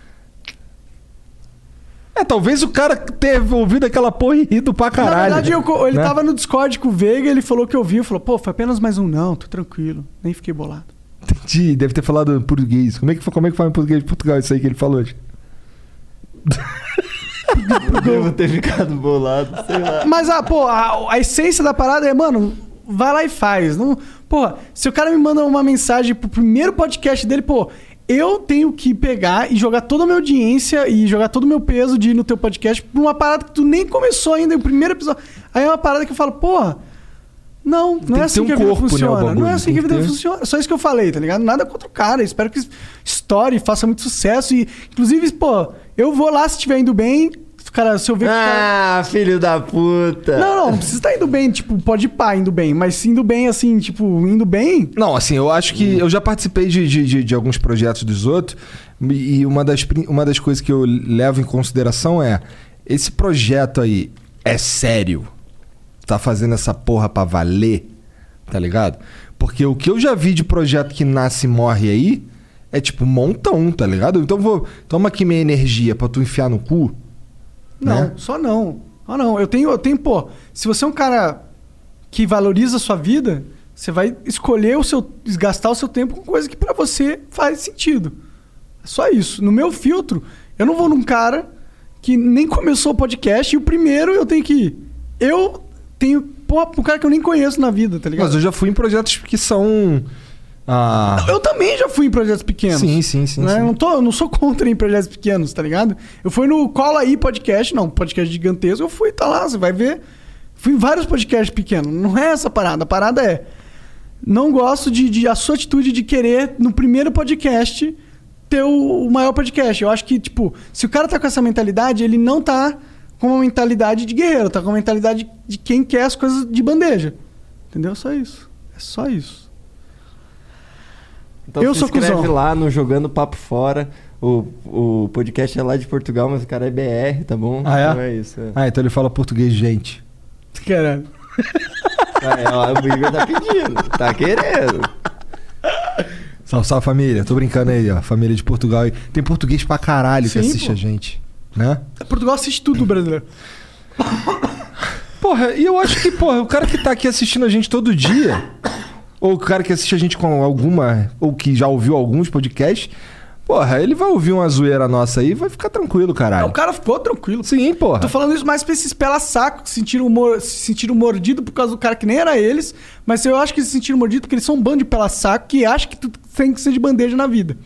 Speaker 2: É, talvez o cara tenha ouvido aquela porra e rido pra
Speaker 3: Na
Speaker 2: caralho.
Speaker 3: verdade, eu co- ele tá
Speaker 2: né?
Speaker 3: tava no Discord com o Veiga, ele falou que eu vi, falou, pô, foi apenas mais um não, tô tranquilo, nem fiquei bolado.
Speaker 2: Entendi, deve ter falado em português. Como é que, foi- como é que fala em português de Portugal isso aí que ele falou hoje?
Speaker 4: Eu Devo ter ficado bolado, sei lá.
Speaker 3: Mas, ah, pô, a, a essência da parada é, mano, vai lá e faz. Não, porra, se o cara me manda uma mensagem pro primeiro podcast dele, pô, eu tenho que pegar e jogar toda a minha audiência e jogar todo o meu peso de ir no teu podcast pra uma parada que tu nem começou ainda, é o primeiro episódio. Aí é uma parada que eu falo, porra, não, não
Speaker 2: que
Speaker 3: é
Speaker 2: ter
Speaker 3: assim
Speaker 2: um
Speaker 3: que a vida
Speaker 2: corpo, né, o
Speaker 3: funciona.
Speaker 2: bagulho,
Speaker 3: Não é assim
Speaker 2: tem
Speaker 3: que a
Speaker 2: que
Speaker 3: vida
Speaker 2: ter.
Speaker 3: funciona. Só isso que eu falei, tá ligado? Nada contra o cara. Espero que estoure, faça muito sucesso. E, inclusive, pô, eu vou lá se estiver indo bem. Cara, se eu ver que o cara-
Speaker 4: Ah, filho da
Speaker 2: É.
Speaker 4: puta.
Speaker 3: não, não, não precisa estar indo bem, tipo, pode ir pá indo bem, mas se indo bem, assim, tipo, indo bem.
Speaker 2: Não, assim, eu acho que eu já participei de, de, de- de alguns projetos dos outros e uma das, prin- uma das coisas que eu levo em consideração é esse projeto aí é sério? Tá fazendo essa porra pra valer? Tá ligado? Porque o que eu já vi de projeto que nasce e morre aí é é tipo um montão, tá ligado? Então vou. Toma aqui minha energia pra tu enfiar no cu.
Speaker 3: Não,
Speaker 2: né?
Speaker 3: só não. Só não. Eu tenho, eu tenho, pô, se você é um cara que valoriza a sua vida, você vai escolher o seu. desgastar o seu tempo com coisa que pra você faz sentido. É só isso. No meu filtro, eu não vou num cara que nem começou o podcast e o primeiro eu tenho que ir. Eu tenho, pô, um cara que eu nem conheço na vida, tá ligado?
Speaker 2: Mas eu já fui em projetos que são. Ah,
Speaker 3: Eu também já fui em projetos pequenos.
Speaker 2: Sim, sim, sim,
Speaker 3: Né?
Speaker 2: sim.
Speaker 3: Eu, não tô, eu não sou contra em projetos pequenos, tá ligado? Eu fui no Cola Aí podcast, não, podcast gigantesco, eu fui, tá lá, você vai ver. Fui em vários podcasts pequenos. Não é essa a parada. A parada é. Não gosto de, de- a sua atitude de querer, no primeiro podcast, ter o, o maior podcast. Eu acho que, tipo, se o cara tá com essa mentalidade, ele não tá com uma mentalidade de guerreiro, tá com uma mentalidade de quem quer as coisas de bandeja. Entendeu? Só isso. É só isso.
Speaker 4: Então
Speaker 3: Eu
Speaker 4: se
Speaker 3: sou
Speaker 4: inscreve
Speaker 3: cuzão.
Speaker 4: lá no Jogando Papo Fora. O, o podcast é lá de Portugal, mas o cara é BR, tá bom?
Speaker 2: Ah, é?
Speaker 4: Então é isso. É.
Speaker 2: ah, então ele fala português, gente.
Speaker 3: Caralho.
Speaker 4: Ah, é, ó, o Igor tá pedindo, tá querendo.
Speaker 2: Salve, salve família. Tô brincando aí, ó. Família de Portugal. aí. Tem português pra caralho que
Speaker 3: Sim,
Speaker 2: assiste
Speaker 3: pô.
Speaker 2: a gente. Né?
Speaker 3: Portugal assiste tudo brasileiro.
Speaker 2: Porra, e eu acho que, porra, o cara que tá aqui assistindo a gente todo dia, ou o cara que assiste a gente com alguma, ou que já ouviu alguns podcasts, porra, ele vai ouvir uma zoeira nossa aí e vai ficar tranquilo,
Speaker 3: O
Speaker 2: caralho.
Speaker 3: cara ficou tranquilo.
Speaker 2: Sim, porra.
Speaker 3: Tô falando isso mais pra esses pela saco que se sentiram, mor- se sentiram mordido por causa do cara que nem era eles, mas eu acho que eles se sentiram mordido porque eles são um bando de pela saco que acha que tu tem que ser de bandeja na vida.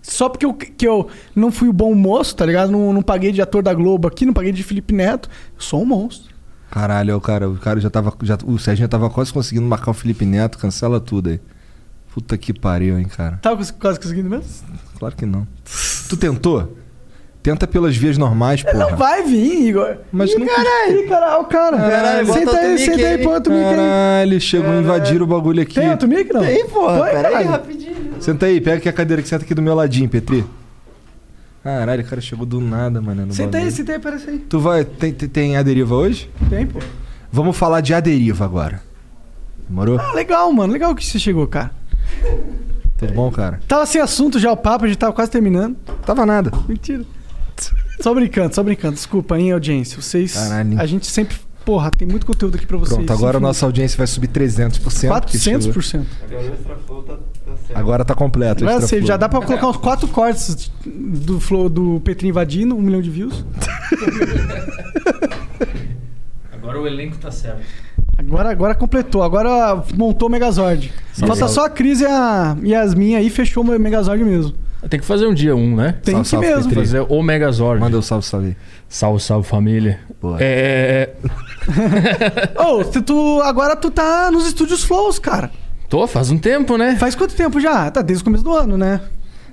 Speaker 3: Só porque eu, que eu não fui o bom moço, tá ligado? Não, não paguei de ator da Globo aqui, não paguei de Felipe Neto. Eu sou um monstro.
Speaker 2: Caralho, é o cara, o cara já tava. Já, o Serginho já tava quase conseguindo marcar o Felipe Neto, cancela tudo aí. Puta que pariu, hein, cara.
Speaker 3: Tava cons- Tá quase conseguindo mesmo?
Speaker 2: Claro que não. Tu tentou? Tenta pelas vias normais, porra.
Speaker 3: Não vai vir, Igor.
Speaker 2: Mas
Speaker 3: Ih,
Speaker 2: não-
Speaker 3: caralho. Ih, caralho, o cara.
Speaker 4: Caralho, bota
Speaker 3: senta
Speaker 4: outro
Speaker 3: aí,
Speaker 4: mic
Speaker 3: senta aí,
Speaker 4: aí.
Speaker 3: põe outro mic aí.
Speaker 2: Caralho, chegou a invadir o bagulho aqui.
Speaker 3: Tem outro mic, não?
Speaker 4: Tem, porra,
Speaker 3: Põe,
Speaker 4: pera aí,
Speaker 3: caralho.
Speaker 4: rapidinho.
Speaker 2: Senta aí, pega aqui a cadeira que senta aqui do meu ladinho, Petri. Caralho, o cara chegou do nada, mano. no
Speaker 3: Senta aí,
Speaker 2: bagulho.
Speaker 3: senta aí, parece aí.
Speaker 2: Tu vai. Tem, tem, tem a deriva hoje?
Speaker 3: Tem, pô.
Speaker 2: Vamos falar de a deriva agora. Demorou?
Speaker 3: Ah, legal, mano. Legal que você chegou, cara.
Speaker 2: Tudo bom, cara?
Speaker 3: Tava sem assunto já o papo, a gente tava quase terminando.
Speaker 2: Tava nada.
Speaker 3: Mentira. Só brincando, só brincando. Desculpa, hein, audiência. Vocês.
Speaker 2: Caralho.
Speaker 3: A gente sempre. Porra, tem muito conteúdo aqui pra vocês.
Speaker 2: Pronto, agora a
Speaker 3: Enfim,
Speaker 2: nossa audiência vai subir 300%. porque chegou.
Speaker 3: 400%.
Speaker 4: Agora o extra flow tá, tá certo.
Speaker 2: Agora tá completo.
Speaker 3: Agora
Speaker 2: extra
Speaker 3: você
Speaker 2: flow.
Speaker 3: já dá pra colocar uns quatro cortes do flow do Petrinho invadindo, um milhão de views.
Speaker 5: Agora o elenco tá certo.
Speaker 3: Agora, agora completou, agora montou o Megazord.
Speaker 2: Salve,
Speaker 3: Falta
Speaker 2: salve.
Speaker 3: só a Cris e a Yasmin aí, fechou o Megazord mesmo.
Speaker 5: Tem que fazer um dia um, né?
Speaker 3: Tem
Speaker 2: Salve,
Speaker 3: que
Speaker 2: salve,
Speaker 3: mesmo.
Speaker 2: Petri.
Speaker 5: Fazer o Megazord.
Speaker 2: Manda o salve, salve.
Speaker 5: Salve, salve família.
Speaker 2: Boa.
Speaker 5: É, é, é,
Speaker 3: Ô, se tu, agora tu tá nos estúdios Flows, cara.
Speaker 5: Tô, faz um tempo, né?
Speaker 3: Faz quanto tempo já? Tá desde o começo do ano, né?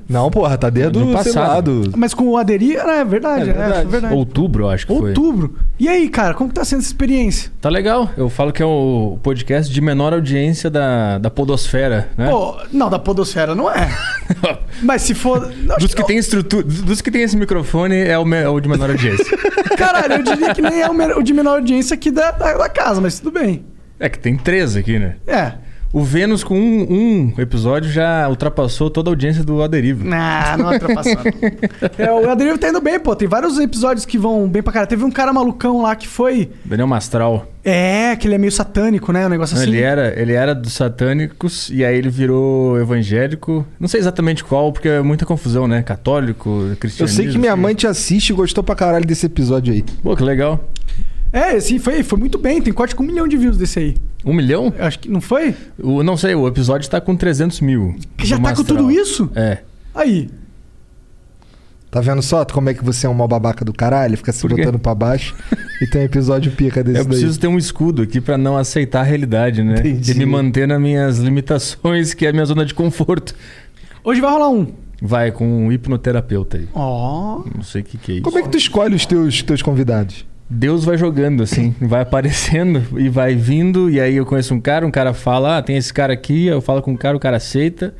Speaker 2: Não, porra, tá desde
Speaker 5: No
Speaker 2: o sei
Speaker 5: passado.
Speaker 2: lá, do-
Speaker 3: Mas com o aderir, é verdade.
Speaker 2: É
Speaker 3: É
Speaker 2: verdade.
Speaker 3: verdade. É, verdade.
Speaker 5: Outubro, eu acho que foi.
Speaker 3: Outubro. E aí, cara, como que tá sendo essa experiência?
Speaker 5: Tá legal. Eu falo que é o podcast de menor audiência da, da podosfera, né?
Speaker 3: Pô, não, da podosfera não é. Mas se for... Não,
Speaker 5: Dos que tem estrutura, dos que tem esse microfone é o, me- é o de menor audiência.
Speaker 3: Caralho, eu diria que nem é o men- o de menor audiência aqui da, da, da casa, mas tudo bem.
Speaker 5: é que tem três aqui, né?
Speaker 3: É.
Speaker 5: O Vênus com um, um episódio já ultrapassou toda a audiência do Aderivo.
Speaker 3: Não, não ultrapassaram. é, o Adriano tá indo bem, pô. Tem vários episódios que vão bem pra caralho. Teve um cara malucão lá que foi...
Speaker 5: Daniel Mastral.
Speaker 3: É, que ele é meio satânico, né? Um negócio assim.
Speaker 5: Ah, Ele é? era, ele era dos satânicos e aí ele virou evangélico. Não sei exatamente qual, porque é muita confusão, né? Católico,
Speaker 2: Eu
Speaker 5: cristianismo.
Speaker 2: sei que minha mãe te
Speaker 5: é.
Speaker 2: assiste e gostou pra caralho desse episódio aí.
Speaker 5: Pô, que legal.
Speaker 3: É, esse foi, foi muito bem. Tem corte com um milhão de views desse aí.
Speaker 5: Um milhão?
Speaker 3: Acho que... Não foi?
Speaker 5: O, não sei, o episódio tá com 300 mil.
Speaker 3: Que já
Speaker 5: do
Speaker 3: tá com
Speaker 5: Mastral.
Speaker 3: tudo isso?
Speaker 5: É.
Speaker 3: Aí.
Speaker 2: Tá vendo só como é que você é um mau babaca do caralho? Fica se
Speaker 5: Por quê?
Speaker 2: botando pra baixo e tem um episódio pica desse
Speaker 5: Eu preciso ter um escudo aqui pra não aceitar a realidade, né?
Speaker 2: Entendi.
Speaker 5: E me manter nas minhas limitações, que é a minha zona de conforto.
Speaker 3: Hoje vai rolar um.
Speaker 5: Vai com um hipnoterapeuta aí.
Speaker 3: Ó.
Speaker 5: Não sei o que, que é isso.
Speaker 2: daí. Como é que tu escolhe os teus, teus convidados?
Speaker 5: Deus vai jogando, assim, vai aparecendo e vai vindo, e aí eu conheço um cara, um cara fala, ah, tem esse cara aqui, eu falo com um cara, o cara aceita,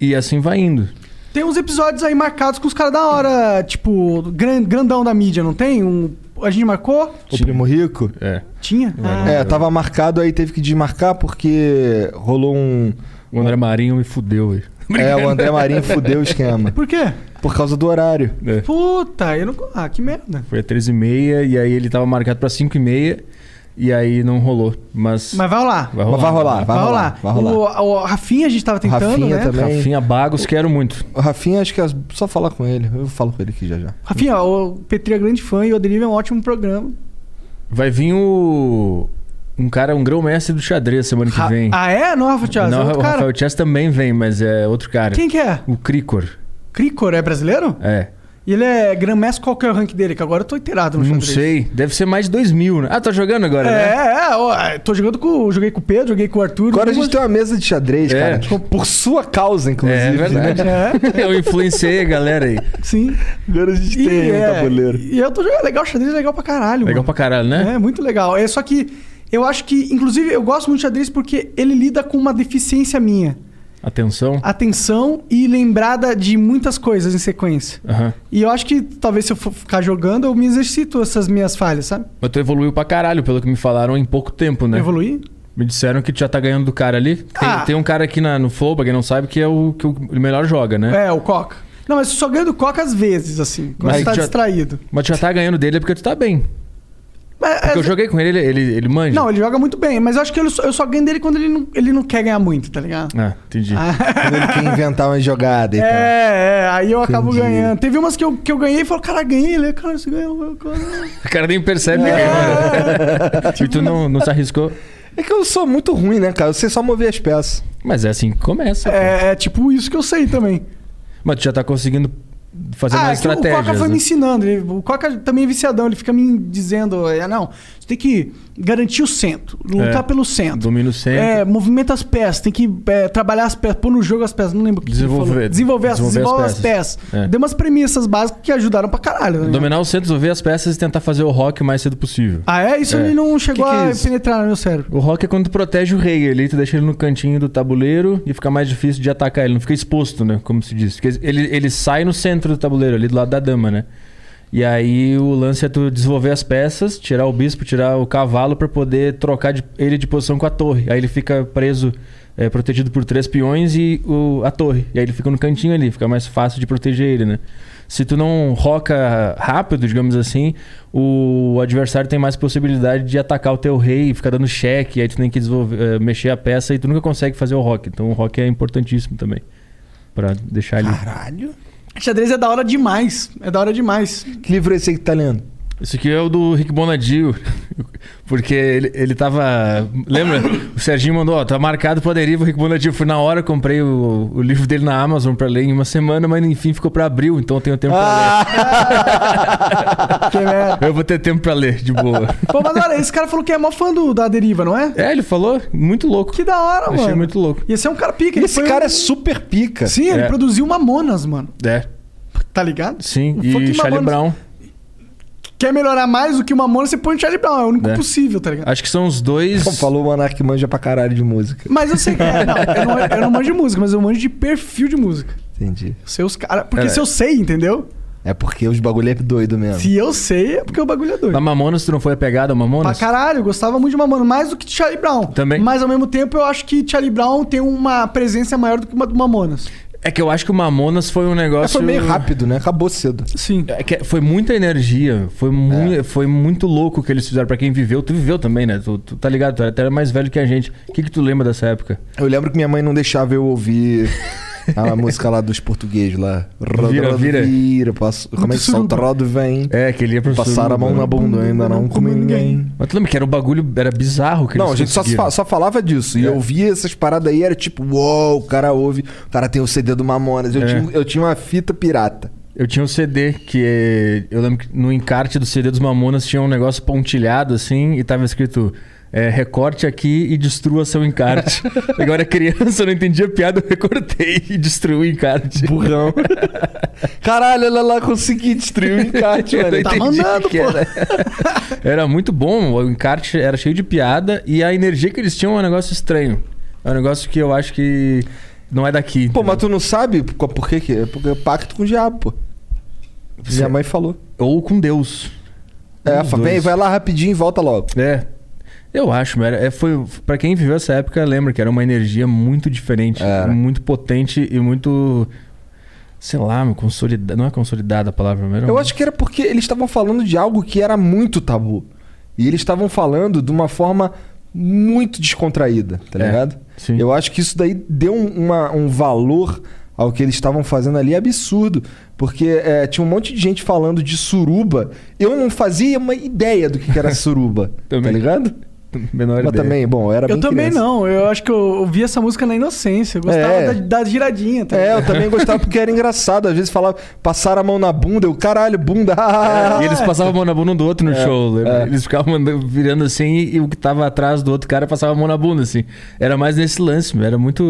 Speaker 5: e assim vai indo.
Speaker 3: Tem uns episódios aí marcados com os caras da hora, tipo, gran- grandão da mídia, não tem? Um, a gente marcou?
Speaker 2: O Primo Rico?
Speaker 5: É.
Speaker 3: Tinha? Ah,
Speaker 2: É, tava marcado aí, teve que desmarcar porque rolou um, um
Speaker 5: O André Marinho me fudeu, velho.
Speaker 2: É, o André Marinho fudeu o esquema.
Speaker 3: Por quê?
Speaker 2: Por causa do horário.
Speaker 5: É.
Speaker 3: Puta, eu não. co- Ah, que merda.
Speaker 5: Foi a 13h30 e aí ele tava marcado pra 5h30 e aí não rolou. Mas,
Speaker 3: Mas vai rolar.
Speaker 5: vai
Speaker 2: Mas vai rolar, vai,
Speaker 3: Vai
Speaker 2: rolar.
Speaker 3: rolar.
Speaker 2: Vai rolar.
Speaker 3: O, o Rafinha a gente tava tentando,
Speaker 2: Rafinha
Speaker 3: né?
Speaker 2: também.
Speaker 5: Rafinha Bagos, quero muito.
Speaker 2: O Rafinha, acho que é só falar com ele. Eu falo com ele aqui já já.
Speaker 3: Rafinha, o Petri é grande fã e o Adelive é um ótimo programa.
Speaker 5: Vai vir o. Um cara, um grão mestre do xadrez semana que
Speaker 3: Ra-
Speaker 5: vem.
Speaker 3: Ah, é? Não, Rafa Thiago, é
Speaker 5: não,
Speaker 3: outro
Speaker 5: o
Speaker 3: cara.
Speaker 5: Rafael Chess também vem, mas é outro cara.
Speaker 3: Quem que é?
Speaker 5: O Cricor.
Speaker 3: Cricor é brasileiro?
Speaker 5: É.
Speaker 3: E ele é Grand Mestre, qual que é o rank dele? Que agora eu tô inteirado no
Speaker 5: Não
Speaker 3: xadrez.
Speaker 5: sei. Deve ser mais de 2 mil, né? Ah, tá jogando agora, né?
Speaker 3: É, é, ó, tô jogando com. Joguei com o Pedro, joguei com o Arthur.
Speaker 2: Agora a
Speaker 3: joguei
Speaker 2: gente tem uma mesa de xadrez,
Speaker 5: É.
Speaker 2: cara. Tipo, por sua causa, inclusive.
Speaker 5: É verdade.
Speaker 2: né?
Speaker 3: com-
Speaker 5: Eu influenciei a galera aí.
Speaker 3: É, sim.
Speaker 2: Agora a gente
Speaker 3: E,
Speaker 2: tem
Speaker 3: é,
Speaker 2: um tabuleiro.
Speaker 3: e eu tô jogando. Legal, xadrez é legal pra caralho.
Speaker 5: Legal
Speaker 3: mano.
Speaker 5: pra caralho, né?
Speaker 3: É, muito legal. É só que eu acho que, inclusive, eu gosto muito de xadrez porque ele lida com uma deficiência minha.
Speaker 5: Atenção.
Speaker 3: Atenção e lembrada de muitas coisas em sequência.
Speaker 5: Aham.
Speaker 3: E eu acho que talvez se eu for ficar jogando, eu me exercito essas minhas falhas, sabe?
Speaker 5: Mas tu evoluiu pra caralho, pelo que me falaram, em pouco tempo, né?
Speaker 3: Evoluir.
Speaker 5: Me disseram que tu já tá ganhando do cara ali. Tem,
Speaker 3: Ah.
Speaker 5: tem um cara aqui na- no Flow, pra quem não sabe, que é o que o melhor joga, né?
Speaker 3: É, o Coca. Não, mas eu só ganho do Coca às vezes, assim, quando
Speaker 5: Mas
Speaker 3: você tá
Speaker 5: já-
Speaker 3: distraído.
Speaker 5: Mas tu já tá ganhando dele é porque tu tá bem.
Speaker 3: Mas,
Speaker 5: Porque eu
Speaker 3: é-
Speaker 5: joguei com ele, ele, ele, ele manja.
Speaker 3: Não, ele joga muito bem, mas eu acho que ele só- eu só ganho dele quando ele não, ele não quer ganhar muito, tá ligado?
Speaker 5: Ah, entendi.
Speaker 2: Quando ele quer inventar uma jogada então. e tal.
Speaker 3: É, é, aí eu acabo
Speaker 2: Entendi.
Speaker 3: ganhando. Teve umas que eu, que eu ganhei e falou, cara, ganhei. Ele, cara, você ganhou. eu- cara."
Speaker 5: O cara nem percebe. que
Speaker 3: Ah.
Speaker 5: ganhou. e tu não, não se arriscou.
Speaker 2: É que eu sou muito ruim, né, cara? Eu sei só mover as peças.
Speaker 5: Mas é assim que começa. pô.
Speaker 3: É, é tipo isso que eu sei também.
Speaker 5: Mas tu já tá conseguindo fazer
Speaker 3: ah,
Speaker 5: mais
Speaker 3: é que o
Speaker 5: estratégias.
Speaker 3: Coca foi
Speaker 5: né?
Speaker 3: me ensinando. ele- o Coca também é viciadão, ele fica me dizendo: ah, não, você tem que garantir o centro, lutar
Speaker 5: É,
Speaker 3: pelo centro.
Speaker 5: domina o centro.
Speaker 3: É, movimenta as peças, tem que é, trabalhar as peças, pôr no jogo as peças, não lembro o que que ele falou.
Speaker 5: Desenvolver-
Speaker 3: Desenvolver, as,
Speaker 5: desenvolver
Speaker 3: desenvolve
Speaker 5: as
Speaker 3: as
Speaker 5: peças.
Speaker 3: peças.
Speaker 5: É.
Speaker 3: Deu umas premissas básicas que ajudaram pra caralho. né?
Speaker 5: Dominar o centro, resolver as peças e tentar fazer o rock o mais cedo possível.
Speaker 3: Ah, é? Isso
Speaker 5: É.
Speaker 3: ele não chegou
Speaker 5: Que que é
Speaker 3: a
Speaker 5: isso?
Speaker 3: penetrar no meu cérebro.
Speaker 5: O rock é quando tu protege o rei ali, tu deixa ele no cantinho do tabuleiro e fica mais difícil de atacar ele, não fica exposto, né? Como se diz. Porque ele, ele sai no centro do tabuleiro, ali do lado da dama, né? E aí o lance é tu desenvolver as peças, tirar o bispo, tirar o cavalo pra poder trocar de- ele de posição com a torre. Aí ele fica preso, é, protegido por três peões e o- a torre. E aí ele fica no cantinho ali, fica mais fácil de proteger ele, né? Se tu não roca rápido, digamos assim, o adversário tem mais possibilidade de atacar o teu rei e ficar dando cheque, aí tu tem que desenvolver, eh, mexer a peça e tu nunca consegue fazer o rock. Então o rock é importantíssimo também. Pra deixar ele.
Speaker 2: Caralho.
Speaker 3: Xadrez é da hora demais. É da hora demais.
Speaker 2: Que livro é esse aí que tá lendo?
Speaker 5: Isso aqui é o do Rick Bonadio. Porque ele, ele tava. Lembra? O Serginho mandou, ó, tá marcado pra deriva o Rick Bonadio. Fui na hora, comprei o, o livro dele na Amazon pra ler em uma semana, mas enfim ficou pra abril, então eu tenho tempo
Speaker 3: Que merda.
Speaker 5: pra ler. Eu vou ter tempo pra ler, de boa.
Speaker 3: Pô, mas olha, esse cara falou que é mó fã do, da deriva, não é?
Speaker 5: é, ele falou, muito louco.
Speaker 3: Que da
Speaker 2: Tá
Speaker 3: hora,
Speaker 5: É. Achei
Speaker 3: mano.
Speaker 5: muito louco.
Speaker 3: E esse é um cara pica.
Speaker 2: E
Speaker 3: ele
Speaker 2: esse
Speaker 3: foi
Speaker 2: cara
Speaker 3: um-
Speaker 2: é super pica.
Speaker 3: Sim, ele
Speaker 5: É.
Speaker 3: produziu Mamonas, mano.
Speaker 5: É,
Speaker 3: Tá ligado?
Speaker 5: sim.
Speaker 3: O
Speaker 5: E
Speaker 3: fucking
Speaker 5: Charlie
Speaker 3: Mamonas.
Speaker 5: Brown.
Speaker 3: Quer melhorar mais do que o Mamonas, você põe o Charlie Brown. É o único
Speaker 5: É.
Speaker 3: possível, tá ligado?
Speaker 5: Acho que são os dois.
Speaker 2: Como falou o Monark manja pra caralho de música.
Speaker 3: Mas eu sei que. É, não, eu, não, eu não manjo de música, mas eu manjo de perfil de música.
Speaker 2: Entendi.
Speaker 3: Eu sei os caras. Porque
Speaker 5: É.
Speaker 3: se eu sei, entendeu?
Speaker 2: É porque os bagulho é doido mesmo.
Speaker 3: Se eu sei, é porque o bagulho é doido.
Speaker 5: Na Mamonas, tu não foi a pegada ao
Speaker 3: Pra
Speaker 5: Mamonas?
Speaker 3: caralho, eu gostava muito de Mamonas, mais do que de Charlie Brown.
Speaker 5: Também.
Speaker 3: Mas ao mesmo tempo, eu acho que Charlie Brown tem uma presença maior do que uma do Mamonas.
Speaker 5: É que eu acho que o Mamonas foi um
Speaker 2: Mas
Speaker 5: negócio.
Speaker 2: É, foi meio rápido, né? Acabou cedo.
Speaker 3: Sim.
Speaker 5: É que foi muita energia, foi, mu-
Speaker 2: É.
Speaker 5: foi muito louco o que eles fizeram. Pra quem viveu, tu viveu também, né? Tu, tu tá ligado? Tu era- tu era mais velho que a gente. O que, que tu lembra dessa época?
Speaker 2: Eu lembro que minha mãe não deixava eu ouvir a música lá dos portugueses lá. Rodo,
Speaker 5: Vira,
Speaker 2: rodo,
Speaker 5: vira.
Speaker 2: vira passo- como é que
Speaker 3: suruba.
Speaker 2: solta rodo vem?
Speaker 5: É, que ele ia pro né?
Speaker 2: Passar a mão na bunda ainda não comi ninguém.
Speaker 5: Mas tu lembra que era um bagulho, era bizarro que
Speaker 2: Não,
Speaker 5: eles
Speaker 2: a gente só,
Speaker 5: conseguiram.
Speaker 2: fa- só falava disso. E eu via essas paradas aí, era tipo, uou, o cara ouve, o cara tem o CD do Mamonas. Eu,
Speaker 5: É.
Speaker 2: tinha, eu tinha uma fita pirata.
Speaker 5: Eu tinha um CD que é- eu lembro que no encarte do CD dos Mamonas tinha um negócio pontilhado assim e tava escrito é, recorte aqui e destrua seu encarte. Agora é criança eu não entendia a piada, eu recortei e destruí o encarte.
Speaker 2: Burrão. Caralho, olha lá, consegui destruir o encarte,
Speaker 5: Eu não
Speaker 2: mano.
Speaker 5: entendi o que era. Era muito bom, o encarte era cheio de piada e a energia que eles tinham é um negócio estranho. É um negócio que eu acho que não é daqui.
Speaker 2: Pô, mas
Speaker 5: entendeu?
Speaker 2: tu não sabe qual- por que que é? Porque é pacto com o diabo, pô. Minha mãe falou.
Speaker 5: Ou com Deus.
Speaker 2: É,
Speaker 5: Os
Speaker 2: fa- vem,
Speaker 5: dois.
Speaker 2: vai lá rapidinho e volta logo.
Speaker 5: É. Eu acho, era, é, foi para quem viveu essa época lembra que era uma energia muito diferente,
Speaker 2: Era.
Speaker 5: muito potente e muito, sei lá, meu, consolidada. Não é consolidada a palavra, mas era
Speaker 2: Eu
Speaker 5: um-
Speaker 2: acho que era porque eles estavam falando de algo que era muito tabu. E eles estavam falando de uma forma muito descontraída, tá
Speaker 5: É,
Speaker 2: ligado?
Speaker 5: sim.
Speaker 2: Eu acho que isso daí deu um, uma- um valor ao que eles estavam fazendo ali absurdo. Porque é, tinha um monte de gente falando de suruba. Eu não fazia uma ideia do que que era suruba, tá
Speaker 5: Também.
Speaker 2: ligado?
Speaker 5: menor
Speaker 2: Mas
Speaker 5: ideia.
Speaker 2: também, bom, eu era
Speaker 3: Eu
Speaker 2: bem
Speaker 3: também
Speaker 2: criança.
Speaker 3: não. Eu acho que eu ouvi essa música na inocência. Eu gostava
Speaker 2: É.
Speaker 3: da, da giradinha. Tá?
Speaker 2: É, eu também gostava porque era engraçado. Às vezes falava, passaram a mão na bunda, eu, caralho, bunda.
Speaker 5: E eles passavam a mão na bunda um do outro no show. lembra?
Speaker 2: é.
Speaker 5: Eles ficavam andando- virando assim e, e o que tava atrás do outro cara passava a mão na bunda, assim. Era mais nesse lance, meu, era muito.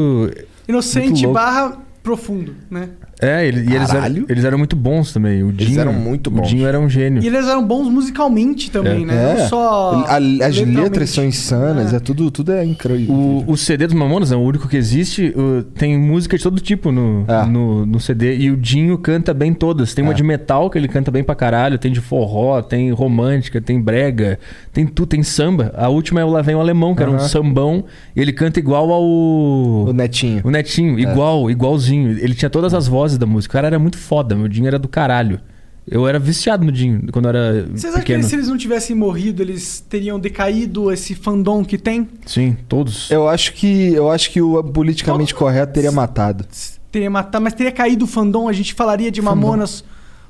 Speaker 5: Muito
Speaker 3: Inocente
Speaker 5: louco.
Speaker 3: barra profundo, né?
Speaker 5: É, ele- e eles eram,
Speaker 2: Caralho.
Speaker 5: eles eram muito bons também. O Dinho,
Speaker 2: eram muito bons.
Speaker 5: O Dinho era um gênio.
Speaker 3: E eles eram bons musicalmente também, né? Não só.
Speaker 2: É. A- as letras
Speaker 3: letralmente.
Speaker 2: são insanas, é, tudo, tudo é incrível.
Speaker 5: O, o CD dos Mamonas é o único que existe. o- tem música de todo tipo no,
Speaker 2: Ah.
Speaker 5: no, no CD. E o Dinho canta bem todas. Tem uma
Speaker 2: É.
Speaker 5: de metal que ele canta bem pra caralho. Tem de forró, tem romântica, tem brega. Tem tudo, tem samba. A última é o Lá Vem o Alemão, que era um sambão. E ele canta igual ao...
Speaker 2: O Netinho. É.
Speaker 5: O Netinho, igual, igualzinho. Ele tinha todas as vozes da música. O cara era muito foda. Meu Dinho era do caralho. Eu era viciado no Dinho quando eu era
Speaker 3: Vocês acham que
Speaker 5: pequeno.
Speaker 3: eles, se eles não tivessem morrido, eles teriam decaído esse fandom que tem?
Speaker 5: Sim, todos.
Speaker 2: Eu acho que eu acho que o politicamente correto teria matado.
Speaker 3: Teria matado, mas teria caído o fandom, a gente falaria de Mamonas.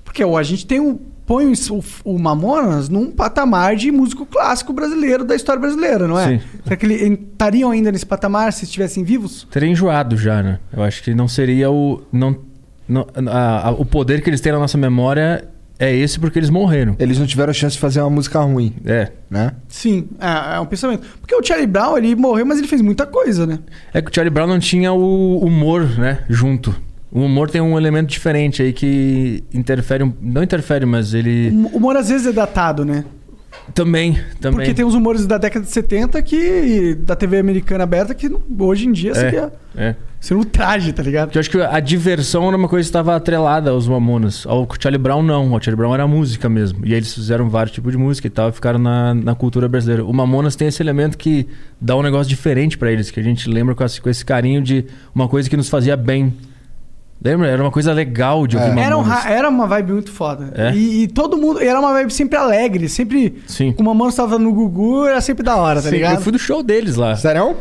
Speaker 3: Porque ó, a gente tem o. Põe o, o Mamonas num patamar de músico clássico brasileiro da história brasileira, não é?
Speaker 5: Sim.
Speaker 3: Será que eles estariam ainda nesse patamar se estivessem vivos?
Speaker 5: Teria enjoado já, né? Eu acho que não seria o. Não, não- a- a- o poder que eles têm na nossa memória é esse porque eles morreram.
Speaker 2: Eles não tiveram a chance de fazer uma música ruim,
Speaker 5: É.
Speaker 2: né?
Speaker 3: Sim, é, é um pensamento. Porque o Charlie Brown, ele morreu, mas ele fez muita coisa, né?
Speaker 5: É que o Charlie Brown não tinha o humor, né? Junto. O humor tem um elemento diferente aí que interfere. um- Não interfere, mas ele.
Speaker 3: O humor às vezes é datado, né?
Speaker 5: Também, também.
Speaker 3: Porque tem os humores da década de 70 que. da TV americana aberta que não- hoje em dia seria,
Speaker 5: É.
Speaker 3: seria um traje, tá ligado?
Speaker 5: Eu acho que a diversão era uma coisa que estava atrelada aos Mamonas. Ao Charlie Brown, não. O Charlie Brown era música mesmo. E aí eles fizeram vários tipos de música e tal, e ficaram na, na cultura brasileira. O Mamonas tem esse elemento que dá um negócio diferente pra eles, que a gente lembra com, esse- com esse carinho de uma coisa que nos fazia bem. Lembra? Era uma coisa legal de ouvir Mamonas.
Speaker 3: Era, um ra- era uma vibe muito foda.
Speaker 5: É?
Speaker 3: E, e todo mundo. e Era uma vibe sempre alegre, sempre.
Speaker 5: Sim.
Speaker 3: Com uma mão estava no Gugu, era sempre da hora, tá
Speaker 5: Sim,
Speaker 3: ligado?
Speaker 5: Eu fui do show deles lá.
Speaker 2: Sério?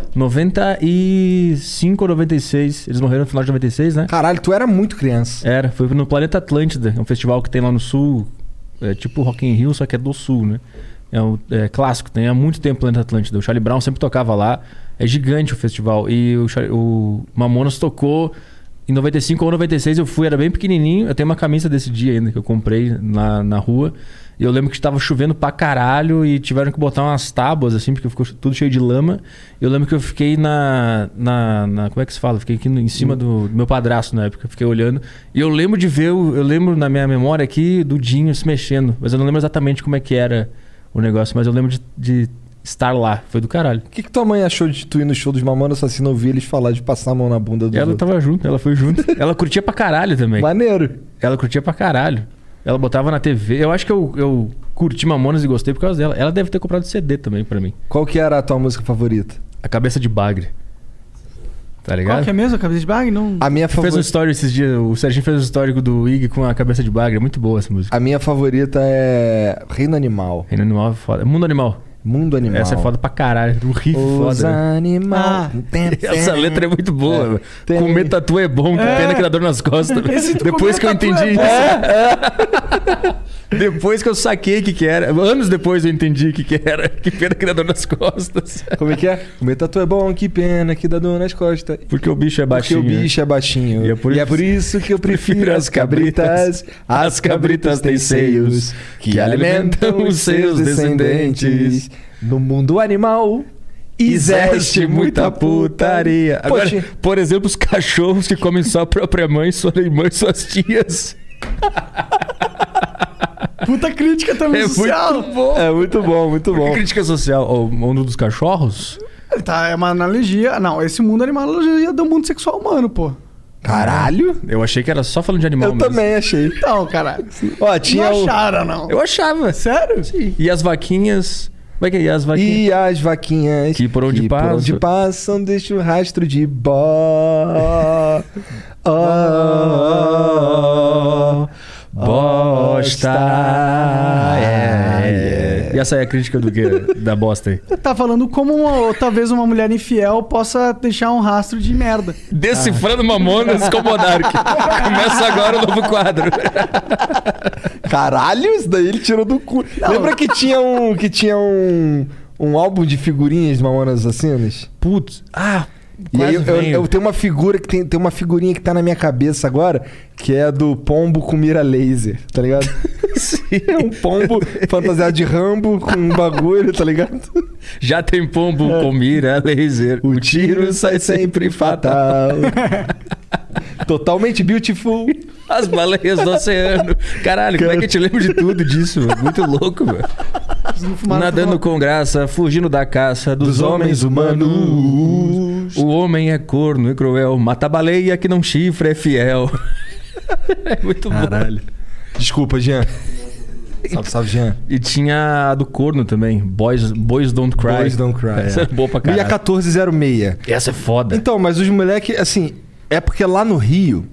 Speaker 5: 95 ou 96. Eles morreram no final de 96, né?
Speaker 2: Caralho, tu era muito criança.
Speaker 5: Era, foi no Planeta Atlântida, é um festival que tem lá no sul, é tipo Rock in Rio, só que é do sul, né? É um é clássico, tem há muito tempo Planeta Atlântida. O Charlie Brown sempre tocava lá, é gigante o festival. E o, Charlie- o Mamonas tocou em 95 ou 96, eu fui, era bem pequenininho, eu tenho uma camisa desse dia ainda que eu comprei na, na rua. E eu lembro que estava chovendo pra caralho e tiveram que botar umas tábuas, assim, porque ficou tudo cheio de lama. Eu lembro que eu fiquei na. na, na- como é que se fala? Fiquei aqui no- em cima do, do meu padrasto na época, eu fiquei olhando. E eu lembro de ver, o- eu lembro na minha memória aqui do Dinho se mexendo, mas eu não lembro exatamente como é que era o negócio, mas eu lembro de, de estar lá. Foi do caralho.
Speaker 2: O que, que tua mãe achou de tu ir no show dos Mamonas Assassina ouvir eles falar de passar a mão na bunda do
Speaker 5: Ela tava junto, ela foi junto. Ela curtia pra caralho também.
Speaker 2: Maneiro.
Speaker 5: Ela curtia pra caralho. Ela botava na TV. Eu acho que eu, eu curti Mamonas e gostei por causa dela. Ela deve ter comprado CD também pra mim.
Speaker 2: Qual que era a tua música favorita?
Speaker 5: A cabeça de bagre. Tá ligado?
Speaker 3: Qual que é mesmo? A cabeça de bag? Não.
Speaker 2: A minha
Speaker 5: Fez um
Speaker 2: favorita.
Speaker 5: story esses dias, o Serginho fez um histórico do Ig com a cabeça de bagre. É muito boa essa música.
Speaker 2: A minha favorita é Reino Animal.
Speaker 5: Reino Animal é foda. Mundo Animal.
Speaker 2: Mundo Animal.
Speaker 5: Essa é foda pra caralho. O riff
Speaker 2: Os
Speaker 5: foda. né?
Speaker 2: animais.
Speaker 3: Ah,
Speaker 5: Essa letra é muito boa.
Speaker 2: Tem-
Speaker 5: velho. Comer tatu é bom, que pena que dá dor nas costas.
Speaker 3: Esse do
Speaker 5: Depois
Speaker 3: comer
Speaker 5: que eu
Speaker 3: tatu é
Speaker 5: entendi
Speaker 3: bom.
Speaker 5: isso. Depois que eu saquei o que, que era. Anos depois eu entendi o que, que era. Que pena que dá dor nas costas.
Speaker 2: Como é que é? O meu tatu é bom, que pena, que dá dor nas costas.
Speaker 5: Porque o bicho é baixinho.
Speaker 2: Porque o
Speaker 5: né?
Speaker 2: bicho é baixinho.
Speaker 5: E é por isso-
Speaker 2: que eu prefiro as cabritas. As cabritas têm seios que alimentam os seus descendentes. No mundo animal existe muita putaria.
Speaker 5: Agora,
Speaker 2: Poxa,
Speaker 5: por exemplo, os cachorros que comem só a própria mãe, sua irmã e suas tias.
Speaker 3: Puta crítica também
Speaker 5: É
Speaker 3: social.
Speaker 5: muito bom.
Speaker 2: é muito bom, muito bom.
Speaker 5: Crítica social ao mundo dos cachorros?
Speaker 3: Tá, é uma analogia. Não, esse mundo animal é uma analogia do mundo sexual humano, pô.
Speaker 2: Caralho.
Speaker 5: Eu achei que era só falando de animal
Speaker 2: Eu
Speaker 5: mesmo.
Speaker 2: também achei.
Speaker 3: Então, caralho.
Speaker 2: Ó, tinha
Speaker 3: não
Speaker 2: o...
Speaker 3: acharam, não.
Speaker 5: Eu achava.
Speaker 3: Sério?
Speaker 5: E as vaquinhas Como é que é? E as vaquinhas?
Speaker 2: E as vaquinhas
Speaker 5: Que por onde passam.
Speaker 2: onde passam deixa o rastro de bó. Ó, ó, ó, Ah,
Speaker 5: Bosta. É,
Speaker 2: É,
Speaker 5: é. E essa é a crítica do que? Da bosta aí.
Speaker 3: Tá falando como uma- ou talvez uma mulher infiel possa deixar um rastro de merda.
Speaker 5: Decifrando Mamonas com Monark. Começa agora o novo quadro.
Speaker 2: Caralho, isso daí ele tirou do cu. Lembra que tinha um que tinha um um álbum de figurinhas de Mamonas Assassinas?
Speaker 5: Putz. Ah,
Speaker 2: E aí eu, eu-
Speaker 5: venho.
Speaker 2: eu tenho uma figura que tem, tem uma figurinha que tá na minha cabeça agora, que é a do pombo com mira laser, tá ligado? É um pombo fantasiado de Rambo com um bagulho, tá ligado?
Speaker 5: Já tem pombo com mira, laser.
Speaker 2: O tiro sai sempre fatal. Tá. Totalmente beautiful.
Speaker 5: As baleias do oceano. Caralho, como é que eu te lembro de tudo disso? mano? Muito louco, velho.
Speaker 3: Não fumaram
Speaker 5: Nadando com graça, fugindo da caça dos,
Speaker 2: Dos homens
Speaker 5: homens
Speaker 2: humanos.
Speaker 5: O homem é corno e cruel, mata a baleia que não chifra, é fiel. é muito bom.
Speaker 2: Caralho. Desculpa, Jean. Salve, salve, Jean.
Speaker 5: E tinha a do corno também, Boys, Boys Don't Cry.
Speaker 2: Boys don't cry.
Speaker 5: Essa é boa pra
Speaker 2: E a
Speaker 5: caralho.
Speaker 2: 1406.
Speaker 5: Essa é foda.
Speaker 2: Então, mas os moleques, assim, é porque lá no Rio,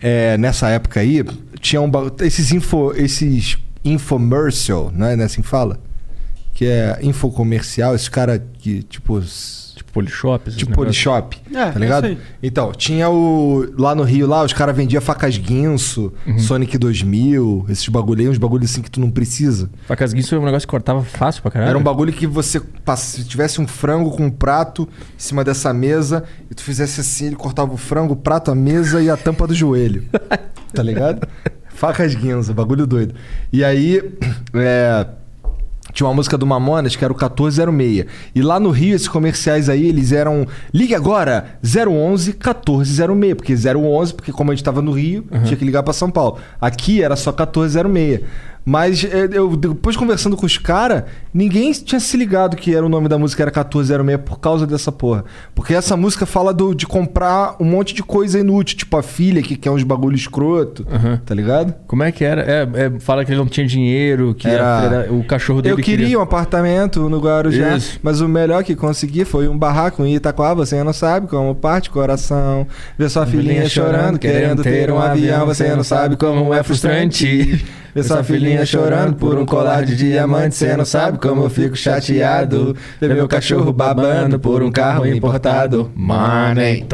Speaker 2: é, nessa época aí, tinha um ba- esses info, esses infomercial, né, né, assim que fala, que é infocomercial, esse cara que tipo s-
Speaker 5: Tipo Polishop. esses
Speaker 2: tipo
Speaker 5: negócios.
Speaker 2: polishop,
Speaker 3: É,
Speaker 2: tá ligado?
Speaker 3: é isso aí.
Speaker 2: Então, tinha o lá no Rio lá, os caras vendiam facas Guinso,
Speaker 3: Uhum.
Speaker 2: Sonic 2000, esses bagulho aí, uns bagulho assim que tu não precisa.
Speaker 5: Facas Guinso é um negócio que cortava fácil pra caralho.
Speaker 2: Era um bagulho que você pass- se tivesse um frango com um prato em cima dessa mesa e tu fizesse assim, ele cortava o frango, o prato, a mesa e a tampa do joelho. tá ligado? Facas Guinza, bagulho doido. E aí, é, tinha uma música do Mamonas que era o 1406. E lá no Rio, esses comerciais aí, eles eram. Ligue agora! 011 1406. Porque 011, porque como a gente tava no Rio, tinha que ligar pra São Paulo. Aqui era só 1406. Mas é, eu, depois conversando com os caras, ninguém tinha se ligado que era o nome da música era 1406 por causa dessa porra. Porque essa música fala do- de comprar um monte de coisa inútil, tipo a filha que quer uns bagulho escroto,
Speaker 5: Aham.
Speaker 2: tá ligado?
Speaker 5: Como é que era? É, é, fala que ele não tinha dinheiro, que
Speaker 2: Era-
Speaker 5: a freira- o cachorro dele
Speaker 2: Eu queria, um apartamento no Guarujá,
Speaker 5: Isso.
Speaker 2: mas o melhor que consegui foi um barraco em Itaquá. Você não sabe como parte coração. Ver sua filhinha chorando, querendo ter um avião. Você não sabe como é frustrante. Ver sua filhinha chorando por um colar de diamante. Você não sabe como eu fico chateado. Ver meu cachorro babando por um carro importado.
Speaker 5: Money.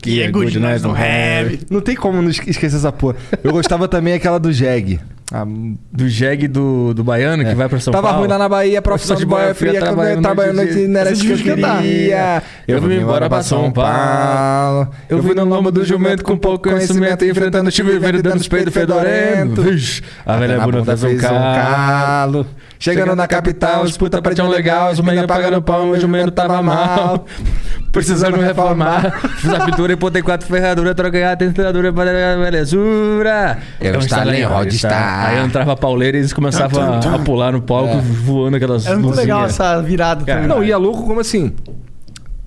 Speaker 3: Que é good, nós não have.
Speaker 2: Não tem como não esque- esquecer essa porra. Eu gostava também aquela do Jeg. Ah,
Speaker 5: Do jegue do, do baiano que vai pra São
Speaker 2: É. Tava
Speaker 5: Paulo.
Speaker 2: ruim lá na Bahia, profissão de boia fria, trabalhando, trabalhando aqui, não era isso que eu queria. Eu vim embora pra São Paulo. Eu vim no lombo do jumento com pouco conhecimento, enfrentando o time vivendo, dando os peitos fedorentos.
Speaker 5: Vixe, A velha
Speaker 2: Na
Speaker 5: bunda fez um carro.
Speaker 2: Chegando na capital, os puta pra tão legal, os meninos pagando pau, meu jumento tava mal.
Speaker 5: Precisando reformar. Fiz a pintura e botei quatro ferraduras, troquei a tentadura para a belezura. Então,
Speaker 2: Eu instalei o Rodstar.
Speaker 5: Aí entrava a pauleira e eles começavam a- a pular no
Speaker 2: É.
Speaker 5: palco, voando aquelas
Speaker 3: Era É muito legal
Speaker 5: luzinhas.
Speaker 3: essa virada
Speaker 5: Cara,
Speaker 3: também.
Speaker 2: Não, e é louco como assim,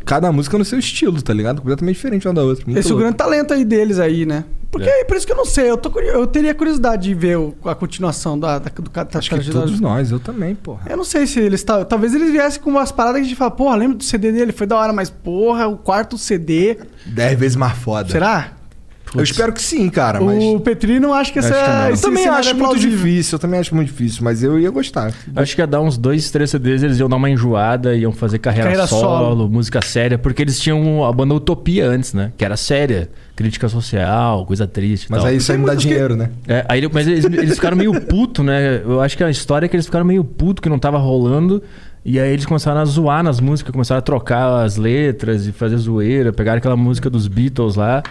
Speaker 2: cada música no seu estilo, tá ligado? Completamente diferente uma da outra. Muito
Speaker 3: Esse é o
Speaker 2: louco.
Speaker 3: grande talento aí deles aí, né? Porque é. por isso que eu não sei, eu, tô curi- eu teria curiosidade de ver o- a continuação da, da, do cara.
Speaker 2: Acho que todos nós, eu também, porra.
Speaker 3: Eu não sei se eles. tal- Talvez eles viessem com umas paradas que a gente fala, porra, lembra do CD dele? Foi da hora, mas porra, o quarto CD.
Speaker 2: Dez vezes mais foda.
Speaker 3: Será?
Speaker 2: Eu espero que sim, cara, É. mas...
Speaker 3: O Petri não acha que essa.
Speaker 5: Acho que não.
Speaker 2: Eu
Speaker 3: esse
Speaker 2: também
Speaker 3: cenário
Speaker 2: acho
Speaker 3: é
Speaker 2: muito
Speaker 3: plausível.
Speaker 2: difícil, eu também acho muito difícil, mas eu ia gostar.
Speaker 5: Acho que ia dar uns dois, três CDs, eles iam dar uma enjoada, iam fazer carreira,
Speaker 3: Carreira
Speaker 5: solo,
Speaker 3: solo.
Speaker 5: música séria, porque eles tinham a banda Utopia antes, né? Que era séria, crítica social, coisa triste e
Speaker 2: Mas
Speaker 5: tal.
Speaker 2: aí isso aí
Speaker 3: Tem
Speaker 2: não dá
Speaker 3: muitos que-
Speaker 2: dinheiro, né?
Speaker 5: É, aí ele- mas eles, eles ficaram meio puto, né? Eu acho que a história é que eles ficaram meio puto que não tava rolando. E aí eles começaram a zoar nas músicas, começaram a trocar as letras e fazer zoeira. Pegaram aquela música dos Beatles lá,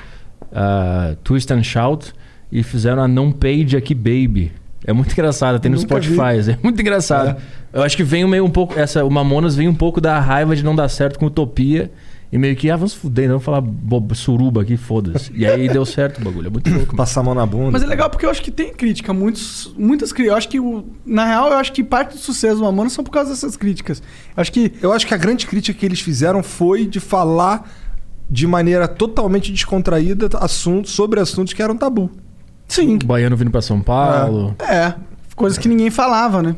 Speaker 5: a Twist and Shout, e fizeram a Não Page Aqui Baby. É muito engraçado, tem no
Speaker 2: Nunca vi. É.
Speaker 5: Spotify. É muito engraçado. Eu acho que vem meio um pouco. Essa, o Mamonas vem um pouco da raiva de não dar certo com Utopia. E meio que, ah, vamos fuder, não vamos falar bobo- suruba aqui, foda-se. E aí deu certo o bagulho. É muito louco, mano.
Speaker 2: Passar a mão na bunda.
Speaker 3: Mas é legal porque eu acho que tem crítica, muitos, muitas críticas. Eu acho que, o- na real, eu acho que parte do sucesso do Mamona são por causa dessas críticas. Eu acho que
Speaker 2: Eu acho que a grande crítica que eles fizeram foi de falar de maneira totalmente descontraída assuntos sobre assuntos que eram tabu.
Speaker 3: Sim.
Speaker 5: Baiano vindo pra São Paulo.
Speaker 3: É. Coisas que ninguém falava, né?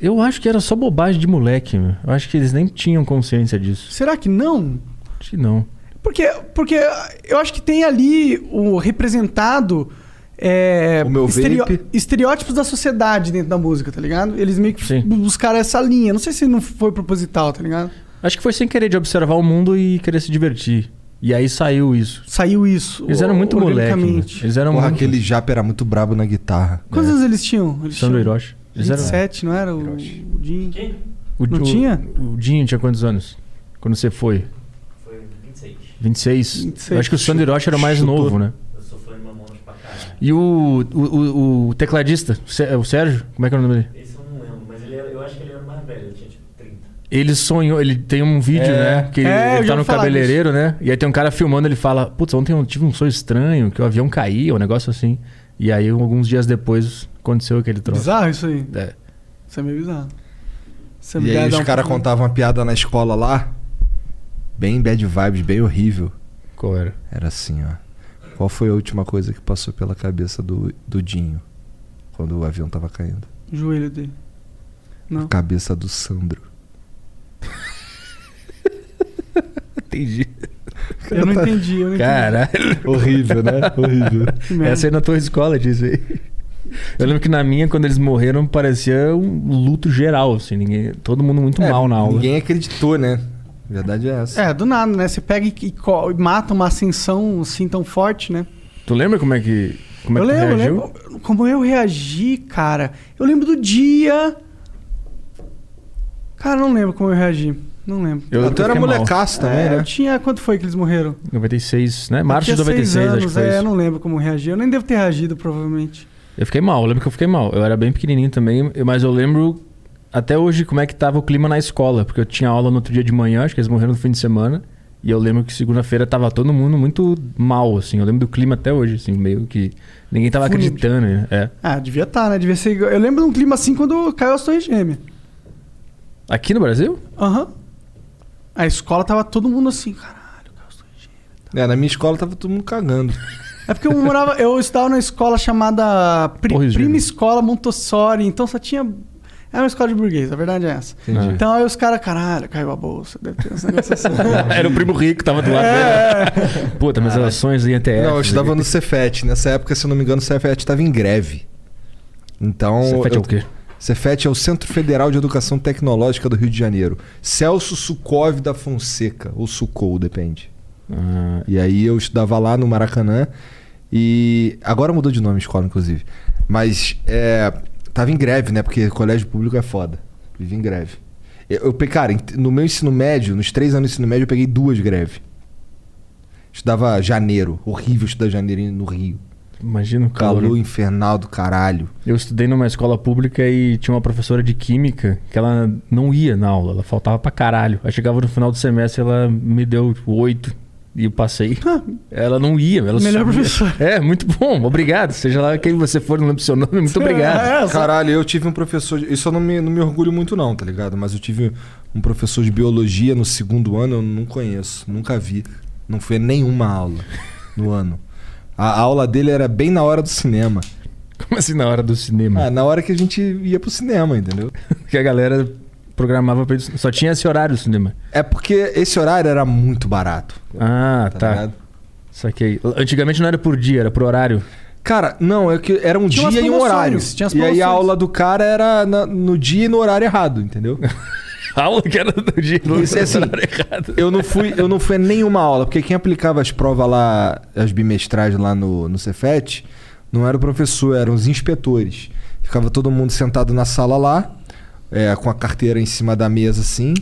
Speaker 5: É. Eu acho que era só bobagem de moleque, meu. Eu acho que eles nem tinham consciência disso.
Speaker 3: Será que não?
Speaker 5: Acho que não.
Speaker 3: Porque, porque eu acho que tem ali o representado. é,
Speaker 2: O meu
Speaker 3: estereo-
Speaker 2: vape.
Speaker 3: Estereótipos da sociedade dentro da música, tá ligado? Eles meio que
Speaker 5: Sim.
Speaker 3: bu- buscaram essa linha. Não sei se não foi proposital, tá ligado?
Speaker 5: Acho que foi sem querer de observar o mundo e querer se divertir. E aí saiu isso.
Speaker 3: Saiu isso.
Speaker 5: Eles eram muito moleque. Né?
Speaker 3: organicamente.
Speaker 5: Eles eram
Speaker 2: Porra,
Speaker 5: muito...
Speaker 2: aquele japa era muito brabo na guitarra.
Speaker 3: Quantos anos eles tinham? Eles
Speaker 5: Sandro
Speaker 3: tinham
Speaker 5: Hiroshi. Eles eram...
Speaker 3: 27, não era? O, o
Speaker 2: Hiroshi.
Speaker 3: Jim.
Speaker 5: O,
Speaker 3: Não
Speaker 5: o-
Speaker 3: tinha?
Speaker 5: O Dinho tinha quantos anos? Quando você foi?
Speaker 6: Foi 26.
Speaker 5: 26?
Speaker 3: 26.
Speaker 5: Eu acho que o Sandro Hiroshi era mais
Speaker 2: Chutou.
Speaker 5: novo, né?
Speaker 6: Eu sou fã de Mamonas pra caralho.
Speaker 5: E o, o, o- o tecladista, o Sé- o Sérgio, como é que é o nome dele?
Speaker 6: Esse eu não lembro, um mas ele era- eu acho que ele era mais velho, ele tinha tipo 30.
Speaker 5: Ele sonhou, ele tem um vídeo,
Speaker 2: É.
Speaker 5: né? Que ele-
Speaker 3: É, eu
Speaker 5: ele
Speaker 3: já
Speaker 5: tá no
Speaker 3: ouvi falar
Speaker 5: cabeleireiro, né? E aí tem um cara filmando, ele fala: Putz, ontem eu tive um sonho estranho, que o avião caía, um negócio assim. E aí, alguns dias depois, aconteceu aquele troço.
Speaker 3: Bizarro isso aí.
Speaker 5: É.
Speaker 3: Isso é meio bizarro. é Você
Speaker 5: Tá
Speaker 2: E aí
Speaker 5: um
Speaker 2: os caras contavam uma piada na escola lá. Bem bad vibes, bem horrível.
Speaker 5: Qual era?
Speaker 2: Era assim, ó. Qual foi a última coisa que passou pela cabeça do, do Dinho? Quando o avião tava caindo.
Speaker 3: O joelho dele. Não.
Speaker 2: A cabeça do Sandro.
Speaker 5: Entendi.
Speaker 2: tá-
Speaker 3: Eu não entendi, eu não entendi.
Speaker 5: Caralho,
Speaker 2: Horrível, né? Horrível.
Speaker 3: Que merda.
Speaker 5: essa aí na tua escola disso aí. Eu lembro que na minha, quando eles morreram, parecia um luto geral, assim, ninguém, todo mundo muito mal na aula.
Speaker 2: É, Ninguém acreditou, né? A verdade é essa.
Speaker 3: É, do nada, né? Você pega e, e co- e mata uma ascensão assim tão forte, né?
Speaker 5: Tu lembra como é que. Como
Speaker 3: eu
Speaker 5: é que tu
Speaker 3: lembro,
Speaker 5: reagiu?
Speaker 3: eu lembro. Como eu reagi, cara. Eu lembro do dia. Cara, não lembro como eu reagi. Não lembro.
Speaker 5: Eu lembro que
Speaker 2: tu era
Speaker 5: fiquei mal.
Speaker 2: molecaço também,
Speaker 3: É,
Speaker 2: né?
Speaker 3: Eu tinha. Quanto foi que eles morreram?
Speaker 5: 96, né? Março
Speaker 3: Eu
Speaker 5: de
Speaker 3: tinha
Speaker 5: 96,
Speaker 3: seis
Speaker 5: acho que
Speaker 3: anos,
Speaker 5: foi.
Speaker 3: é,
Speaker 5: isso.
Speaker 3: eu não lembro como eu reagi. Eu nem devo ter reagido, provavelmente.
Speaker 5: Eu fiquei mal, eu lembro que eu fiquei mal. Eu era bem pequenininho também, eu- mas eu lembro até hoje como é que tava o clima na escola, porque eu tinha aula no outro dia de manhã, acho que eles morreram no fim de semana. E eu lembro que segunda-feira tava todo mundo muito mal, assim. Eu lembro do clima até hoje, assim, meio que ninguém tava
Speaker 3: Fúnebre.
Speaker 5: acreditando, né? É.
Speaker 3: Ah, devia estar, né? Devia ser. igual- Eu lembro de um clima assim quando caiu as Torres Gêmeas.
Speaker 5: Aqui no Brasil?
Speaker 3: Aham. A escola tava todo mundo assim, caralho, caiu as Torres Gêmeas.
Speaker 2: É, na minha escola tava todo mundo cagando.
Speaker 3: É porque eu morava, eu estava numa escola chamada Pri-
Speaker 5: Torres
Speaker 3: Prima
Speaker 5: Gêmeas.
Speaker 3: Escola Montessori, então só tinha. Era uma escola de burguês, a verdade é essa.
Speaker 2: Entendi.
Speaker 3: Então aí os caras, caralho, caiu a bolsa, deve ter uns negócios assim.
Speaker 5: era o primo rico, que tava do lado dele. Puta, minhas ações em ETF.
Speaker 2: É. Não, eu estudava
Speaker 5: né?
Speaker 2: no Cefet. Nessa época, se eu não me engano, o Cefet tava em greve. Então.
Speaker 5: Cefet é
Speaker 2: eu-
Speaker 5: o quê?
Speaker 2: Cefet é o Centro Federal de Educação Tecnológica do Rio de Janeiro. Celso Sukov da Fonseca, ou Sucou, depende.
Speaker 5: Ah,
Speaker 2: E aí eu estudava lá no Maracanã. E agora mudou de nome a escola, inclusive. Mas é, tava em greve, né? Porque colégio público é foda. Vivi em greve. Eu, eu pe- cara, ent- no meu ensino médio, nos três anos de ensino médio, eu peguei duas greves. Estudava janeiro. Horrível estudar janeiro em- no Rio.
Speaker 5: imagina o calor.
Speaker 2: Calor infernal do caralho.
Speaker 5: Eu estudei numa escola pública e tinha uma professora de química que ela não ia na aula, ela faltava pra caralho. Aí chegava no final do semestre ela me deu tipo, oito e eu passei. ela não ia, ela
Speaker 3: Melhor
Speaker 5: sumia.
Speaker 3: professor.
Speaker 5: É, muito bom, obrigado. Seja lá quem você for, não lembro seu nome, muito obrigado.
Speaker 3: É, só-
Speaker 2: Caralho, eu tive um professor. De... Isso eu não me, não me orgulho muito, não, tá ligado? Mas eu tive um professor de biologia no segundo ano, eu não conheço, nunca vi. Não foi nenhuma aula no ano. A aula dele era bem na hora do cinema.
Speaker 5: Como assim na hora do cinema?
Speaker 2: Ah, na hora que a gente ia pro cinema, entendeu?
Speaker 5: Que a galera programava pra eles. Só tinha esse horário do cinema.
Speaker 2: É porque esse horário era muito barato.
Speaker 5: Ah,
Speaker 2: Tá,
Speaker 5: tá.
Speaker 2: ligado?
Speaker 5: Saquei. Antigamente não era por dia, era por horário.
Speaker 2: Cara, não, é que era um
Speaker 3: Tinha
Speaker 2: dia
Speaker 3: umas
Speaker 2: e um
Speaker 3: promoções,
Speaker 2: horário.
Speaker 3: tinha as
Speaker 2: E aí a
Speaker 3: promoções.
Speaker 2: aula do cara era na- no dia e no horário errado, entendeu?
Speaker 5: A aula que era do dia, não
Speaker 2: Isso é
Speaker 5: era
Speaker 2: assim.
Speaker 5: horário errado.
Speaker 2: Eu não fui, eu não fui a nenhuma aula, porque quem aplicava as provas lá, as bimestrais lá no, no Cefet, não era o professor, eram os inspetores. Ficava todo mundo sentado na sala lá, é, com a carteira em cima da mesa assim,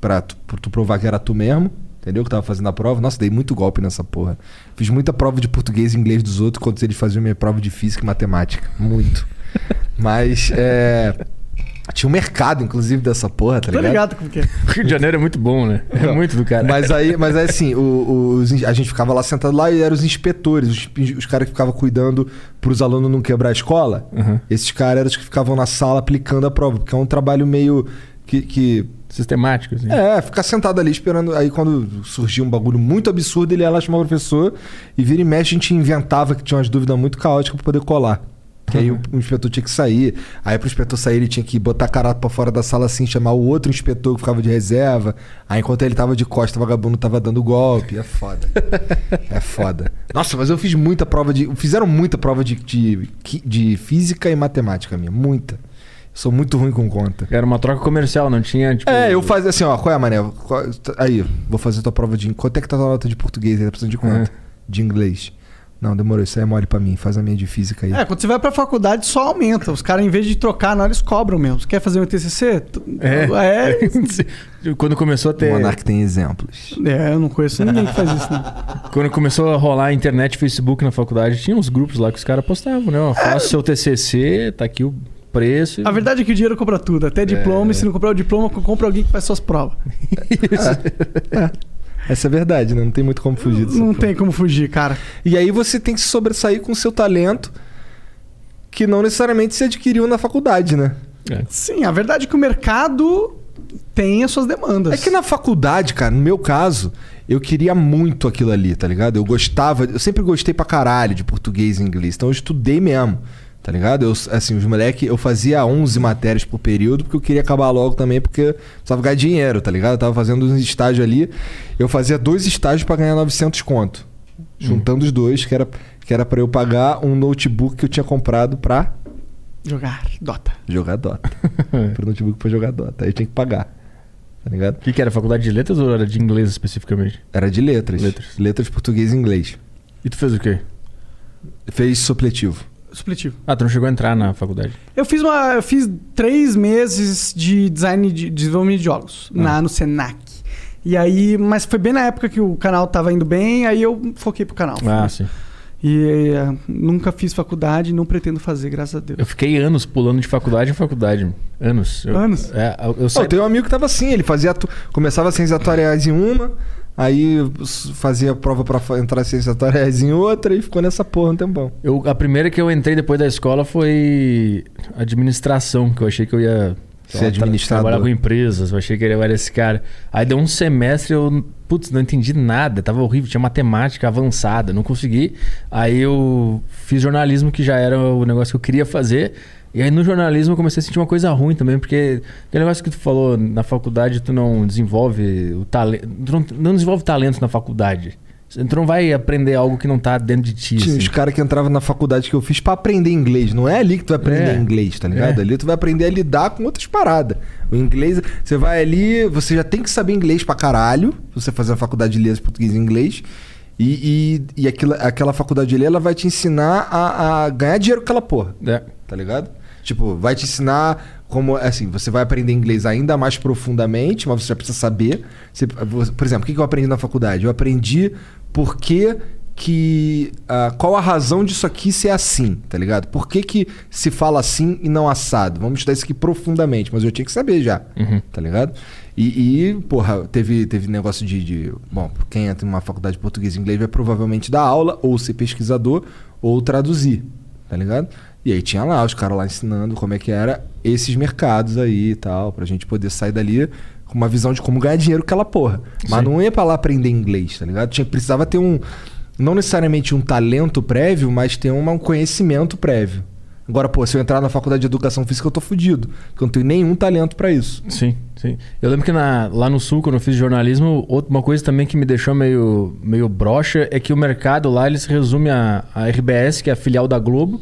Speaker 2: pra tu, pra tu provar que era tu mesmo, entendeu? Que tava fazendo a prova. Nossa, dei muito golpe nessa porra. Fiz muita prova de português e inglês dos outros quando eles faziam minha prova de física e matemática. Muito. Mas, é. Tinha um mercado, inclusive, dessa porra, tá
Speaker 3: Tô
Speaker 2: ligado?
Speaker 3: ligado como que é.
Speaker 5: O Rio de Janeiro é muito bom, né? É
Speaker 2: Não,
Speaker 5: muito do cara.
Speaker 2: Mas aí, mas aí assim, o- os in- a gente ficava lá sentado lá e eram os inspetores, os, in- os caras que ficavam cuidando pros alunos não quebrar a escola.
Speaker 5: Uhum.
Speaker 2: Esses caras eram os que ficavam na sala aplicando a prova, porque é um trabalho meio que. que-
Speaker 5: Sistemático, assim.
Speaker 2: é, ficar sentado ali esperando. Aí quando surgia um bagulho muito absurdo, ele ia lá chamar o professor e vira e mexe, a gente inventava que tinha umas dúvidas muito caóticas pra poder colar. Que aí o, o inspetor tinha que sair. Aí pro inspetor sair, ele tinha que botar a carata pra fora da sala assim, chamar o outro inspetor que ficava de reserva. Aí enquanto ele tava de costa, o vagabundo tava dando golpe. É foda. é foda. Nossa, mas eu fiz muita prova de. Fizeram muita prova de, de, de física e matemática minha. Muita. Sou muito ruim com conta.
Speaker 5: Era uma troca comercial, não tinha, tipo.
Speaker 2: É, eu fazia assim, ó, qual é, mané? Qual- Aí, vou fazer tua prova de. Quanto é que tá tua nota de português aí? Tá
Speaker 3: É.
Speaker 2: precisando de quanto? De inglês. Não, demorou, isso aí é mole pra mim. Faz a minha de física aí.
Speaker 3: É, quando você vai pra faculdade só aumenta. Os caras, em vez de trocar, na hora eles cobram mesmo. Você quer fazer um TCC? Tu- é.
Speaker 5: Quando começou a
Speaker 2: o
Speaker 5: ter.
Speaker 2: Monark tem exemplos.
Speaker 3: É, eu não conheço ninguém que faz isso, não.
Speaker 5: Quando começou a rolar a internet, Facebook na faculdade, tinha uns grupos lá que os caras postavam, né? Ó, faça seu TCC, tá aqui o preço.
Speaker 3: É. A verdade é que o dinheiro compra tudo, até diploma. E se não comprar o diploma, compra alguém que faz suas provas.
Speaker 2: Essa é a verdade, né? Não tem muito como fugir disso.
Speaker 3: Não tem como fugir, cara.
Speaker 2: E aí você tem que se sobressair com o seu talento, que não necessariamente se adquiriu na faculdade, né?
Speaker 3: Sim, a verdade é que o mercado tem as suas demandas.
Speaker 2: É que na faculdade, cara, no meu caso, eu queria muito aquilo ali, tá ligado? Eu gostava, eu sempre gostei pra caralho de português e inglês, então eu estudei mesmo, tá ligado? Eu, assim, os moleques, eu fazia 11 matérias por período porque eu queria acabar logo também, porque precisava ganhar dinheiro, tá ligado? Eu tava fazendo uns estágios ali, eu fazia dois estágios pra ganhar 900 conto. Juntando os dois, que era, que era pra eu pagar um notebook que eu tinha comprado pra
Speaker 3: Jogar Dota.
Speaker 2: jogar Dota. pro notebook pra jogar Dota. Aí eu tinha que pagar, tá ligado?
Speaker 5: O que, que era? Faculdade de letras ou era de inglês especificamente?
Speaker 2: Era de letras.
Speaker 5: Letras.
Speaker 2: Letras português e inglês.
Speaker 5: E tu fez o quê?
Speaker 2: Fez supletivo.
Speaker 3: Supletivo.
Speaker 5: Ah, tu não chegou a entrar na faculdade.
Speaker 3: Eu fiz uma. Eu fiz três meses de design de desenvolvimento de jogos
Speaker 5: Ah.
Speaker 3: na, no Senac. E aí, mas foi bem na época que o canal tava indo bem, aí eu foquei pro canal.
Speaker 5: Ah, sim.
Speaker 3: E é, nunca fiz faculdade, não pretendo fazer, graças a Deus.
Speaker 5: Eu fiquei anos pulando de faculdade em faculdade. Anos. Eu-
Speaker 3: Anos?
Speaker 5: É, eu
Speaker 2: Não,
Speaker 5: saí...
Speaker 2: eu tenho um amigo que tava assim, ele fazia. atu- Começava ciências atuariais em uma, aí s- fazia prova pra fa- entrar em ciências atuariais em outra e ficou nessa porra um tempão.
Speaker 5: Eu- a primeira que eu entrei depois da escola foi administração, que eu achei que eu ia sei
Speaker 2: Ser
Speaker 5: lá,
Speaker 2: administrador.
Speaker 5: trabalhar com empresas, eu achei que eu era esse cara. Aí deu um semestre, eu, putz, não entendi nada, tava horrível, tinha matemática avançada, não consegui. Aí eu fiz jornalismo, que já era o negócio que eu queria fazer. E aí no jornalismo eu comecei a sentir uma coisa ruim também, porque tem um negócio que tu falou, na faculdade tu não desenvolve o talento, tu não, não desenvolve talento na faculdade. Tu não vai aprender algo que não tá dentro de ti.
Speaker 2: Tinha
Speaker 5: assim.
Speaker 2: os caras que entravam na faculdade que eu fiz pra aprender inglês. Não é ali que tu vai aprender
Speaker 5: É.
Speaker 2: inglês, tá ligado?
Speaker 5: É.
Speaker 2: Ali tu vai aprender a lidar com outras paradas. O inglês, você vai ali, você já tem que saber inglês pra caralho, pra você fazer a faculdade de letras, português e inglês. E, e, e aquela, aquela faculdade ali, ela vai te ensinar a, a ganhar dinheiro com aquela porra.
Speaker 5: É.
Speaker 2: tá ligado? Tipo, vai te ensinar como, assim, você vai aprender inglês ainda mais profundamente, mas você já precisa saber. Você- você- por exemplo, o que que eu aprendi na faculdade? Eu aprendi por que que... ah, qual a razão disso aqui ser assim, tá ligado? Por que que se fala assim e não assado? Vamos estudar isso aqui profundamente, mas eu tinha que saber já, tá ligado? E, e, porra, teve, teve negócio de, de- Bom, quem entra em uma faculdade de português e inglês vai provavelmente dar aula, ou ser pesquisador, ou traduzir tá ligado? E aí tinha lá os caras lá ensinando como é que era esses mercados aí e tal, pra gente poder sair dali com uma visão de como ganhar dinheiro com aquela porra. Mas não ia pra lá aprender inglês, tá ligado? Tinha, precisava ter um. Não necessariamente um talento prévio, mas ter uma- um conhecimento prévio. Agora, pô, se eu entrar na faculdade de educação física, eu tô fudido. Porque eu não tenho nenhum talento pra isso.
Speaker 5: Sim, sim. Eu lembro que na- lá no Sul, quando eu fiz jornalismo, outra, uma coisa também que me deixou meio, meio broxa é que o mercado lá ele se resume a, a RBS, que é a filial da Globo.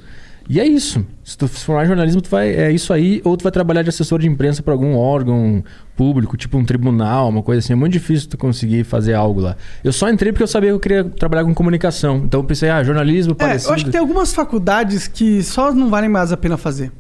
Speaker 5: E é isso. Se tu se formar em jornalismo, tu vai, é isso aí, ou tu vai trabalhar de assessor de imprensa para algum órgão público, tipo um tribunal, uma coisa assim. É muito difícil tu conseguir fazer algo lá. Eu só entrei porque eu sabia que eu queria trabalhar com comunicação. Então eu pensei, ah, jornalismo,
Speaker 3: É,
Speaker 5: parecido.
Speaker 3: eu acho que tem algumas faculdades que só não valem mais a pena fazer.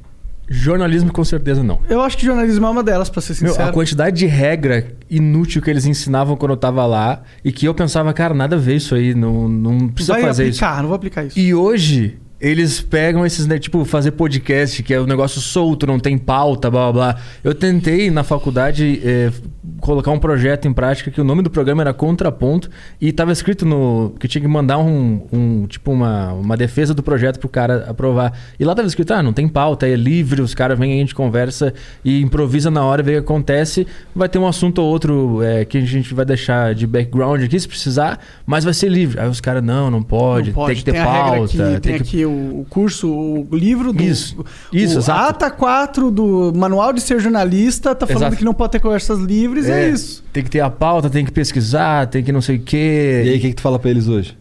Speaker 5: Jornalismo com certeza não.
Speaker 3: Eu acho que jornalismo é uma delas, pra ser
Speaker 5: Meu,
Speaker 3: sincero.
Speaker 5: a quantidade de regra inútil que eles ensinavam quando eu tava lá e que eu pensava, cara, nada a ver isso aí, não, não precisa
Speaker 3: Vai
Speaker 5: fazer
Speaker 3: aplicar, não vou aplicar isso.
Speaker 5: isso. E hoje eles pegam esses, né, tipo, fazer podcast, que é um negócio solto, não tem pauta, blá blá blá. Eu tentei na faculdade é, colocar um projeto em prática que o nome do programa era Contraponto e tava escrito no. que tinha que mandar um, um tipo, uma, uma defesa do projeto pro cara aprovar. E lá tava escrito, ah, não tem pauta, é livre, os caras vêm, a gente conversa e improvisa na hora, vê o que acontece. Vai ter um assunto ou outro é, que a gente vai deixar de background aqui, se precisar, mas vai ser livre. Aí os caras, não, não pode,
Speaker 3: Não pode,
Speaker 5: tem que ter
Speaker 3: tem a regra
Speaker 5: pauta,
Speaker 3: aqui,
Speaker 5: tem,
Speaker 3: tem
Speaker 5: que
Speaker 3: aqui o o o curso, o livro do.
Speaker 5: Isso, isso,
Speaker 3: o
Speaker 5: exato.
Speaker 3: ATA 4 do Manual de Ser Jornalista tá falando
Speaker 5: Exato.
Speaker 3: que não pode ter conversas livres, é,
Speaker 5: É,
Speaker 3: isso.
Speaker 5: Tem que ter a pauta, tem que pesquisar, tem que não sei o quê.
Speaker 2: E aí, o que, que tu fala pra eles hoje?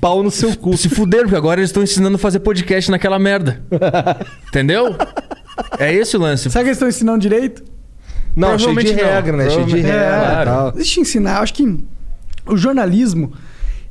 Speaker 2: Pau no seu cu.
Speaker 5: Então, Se fuderam, porque agora eles estão ensinando a fazer podcast naquela merda. Entendeu? É esse o lance.
Speaker 3: Será que eles estão ensinando direito?
Speaker 2: Não, cheio de
Speaker 5: Provavelmente não.
Speaker 2: regra, né? Cheio de
Speaker 5: Provavelmente-
Speaker 2: regra
Speaker 5: É,
Speaker 2: e tal.
Speaker 3: Deixa eu ensinar, eu acho que o jornalismo.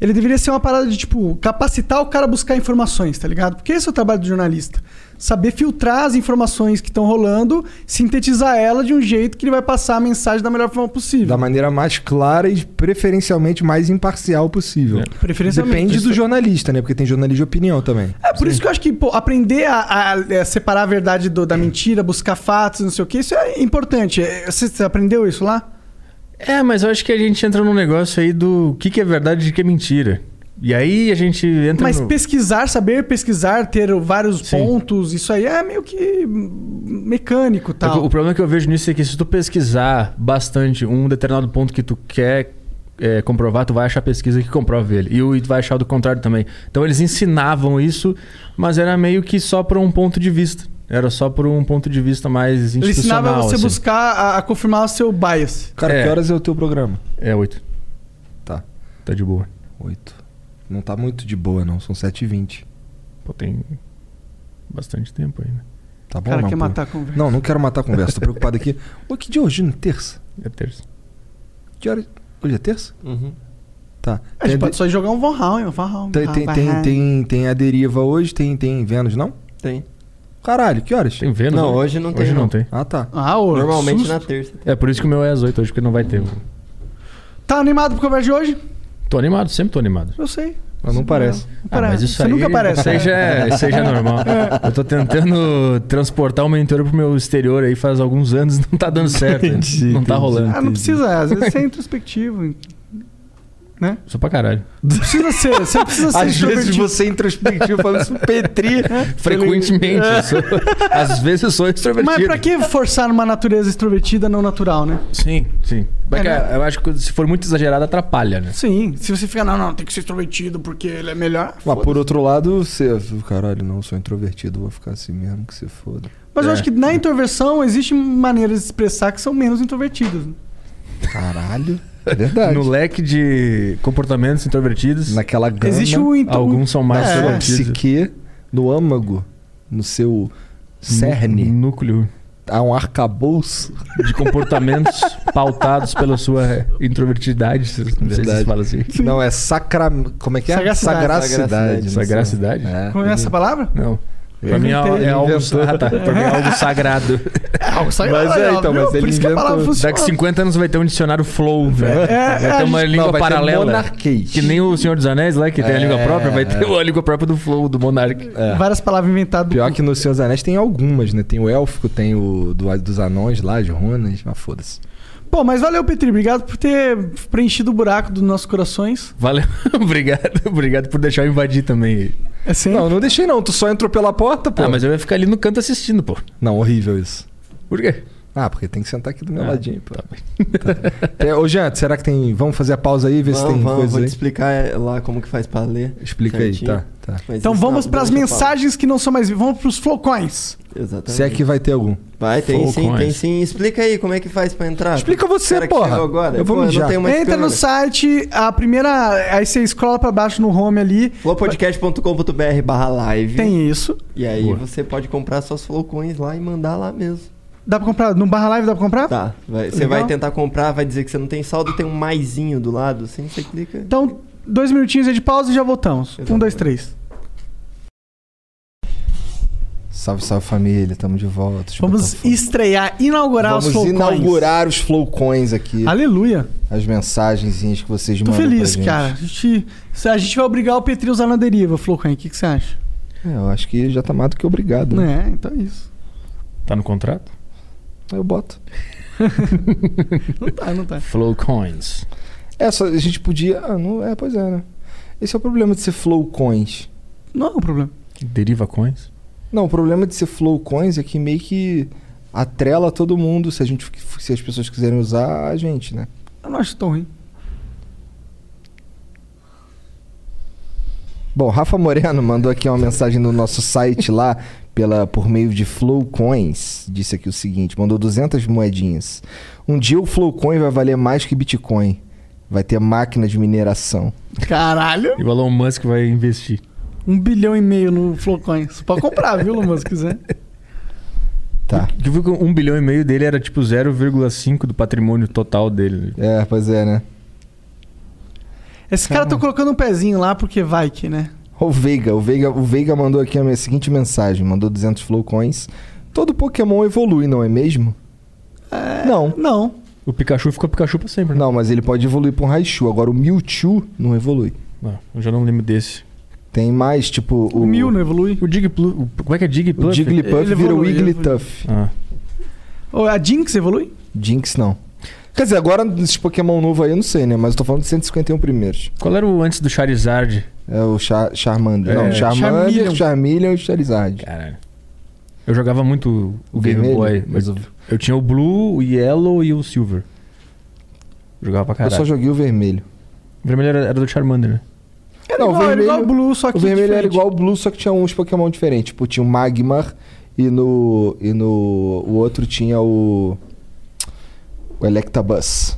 Speaker 3: Ele deveria ser uma parada de, tipo, capacitar o cara a buscar informações, tá ligado? Porque esse é o trabalho do jornalista. Saber filtrar as informações que estão rolando, sintetizar ela de um jeito que ele vai passar a mensagem da melhor forma possível.
Speaker 2: Da maneira mais clara e preferencialmente mais imparcial
Speaker 5: É.
Speaker 2: possível.
Speaker 3: Preferencialmente.
Speaker 2: Depende do jornalista, né? Porque tem jornalista de opinião também.
Speaker 3: É, por isso que eu acho que pô, aprender a, a- a separar a verdade do- da mentira, buscar fatos, não sei o que, isso é importante. É, Você, você aprendeu isso lá?
Speaker 5: É, mas eu acho que a gente entra num negócio aí do que, que é verdade e o que é mentira. E aí a gente
Speaker 2: Então,
Speaker 5: entra
Speaker 3: Mas
Speaker 5: no...
Speaker 3: pesquisar, saber pesquisar, ter vários
Speaker 5: Sim.
Speaker 3: pontos, isso aí é meio que hum, mecânico e
Speaker 5: O, o
Speaker 3: tal.
Speaker 5: problema que eu vejo nisso é que se tu pesquisar bastante um determinado ponto que tu quer é, comprovar, tu vai achar pesquisa que comprove ele. E o e tu vai achar do contrário também. Então eles ensinavam isso, mas era meio que só por um ponto de vista. Era só por um ponto de vista mais
Speaker 3: Ele
Speaker 5: institucional.
Speaker 3: ensinava você
Speaker 5: assim.
Speaker 3: buscar a, a confirmar o seu bias.
Speaker 2: Cara,
Speaker 5: É.
Speaker 2: que horas é o teu programa?
Speaker 5: É, oito.
Speaker 2: Tá.
Speaker 5: Tá de boa.
Speaker 2: Oito. Não tá muito de boa, não. São 7h20.
Speaker 5: Pô, tem bastante tempo ainda.
Speaker 2: Tá
Speaker 3: O
Speaker 2: bom,
Speaker 3: cara
Speaker 2: não,
Speaker 3: quer
Speaker 2: pô?
Speaker 3: matar a conversa.
Speaker 2: Não, não quero matar a conversa. Tô preocupado aqui. Ô, que dia é hoje? Não, Terça?
Speaker 5: É terça.
Speaker 2: Que hora... Hoje é terça?
Speaker 4: Uhum.
Speaker 2: Tá.
Speaker 3: A gente
Speaker 2: Tem,
Speaker 3: pode só jogar um Von Raun, um Von Raun.
Speaker 2: tem, tem, tem, tem, tem a deriva hoje, tem, tem Vênus, não?
Speaker 4: Tem.
Speaker 2: Caralho, que horas?
Speaker 5: Tem Vênus?
Speaker 4: Não,
Speaker 5: né?
Speaker 4: hoje não tem.
Speaker 5: Hoje
Speaker 4: não.
Speaker 5: não tem.
Speaker 2: Ah, tá.
Speaker 3: Ah, ô,
Speaker 4: Normalmente
Speaker 2: né?
Speaker 3: susto.
Speaker 4: na terça.
Speaker 5: É por isso que o meu é às oito hoje, porque não vai ter.
Speaker 3: Tá animado pro conversa de hoje?
Speaker 5: Tô animado, sempre tô animado.
Speaker 3: Eu sei.
Speaker 2: Mas não parece.
Speaker 5: Ah, mas isso
Speaker 3: Você
Speaker 5: aí,
Speaker 3: nunca aparece.
Speaker 5: Isso aí
Speaker 3: né?
Speaker 5: já é, isso aí já é normal. Eu tô tentando transportar o meu interior pro meu exterior aí faz alguns anos não tá dando certo.
Speaker 2: Entendi,
Speaker 5: não tá
Speaker 2: entendi.
Speaker 5: rolando.
Speaker 3: Ah, não precisa, às vezes você é introspectivo.
Speaker 5: Sou pra caralho.
Speaker 3: Não precisa ser, você não precisa ser
Speaker 2: Às vezes
Speaker 3: introvertido.
Speaker 2: você é introspectivo falando isso, Petri.
Speaker 5: Frequentemente. eu sou- às vezes eu sou extrovertido.
Speaker 3: Mas pra que forçar uma natureza extrovertida não natural, né?
Speaker 5: Sim, sim. Mas
Speaker 3: É,
Speaker 5: cara, eu acho que se for muito exagerado, atrapalha, né?
Speaker 3: Sim, se você fica, não, não, tem que ser extrovertido porque ele é melhor.
Speaker 2: Mas por outro lado, você. é, Caralho, não, eu sou introvertido, vou ficar assim mesmo que se foda.
Speaker 3: Mas eu
Speaker 5: É.
Speaker 3: acho que na introversão existem maneiras de expressar que são menos introvertidas.
Speaker 2: Caralho. É verdade.
Speaker 5: No leque de comportamentos introvertidos,
Speaker 2: Naquela gama,
Speaker 3: Existe o então,
Speaker 5: alguns são mais
Speaker 2: na sua
Speaker 5: introvertidos.
Speaker 2: psique, no âmago, no seu
Speaker 5: Nú-
Speaker 2: cerne,
Speaker 5: Núcleo
Speaker 2: há um arcabouço.
Speaker 5: de comportamentos pautados pela sua introvertidade. Não sei se
Speaker 2: Verdade.
Speaker 5: se fala assim.
Speaker 2: Não, é sacra... Como é que é?
Speaker 3: Sagacidade.
Speaker 2: Sagacidade. não sei.
Speaker 5: Sagacidade? né?
Speaker 2: É.
Speaker 3: Como é essa palavra?
Speaker 5: Não.
Speaker 2: Ele
Speaker 5: Pra mim é,
Speaker 3: inventei,
Speaker 5: é
Speaker 2: ele
Speaker 5: algo,
Speaker 2: inventou.
Speaker 5: ah, tá. pra mim é algo sagrado.
Speaker 3: algo sai
Speaker 2: Mas é, então, mas
Speaker 3: Por
Speaker 2: ele
Speaker 3: isso que a palavra
Speaker 2: inventou.
Speaker 3: funciona.
Speaker 5: Daqui 50 anos vai ter um dicionário flow, velho.
Speaker 3: É,
Speaker 5: vai
Speaker 3: é,
Speaker 5: ter uma
Speaker 3: a gente-
Speaker 5: língua
Speaker 2: Não, vai ter
Speaker 5: paralela.
Speaker 2: monarquês.
Speaker 5: Que nem o Senhor dos Anéis lá, que tem a língua
Speaker 2: É,
Speaker 5: própria, vai ter a língua própria do flow, do monarca.
Speaker 2: É.
Speaker 3: Várias palavras inventadas.
Speaker 2: Pior é que no Senhor dos Anéis tem algumas, né? Tem o élfico, tem o do- dos anões lá, de runas, mas foda-se.
Speaker 3: Bom, mas valeu, Petri. Obrigado por ter preenchido o buraco dos nossos corações.
Speaker 5: Valeu, obrigado. Obrigado por deixar eu invadir também.
Speaker 3: É sempre.
Speaker 2: Não, não deixei não, tu só entrou pela porta, pô.
Speaker 5: Ah, mas eu ia ficar ali no canto assistindo, pô.
Speaker 2: Não, horrível isso.
Speaker 5: Por quê?
Speaker 2: Ah, porque tem que sentar aqui do meu
Speaker 5: Ah,
Speaker 2: ladinho, pô.
Speaker 5: tá bem.
Speaker 2: É, ô, Jean, será que tem... Vamos fazer a pausa aí, ver se
Speaker 4: Vamos,
Speaker 2: tem
Speaker 4: vamos,
Speaker 2: coisa
Speaker 4: vou te
Speaker 2: aí?
Speaker 4: explicar é, lá como que faz pra ler.
Speaker 2: Explica
Speaker 4: certinho.
Speaker 2: aí, tá, tá.
Speaker 4: Mas
Speaker 3: Então
Speaker 4: isso
Speaker 3: vamos
Speaker 4: na-
Speaker 3: pras
Speaker 4: durante a pausa.
Speaker 3: mensagens que não são mais. Vamos pros flocões. Tá
Speaker 4: Exatamente.
Speaker 2: Se é que vai ter algum.
Speaker 4: Vai, tem
Speaker 5: Fogo,
Speaker 4: sim, tem
Speaker 5: mas-
Speaker 4: sim. Explica aí como é que faz pra entrar.
Speaker 2: Explica você,
Speaker 4: Cara que
Speaker 2: porra.
Speaker 4: chegou Agora.
Speaker 2: Eu vou
Speaker 4: Pô,
Speaker 2: mijar.
Speaker 4: Não tenho mais
Speaker 3: Entra
Speaker 4: câmera.
Speaker 3: no site, a primeira. Aí você scrolla pra baixo no home ali.
Speaker 4: flowpodcast.com.br barra live.
Speaker 3: Tem isso.
Speaker 4: E aí
Speaker 5: Boa.
Speaker 4: você pode comprar suas flowcoins lá e mandar lá mesmo.
Speaker 3: Dá pra comprar? No barra live dá pra comprar?
Speaker 4: Tá. vai- você
Speaker 3: Legal.
Speaker 4: vai tentar comprar, vai dizer que você não tem saldo, tem um maisinho do lado, assim, você clica.
Speaker 3: Então, dois minutinhos aí de pausa e já voltamos. Um, dois,
Speaker 2: Tá
Speaker 3: três.
Speaker 2: Salve, salve família, tamo de volta. Deixa eu botar
Speaker 3: Vamos
Speaker 2: fogo.
Speaker 3: estrear, inaugurar os
Speaker 2: Vamos
Speaker 3: flocões.
Speaker 2: inaugurar os flowcoins aqui.
Speaker 3: Aleluia.
Speaker 2: As mensagenzinhas que vocês
Speaker 3: Tô
Speaker 2: mandam pra
Speaker 3: feliz,
Speaker 2: gente.
Speaker 3: cara. A gente, a gente vai obrigar o Petri a usar na deriva, Flocão. O que, que você acha?
Speaker 2: É, eu acho que já tá mais do que obrigado, né?
Speaker 3: É, então é isso.
Speaker 5: Tá no contrato?
Speaker 2: Eu boto.
Speaker 3: Não tá, não tá.
Speaker 5: Flow Coins.
Speaker 2: É, só a gente podia... Ah, não... É, pois é, né? Esse é o problema de ser flowcoins.
Speaker 3: Não é um problema.
Speaker 5: Deriva Coins?
Speaker 2: Não, o problema de ser flowcoins é que meio que atrela todo mundo se, a gente, se as pessoas quiserem usar a gente, né?
Speaker 3: Eu não acho tão ruim.
Speaker 2: Bom, Rafa Moreno mandou aqui uma mensagem no nosso site lá, pela, por meio de Flowcoins. Disse aqui o seguinte: mandou 200 moedinhas. Um dia o Flowcoin vai valer mais que Bitcoin. Vai ter máquina de mineração.
Speaker 3: Caralho.
Speaker 5: E o Elon Musk vai investir.
Speaker 3: Um bilhão e meio no Flowcoin. Você pode comprar, viu, Luman, se quiser.
Speaker 2: Tá.
Speaker 5: Eu vi que um bilhão e meio dele era tipo 0,5 do patrimônio total dele.
Speaker 2: É, pois é, né?
Speaker 3: Esses
Speaker 2: Tá
Speaker 3: caras estão colocando um pezinho lá porque vai que, né?
Speaker 2: O Veiga, o Veiga, o Veiga mandou aqui a minha seguinte mensagem, mandou 200 flowcoins. Todo Pokémon evolui, não é mesmo?
Speaker 3: É.
Speaker 2: Não.
Speaker 3: Não.
Speaker 5: O Pikachu ficou Pikachu pra sempre, né?
Speaker 2: Não, mas ele pode evoluir pra um Raichu. Agora o Mewtwo não evolui.
Speaker 5: Ah, eu já não lembro desse.
Speaker 2: Tem mais, tipo...
Speaker 3: O mil não evolui.
Speaker 5: O Digiplu... o- Como é que é Digipluff?
Speaker 2: O Jigglypuff
Speaker 3: Ele
Speaker 2: vira o
Speaker 3: evolui,
Speaker 2: Wigglytuff.
Speaker 5: Ah.
Speaker 3: Ô, A Jinx evolui?
Speaker 2: Jinx não. Quer dizer, agora esses Pokémon novo aí eu não sei, né? Mas eu tô falando de 151 primeiros.
Speaker 5: Qual era o antes do Charizard?
Speaker 2: É o Char Charmander.
Speaker 5: É,
Speaker 2: não, Charmander,
Speaker 3: Charmeleon.
Speaker 2: Charmeleon, e Charizard.
Speaker 5: Caralho. Eu jogava muito o Game
Speaker 2: vermelho,
Speaker 5: Boy.
Speaker 2: mas
Speaker 5: eu,
Speaker 2: o-
Speaker 5: eu tinha o Blue, o Yellow e o Silver. Jogava pra
Speaker 2: Eu
Speaker 5: caralho.
Speaker 2: só joguei o vermelho.
Speaker 5: O vermelho era, era do Charmander, né?
Speaker 3: Era
Speaker 2: É, Não, o
Speaker 3: igual, era
Speaker 2: vermelho-
Speaker 3: igual o Blue, só que
Speaker 2: o vermelho era
Speaker 3: diferente.
Speaker 2: igual o Blue, só que tinha uns Pokémon diferentes. Tipo, tinha o Magmar e no. E no. O outro tinha o. O Electabuzz.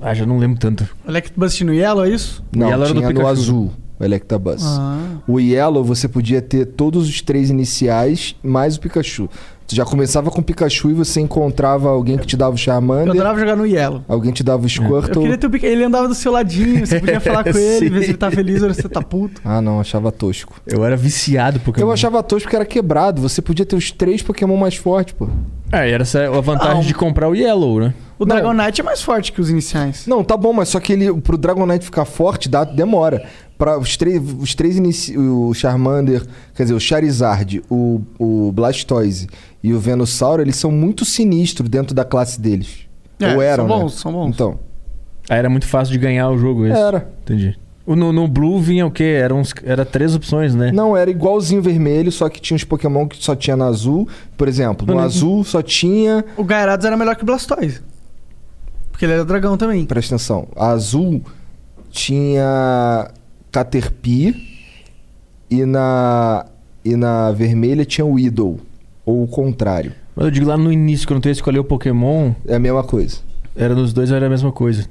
Speaker 5: Ah, já não lembro tanto.
Speaker 3: Electabuzz no Yellow, é isso?
Speaker 2: Não,
Speaker 5: Yellow era do
Speaker 2: tinha no
Speaker 5: Pikachu.
Speaker 2: azul, o Electabuzz.
Speaker 3: Ah.
Speaker 2: O Yellow você podia ter todos os três iniciais mais o Pikachu. Tu já começava com o Pikachu e você encontrava alguém que te dava o
Speaker 3: Eu
Speaker 2: Charmander,
Speaker 3: adorava jogar no Yellow.
Speaker 2: alguém te dava o
Speaker 3: É. Eu
Speaker 2: Squirtle.
Speaker 3: queria ter o Pikachu. Ele andava do seu ladinho, você podia falar com ele, ver se ele tá feliz ou se ele tá puto.
Speaker 2: Ah, não, achava tosco.
Speaker 5: Eu era viciado porque
Speaker 2: Eu achava tosco porque era quebrado. Você podia ter os três Pokémon mais fortes, pô.
Speaker 5: Ah, e era essa a vantagem
Speaker 3: Ah, um-
Speaker 5: de comprar o Yellow, né?
Speaker 3: O
Speaker 2: Não.
Speaker 3: Dragonite é mais forte que os iniciais.
Speaker 2: Não, tá bom, mas só que ele pro Dragonite ficar forte dá, demora. Para os três, os três inici... o Charmander, quer dizer, o Charizard, o, o Blastoise e o Venusaur, eles são muito sinistros dentro da classe deles.
Speaker 3: É,
Speaker 2: Ou eram,
Speaker 3: são
Speaker 2: né?
Speaker 3: bons, são bons. É
Speaker 2: Então,
Speaker 5: Ah, era muito fácil de ganhar o jogo esse.
Speaker 2: era.
Speaker 5: Entendi. O- No, no Blue vinha o quê? Era, uns, era três opções,
Speaker 3: É.
Speaker 5: né?
Speaker 2: Não, era igualzinho vermelho, só que tinha uns Pokémon que só tinha no azul. Por exemplo, no
Speaker 5: Olha.
Speaker 2: azul só tinha.
Speaker 3: O Gyarados era melhor que o Blastoise. Porque ele era dragão também.
Speaker 2: Presta atenção. Azul tinha Caterpie e na e na vermelha tinha o Idol ou o contrário.
Speaker 5: Mas eu digo lá no início, quando tu ia escolher o Pokémon,
Speaker 2: É a mesma coisa.
Speaker 5: era nos dois era a mesma coisa.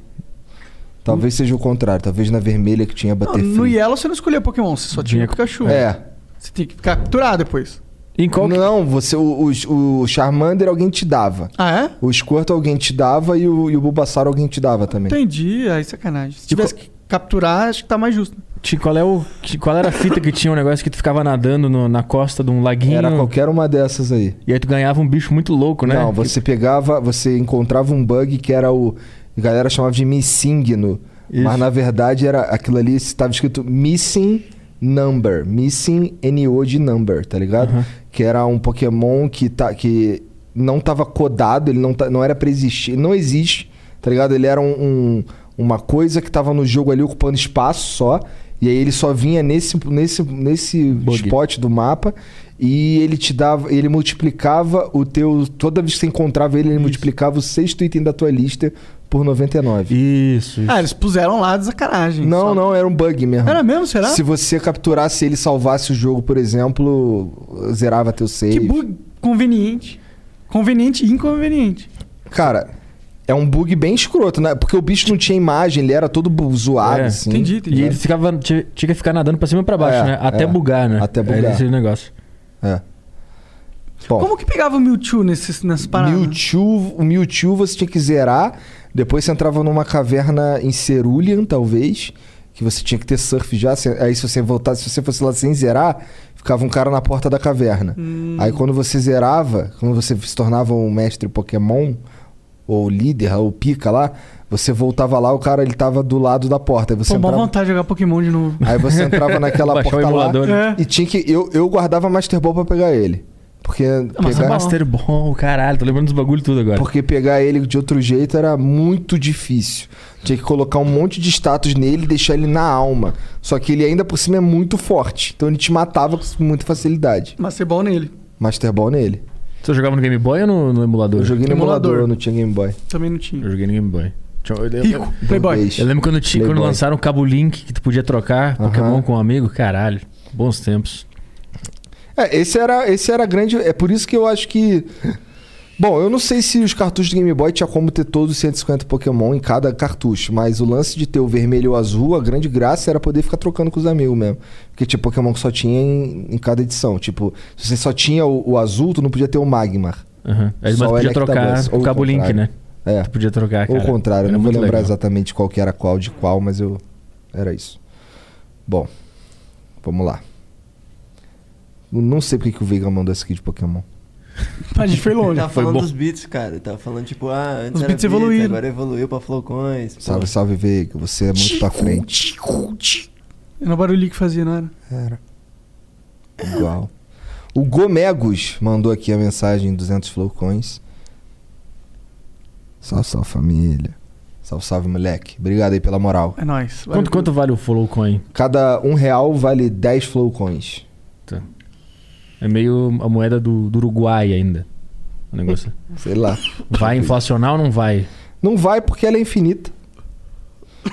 Speaker 2: Talvez seja o contrário, talvez na vermelha que tinha
Speaker 3: Não, no
Speaker 2: Butterfree.
Speaker 3: Yellow você não escolhia Pokémon, você só tinha
Speaker 5: Vinha
Speaker 3: o Pikachu.
Speaker 2: É.
Speaker 3: Você tem que capturar depois.
Speaker 5: Em qual que-
Speaker 2: Não, você o, o, o Charmander alguém te dava.
Speaker 3: Ah, é?
Speaker 2: O Squirtle alguém te dava e o, e o Bulbasaur alguém te dava também.
Speaker 3: Entendi. Aí sacanagem. Se tivesse que capturar, acho que tá mais justo.
Speaker 5: ti- qual, é o, ti- qual era a fita que tinha um negócio que tu ficava nadando no- na costa de um laguinho?
Speaker 2: Era qualquer uma dessas aí.
Speaker 5: E aí tu ganhava um bicho muito louco, né?
Speaker 2: Não, você pegava, você encontrava um bug que era o. A galera chamava de missigno.
Speaker 5: Isso.
Speaker 2: Mas na verdade era aquilo ali estava escrito missing number, missing NO de number, tá ligado? Que era um Pokémon que tá que não tava codado, ele não tá, não era pra existir, ele não existe, tá ligado? Ele era um, um- uma coisa que tava no jogo ali ocupando espaço só. E aí ele só vinha nesse nesse nesse spot do mapa e ele te dava, ele multiplicava o teu toda vez que você encontrava ele, ele multiplicava o sexto item da tua lista por 99.
Speaker 5: Isso, isso.
Speaker 3: Ah, eles puseram lá de sacanagem.
Speaker 2: Não,
Speaker 3: só.
Speaker 2: não, era um bug mesmo.
Speaker 3: Era mesmo, será?
Speaker 2: Se você capturasse ele e salvasse o jogo, por exemplo, zerava teu save.
Speaker 3: Que bug conveniente. Conveniente e inconveniente.
Speaker 2: Cara, é um bug bem escroto, né? Porque o bicho não tinha imagem, ele era todo bu- zoado,
Speaker 5: É,
Speaker 2: assim.
Speaker 3: Entendi, entendi.
Speaker 5: E ele ficava, tinha, tinha que ficar nadando pra cima e pra baixo,
Speaker 2: É,
Speaker 5: né? Até
Speaker 2: é.
Speaker 5: bugar, né?
Speaker 2: Até bugar.
Speaker 5: Era esse negócio.
Speaker 2: É. Bom,
Speaker 3: Como que pegava o Mewtwo nesses, nessas paradas?
Speaker 2: Mewtwo, o Mewtwo você tinha que zerar, depois você entrava numa caverna em Cerulean, talvez, que você tinha que ter surf já, se- aí se você voltasse, se você fosse lá sem zerar, ficava um cara na porta da caverna.
Speaker 3: Hum.
Speaker 2: Aí quando você zerava, quando você se tornava um mestre Pokémon, ou líder, ou pica lá, você voltava lá, o cara ele tava do lado da porta. Aí você
Speaker 3: Pô, mó
Speaker 2: entrava,
Speaker 3: vontade de jogar Pokémon de novo.
Speaker 2: aí você entrava naquela
Speaker 5: Baixar o
Speaker 2: porta lá
Speaker 5: emulador, né?
Speaker 3: É.
Speaker 2: e tinha que eu, eu guardava Master Ball pra pegar ele. Porque
Speaker 3: mas
Speaker 2: É,
Speaker 3: é
Speaker 2: pegar...
Speaker 5: Master Ball, caralho, tô lembrando dos bagulho tudo agora.
Speaker 2: Porque pegar ele de outro jeito era muito difícil. Tinha que colocar um monte de status nele e deixar ele na alma. Só que ele ainda por cima é muito forte. Então ele te matava com muita facilidade.
Speaker 3: Mas ser bom nele.
Speaker 2: Master Ball nele.
Speaker 5: Você jogava no Game Boy ou no, no emulador?
Speaker 2: Eu joguei no
Speaker 3: Emulador.
Speaker 2: emulador, eu não tinha Game Boy.
Speaker 3: Também não tinha.
Speaker 5: Eu joguei no Game Boy. Tinha- eu- eu-
Speaker 3: Rico, Playboy.
Speaker 2: Talvez.
Speaker 5: Eu lembro quando, tinha, quando
Speaker 2: Playboy.
Speaker 5: lançaram o Cabo Link, que tu podia trocar
Speaker 2: Aham.
Speaker 5: Pokémon com um amigo. Caralho, bons tempos.
Speaker 2: É, esse era, esse era grande. É por isso que eu acho que. Bom, eu não sei se os cartuchos do Game Boy tinha como ter todos os 150 Pokémon em cada cartucho, mas o lance de ter o vermelho e o azul, a grande graça era poder ficar trocando com os amigos mesmo. Porque tinha Pokémon que só tinha em, em cada edição. Tipo, se você só tinha o, o azul, tu não podia ter o Magmar.
Speaker 5: Aham. Aí,
Speaker 2: Só
Speaker 5: mas
Speaker 2: o
Speaker 5: podia
Speaker 2: Electabuzz,
Speaker 5: trocar
Speaker 2: ou
Speaker 5: o
Speaker 2: o
Speaker 5: Cabo Link, né?
Speaker 2: contrário. É.
Speaker 5: Tu podia trocar,
Speaker 2: Ou
Speaker 5: cara.
Speaker 2: o contrário, eu
Speaker 5: Era
Speaker 2: não vou
Speaker 5: muito
Speaker 2: lembrar
Speaker 5: legal.
Speaker 2: exatamente qual que era qual de qual, mas eu. Era isso. Bom, vamos lá. Eu Não sei porque que o Veiga mandou esse aqui de Pokémon.
Speaker 3: A gente foi longe.
Speaker 4: Tava Tá falando
Speaker 7: bom.
Speaker 4: dos beats, cara. Tava falando, tipo, ah, antes
Speaker 3: Os
Speaker 4: era
Speaker 3: beats evoluíram.
Speaker 4: agora evoluiu pra flowcoins. pô.
Speaker 2: Salve, salve, Veiga. Você é muito pra frente.
Speaker 3: Era o barulhinho que fazia, não era?
Speaker 2: Era. Igual. O Gomegos mandou aqui a mensagem 200 flocões. Salve, salve, família. Salve, salve, moleque. Obrigado aí pela moral.
Speaker 3: É nóis. Valeu.
Speaker 5: Quanto, quanto vale o Follow Coin?
Speaker 2: Cada um real vale 10 flowcoins.
Speaker 5: É meio a moeda do, do Uruguai ainda. O negócio.
Speaker 2: Sei lá.
Speaker 5: Vai inflacionar ou não vai?
Speaker 2: Não vai porque ela é infinita.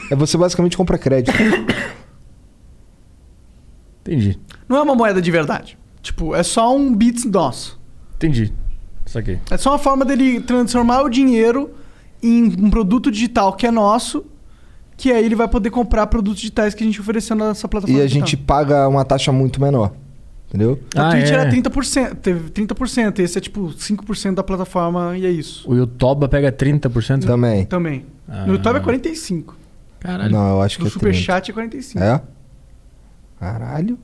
Speaker 2: É você basicamente compra crédito.
Speaker 5: Entendi.
Speaker 3: Não é uma moeda de verdade. Tipo, é só um bits nosso.
Speaker 5: Entendi. Saquei.
Speaker 3: É só uma forma dele transformar o dinheiro em um produto digital que é nosso, que aí ele vai poder comprar produtos digitais que a gente ofereceu na nossa plataforma.
Speaker 2: e a
Speaker 3: digital.
Speaker 2: gente paga uma taxa muito menor. Entendeu?
Speaker 3: A
Speaker 5: Ah,
Speaker 3: Twitch
Speaker 5: é.
Speaker 3: era 30%, teve 30%, esse é tipo 5% da plataforma e é isso.
Speaker 5: O Yotoba pega 30%?
Speaker 2: Também.
Speaker 3: Também.
Speaker 5: Ah.
Speaker 3: No YouTube é 45%.
Speaker 5: Caralho.
Speaker 2: Não, eu acho que
Speaker 3: No
Speaker 2: é 30.
Speaker 3: Superchat é 45%.
Speaker 2: É? Caralho.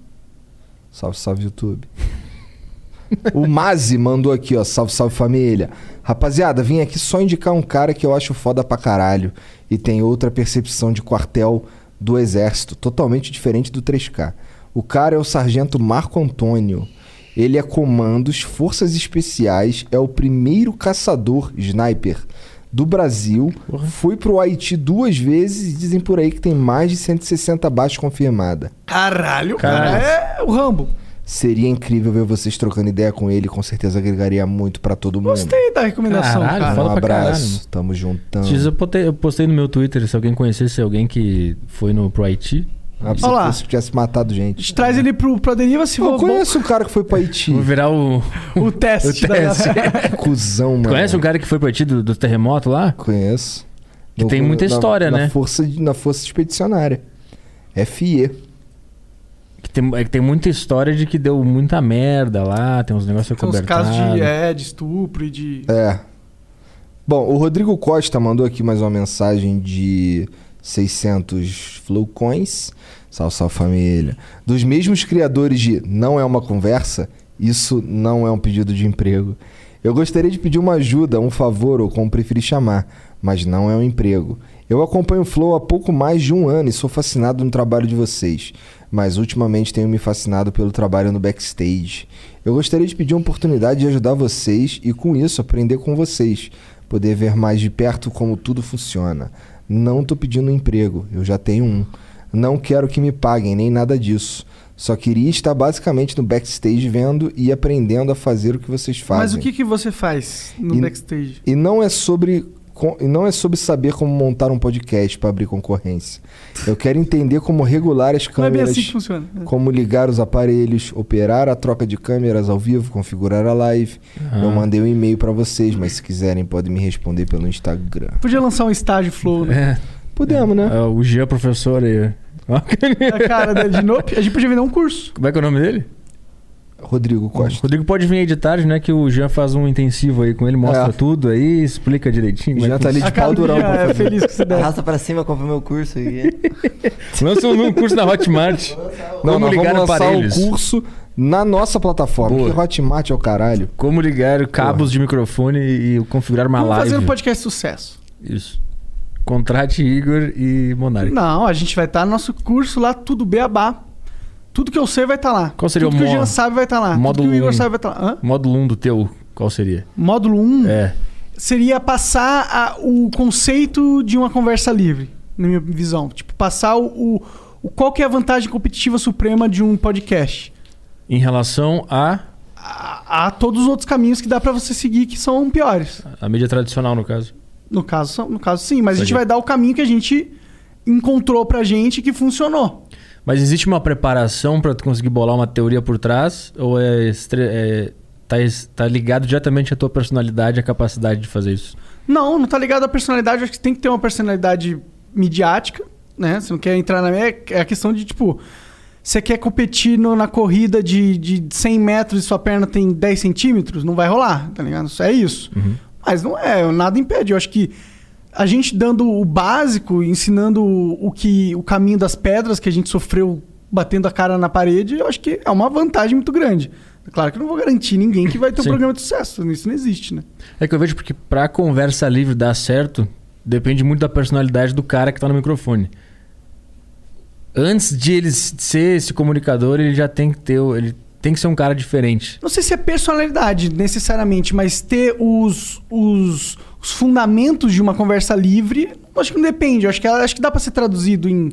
Speaker 2: Salve, salve, YouTube. o Mazi mandou aqui, ó. Salve, salve, família. Rapaziada, vim aqui só indicar um cara que eu acho foda pra caralho. E tem outra percepção de quartel do exército, totalmente diferente do 3K. O cara é o sargento Marco Antônio. Ele é comandos, forças especiais, é o primeiro caçador sniper do Brasil. Foi pro Haiti duas vezes e dizem por aí que tem mais de 160 baixas confirmada.
Speaker 3: Caralho,
Speaker 5: Caralho.
Speaker 3: cara. É o Rambo.
Speaker 2: Seria incrível ver vocês trocando ideia com ele, com certeza agregaria muito pra todo mundo.
Speaker 3: Gostei da recomendação,
Speaker 5: Caralho,
Speaker 3: cara.
Speaker 5: Fala
Speaker 2: um
Speaker 5: pra
Speaker 2: abraço,
Speaker 5: caralho.
Speaker 2: tamo juntão.
Speaker 5: Esses dias Eu postei, eu postei no meu Twitter, se alguém conhecesse alguém que foi no pro Haiti.
Speaker 2: Ah, se
Speaker 3: Olá.
Speaker 2: fosse que tivesse matado
Speaker 3: A
Speaker 2: gente.
Speaker 3: gente traz ele pro, pra deriva se
Speaker 2: Eu
Speaker 3: for bom,
Speaker 2: conheço um cara que foi pra Haiti.
Speaker 5: Vou virar o.
Speaker 3: o teste. da-
Speaker 2: Cusão, mano.
Speaker 5: Conhece o cara que foi pro Haiti do, do terremoto lá?
Speaker 2: Conheço.
Speaker 5: Que tem muita história,
Speaker 2: na
Speaker 5: né?
Speaker 2: Força, de- na Força Expedicionária. FE.
Speaker 5: Que tem, é que tem muita história de que deu muita merda lá, tem uns negócios
Speaker 3: Tem uns
Speaker 5: acobertados.
Speaker 3: casos de, é, de estupro e de.
Speaker 2: É. Bom, o Rodrigo Costa mandou aqui mais uma mensagem de 600 flowcoins. Salve, salve família. Dos mesmos criadores de Não é uma conversa, isso não é um pedido de emprego. Eu gostaria de pedir uma ajuda, um favor ou como preferir chamar, mas não é um emprego. Eu acompanho o Flow há pouco mais de um ano e sou fascinado no trabalho de vocês, mas ultimamente tenho me fascinado pelo trabalho no backstage. Eu gostaria de pedir uma oportunidade de ajudar vocês e com isso aprender com vocês, poder ver mais de perto como tudo funciona. Não tô pedindo um emprego, eu já tenho um. Não quero que me paguem nem nada disso. Só queria estar basicamente no backstage vendo e aprendendo a fazer o que vocês fazem.
Speaker 3: Mas o que, que você faz no
Speaker 2: E-
Speaker 3: backstage?
Speaker 2: E não é sobre co- e não é sobre saber como montar um podcast para abrir concorrência. Eu quero entender como regular as
Speaker 3: Não é bem
Speaker 2: câmeras,
Speaker 3: assim que funciona.
Speaker 2: como ligar os aparelhos, operar a troca de câmeras ao vivo, configurar a live. Eu mandei um e-mail para vocês, mas se quiserem podem me responder pelo Instagram.
Speaker 3: Podia lançar um estágio flow, né?
Speaker 5: É,
Speaker 2: Podemos, né?
Speaker 5: é, o Jean professor aí. ó.
Speaker 3: A cara dele de novo. A gente podia vender um curso.
Speaker 5: Como é que é o nome dele?
Speaker 2: Rodrigo
Speaker 5: O
Speaker 2: Costa.
Speaker 5: Rodrigo pode vir aí de tarde, né? Que o Jean faz um intensivo aí com ele, mostra
Speaker 2: É.
Speaker 5: tudo aí, explica direitinho. como
Speaker 2: Jean
Speaker 5: é que
Speaker 2: tá ali
Speaker 5: funciona.
Speaker 3: A
Speaker 2: De
Speaker 3: cara
Speaker 2: pau
Speaker 3: do
Speaker 2: durão,
Speaker 3: Jean
Speaker 2: por
Speaker 3: é
Speaker 2: favor.
Speaker 3: feliz com essa ideia.
Speaker 4: Arrasta pra cima, compra meu curso aí.
Speaker 5: Lança um curso na Hotmart.
Speaker 2: Não,
Speaker 5: Como
Speaker 2: nós
Speaker 5: ligar
Speaker 2: vamos lançar o
Speaker 5: aparelhos.
Speaker 2: curso na nossa plataforma.
Speaker 5: Boa.
Speaker 2: Porque Hotmart é o caralho.
Speaker 5: Como ligar cabos de microfone e configurar uma
Speaker 3: Vamos
Speaker 5: live.
Speaker 3: fazer um podcast sucesso.
Speaker 5: Isso. Contrate Igor e Monark.
Speaker 3: Não, a gente vai estar no nosso curso lá, tudo beabá. Tudo que eu sei vai estar lá.
Speaker 5: Qual seria
Speaker 3: tudo
Speaker 5: o
Speaker 3: que o
Speaker 5: mo-
Speaker 3: Jean sabe vai estar lá. tudo
Speaker 5: módulo
Speaker 3: que o Igor
Speaker 5: um?
Speaker 3: sabe vai estar lá. Hã?
Speaker 5: Módulo 1 do teu, qual seria?
Speaker 3: Módulo 1
Speaker 2: Hum.
Speaker 3: um
Speaker 5: É.
Speaker 3: seria passar a- o conceito de uma conversa livre, na minha visão. Tipo, passar o, o- o- qual que é a vantagem competitiva suprema de um podcast.
Speaker 5: Em relação à
Speaker 3: Há há todos os outros caminhos que dá pra você seguir que são piores.
Speaker 5: à mídia tradicional, no caso.
Speaker 3: No caso, são- no caso sim, mas a gente
Speaker 5: Entendi.
Speaker 3: vai dar o caminho que a gente encontrou pra gente que funcionou.
Speaker 5: Mas existe uma preparação pra tu conseguir bolar uma teoria por trás? Ou é, estre- é- tá, es- tá ligado diretamente à tua personalidade e à capacidade de fazer isso?
Speaker 3: Não, não tá ligado à personalidade, acho que tem que ter uma personalidade midiática, né? Você não quer entrar na. É é a questão de, tipo, você quer competir no- na corrida de, de 100 metros e sua perna tem 10 centímetros? Não vai rolar, tá ligado? Isso é isso. Mas não é, nada impede. Eu acho que a gente dando o básico, ensinando o, o que o caminho das pedras que a gente sofreu batendo a cara na parede, eu acho que é uma vantagem muito grande. Claro que eu não vou garantir ninguém que vai ter um
Speaker 5: Sim.
Speaker 3: programa de sucesso. Isso não existe, né?
Speaker 5: É que eu vejo porque pra conversa livre dar certo, depende muito da personalidade do cara que tá no microfone. Antes de ele s- ser esse comunicador, ele já tem que ter. o- Ele tem que ser um cara diferente.
Speaker 3: não sei se é personalidade necessariamente, mas ter os, os, os fundamentos de uma conversa livre, eu acho que não depende. eu acho que, ela- acho que dá pra ser traduzido em,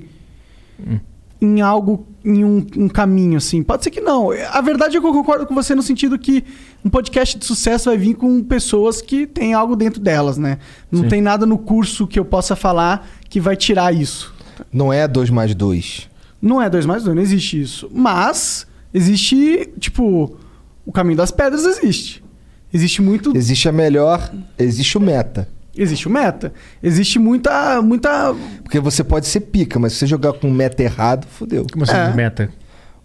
Speaker 3: em algo, em um, um caminho, assim. Pode ser que não. A verdade é que eu concordo com você no sentido que um podcast de sucesso vai vir com pessoas que têm algo dentro delas, né? Não
Speaker 5: Sim.
Speaker 3: tem nada no curso que eu possa falar que vai tirar isso.
Speaker 2: Não é dois mais dois.
Speaker 3: Não é 2 mais 2, não existe isso. Mas existe, tipo, o caminho das pedras existe. Existe muito.
Speaker 2: Existe a melhor, existe o meta.
Speaker 3: Existe o meta. Existe muita. muita.
Speaker 2: Porque você pode ser pica, mas se você jogar com o meta errado, fodeu.
Speaker 5: Como assim,
Speaker 3: É.
Speaker 5: meta?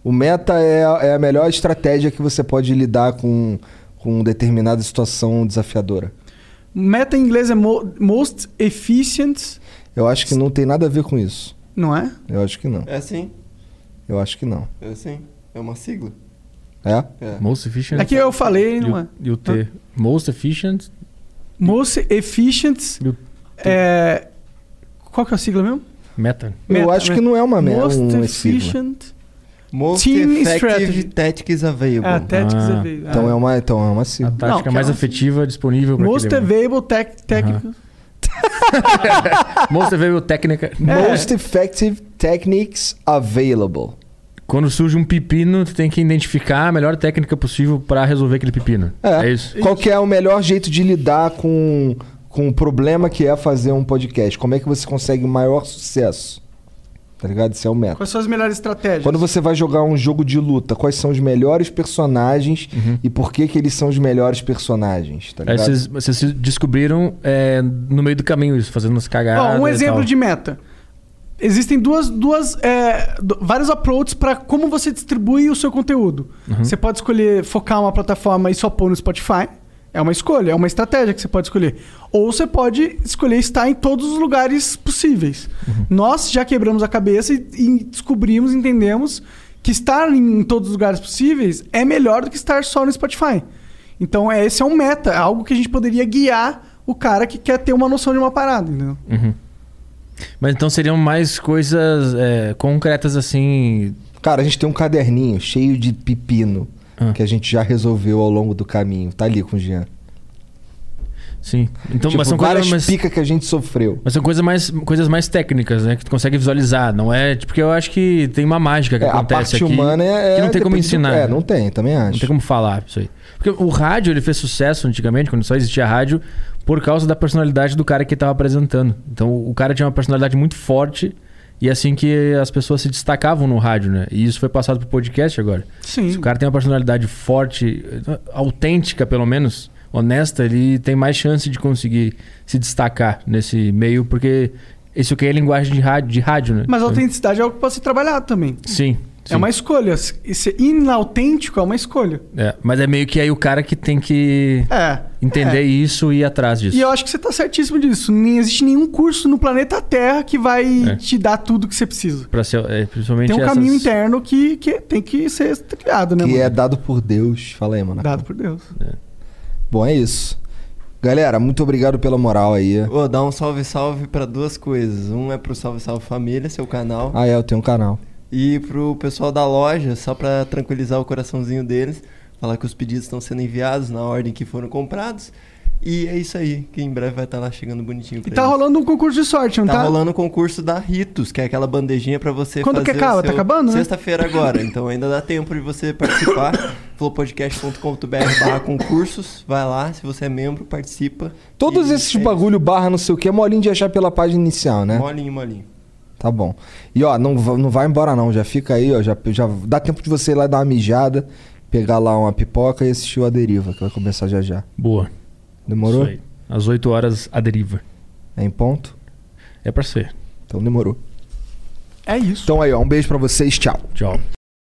Speaker 2: O meta é a, é a melhor estratégia que você pode lidar com, com determinada situação desafiadora.
Speaker 3: Meta em inglês é mo- most efficient,
Speaker 2: Eu acho que não tem nada a ver com isso.
Speaker 3: não é?
Speaker 2: Eu acho que não.
Speaker 4: É sim,
Speaker 2: Eu acho que não.
Speaker 4: é sim. É uma sigla.
Speaker 2: É?
Speaker 4: É.
Speaker 5: Most efficient.
Speaker 3: É que eu falei,
Speaker 5: e
Speaker 3: não é?
Speaker 5: o, e o T. Most efficient.
Speaker 3: Most efficient.
Speaker 5: E o-
Speaker 3: É. Qual que é a sigla mesmo?
Speaker 5: Meta.
Speaker 2: Eu
Speaker 3: Meta,
Speaker 2: acho
Speaker 3: né?
Speaker 2: que não é uma meta.
Speaker 3: Most
Speaker 2: Um sigla.
Speaker 3: efficient.
Speaker 4: Most
Speaker 3: Team
Speaker 4: effective
Speaker 3: strategy.
Speaker 4: tactics available.
Speaker 3: É, tactics
Speaker 5: Ah.
Speaker 3: available.
Speaker 2: Então
Speaker 3: Ah.
Speaker 2: é uma, então é uma
Speaker 5: A
Speaker 2: sigla.
Speaker 5: tática
Speaker 3: que é
Speaker 5: mais
Speaker 3: uma-
Speaker 5: afetiva disponível pra
Speaker 3: Most
Speaker 5: aquele-
Speaker 3: available tech, technical.
Speaker 5: Most available técnica.
Speaker 3: É.
Speaker 2: Most effective techniques available.
Speaker 5: Quando surge um pepino, tu tem que identificar a melhor técnica possível pra resolver aquele pepino. É, isso.
Speaker 2: Qual que é o melhor jeito de lidar com, com o problema que é fazer um podcast? Como é que você consegue maior sucesso? Tá ligado? Isso é o método.
Speaker 3: Quais são as melhores estratégias?
Speaker 2: Quando você vai jogar um jogo de luta, quais são os melhores personagens e por que que eles são os melhores personagens, tá
Speaker 5: Uhum. Aí
Speaker 2: ligado?
Speaker 5: vocês, vocês descobriram é, no meio do caminho isso, fazendo umas
Speaker 3: Ó,
Speaker 5: cagadas.
Speaker 3: um
Speaker 5: e
Speaker 3: exemplo
Speaker 5: tal.
Speaker 3: de meta. Existem duas, duas é, do- vários approaches para como você distribui o seu conteúdo.
Speaker 5: Uhum.
Speaker 3: Você pode escolher focar uma plataforma e só pôr no Spotify. É uma escolha, é uma estratégia que você pode escolher. Ou você pode escolher estar em todos os lugares possíveis.
Speaker 5: Uhum.
Speaker 3: Nós já quebramos a cabeça e, e descobrimos, entendemos que estar em, em todos os lugares possíveis é melhor do que estar só no Spotify. Então, é, esse é um meta, é algo que a gente poderia guiar o cara que quer ter uma noção de uma parada, entendeu?
Speaker 5: Mas então seriam mais coisas é, concretas assim.
Speaker 2: Cara, a gente tem um caderninho cheio de pepino
Speaker 5: Ah.
Speaker 2: que a gente já resolveu ao longo do caminho. Tá ali com o Jean.
Speaker 5: Sim. Então,
Speaker 2: Tipo,
Speaker 5: mas são
Speaker 2: várias
Speaker 5: coisas mais.
Speaker 2: picas que a gente sofreu.
Speaker 5: Mas são coisas mais, coisas mais técnicas, né? Que tu consegue visualizar, não é? Tipo, Porque eu acho que tem uma mágica que
Speaker 2: É, a
Speaker 5: acontece
Speaker 2: parte
Speaker 5: aqui.
Speaker 2: humana é, é-
Speaker 5: Que não tem como
Speaker 2: depende do-
Speaker 5: ensinar. né?
Speaker 2: É, não tem, também acho.
Speaker 5: Não tem como falar isso aí. Porque o rádio, ele fez sucesso antigamente, quando só existia rádio, por causa da personalidade do cara que estava apresentando. Então, o cara tinha uma personalidade muito forte e é assim que as pessoas se destacavam no rádio, né? E isso foi passado pro podcast agora.
Speaker 3: Sim.
Speaker 5: Se o cara tem uma personalidade forte, eh, autêntica pelo menos, honesta, ele tem mais chance de conseguir se destacar nesse meio, porque isso aqui é linguagem de rádio, de rádio né?
Speaker 3: Mas a autenticidade é algo que pode ser trabalhado também.
Speaker 5: Sim. sim.
Speaker 3: É uma escolha. E Ser inautêntico é uma escolha.
Speaker 5: É, mas é meio que aí o cara que tem que
Speaker 3: É.
Speaker 5: entender
Speaker 3: É.
Speaker 5: isso e ir atrás disso.
Speaker 3: E eu acho que você tá certíssimo disso. Nem existe nenhum curso no planeta Terra que vai
Speaker 5: É.
Speaker 3: te dar tudo que você precisa.
Speaker 5: Pra ser, é, principalmente
Speaker 3: Tem um
Speaker 5: essas-
Speaker 3: caminho interno que, que tem que ser criado, né?
Speaker 2: Que
Speaker 3: mano?
Speaker 2: é dado por Deus. Fala aí,
Speaker 5: é
Speaker 2: mano.
Speaker 3: Dado por Deus.
Speaker 2: Bom, é isso. Galera, muito obrigado pela moral aí.
Speaker 4: Ô, dá um salve salve pra duas coisas. Um é pro Salve Salve Família, seu canal,
Speaker 2: Ah, é, eu tenho um canal.
Speaker 4: e pro pessoal da loja, só pra tranquilizar o coraçãozinho deles, falar que os pedidos estão sendo enviados na ordem que foram comprados. E é isso aí, que em breve vai estar lá chegando bonitinho pra
Speaker 3: E tá
Speaker 4: eles.
Speaker 3: rolando um concurso de sorte, não tá?
Speaker 4: Tá rolando o concurso da Ritos, que é aquela bandejinha pra você
Speaker 3: Quando
Speaker 4: fazer
Speaker 3: que acaba?
Speaker 4: o seu-
Speaker 3: Tá acabando, né?
Speaker 4: Sexta-feira agora, então ainda dá tempo de você participar. flowpodcast.com.br barra concursos. Vai lá, se você é membro, participa.
Speaker 2: Todos
Speaker 4: E
Speaker 2: esses
Speaker 4: é
Speaker 2: bagulho, barra, não sei o que, é molinho de achar pela página inicial, né?
Speaker 4: isso. Molinho, molinho.
Speaker 2: Tá bom. E ó, não, va- não vai embora não, já fica aí, ó, já, já dá tempo de você ir lá dar uma mijada, pegar lá uma pipoca e assistir o A Deriva, que vai começar já já.
Speaker 5: Boa.
Speaker 2: Demorou?
Speaker 5: Isso aí. Às 8 horas, a deriva.
Speaker 2: É em ponto?
Speaker 5: É pra ser.
Speaker 2: Então demorou.
Speaker 8: É isso.
Speaker 2: Então aí, ó, um beijo pra vocês, tchau.
Speaker 5: Tchau.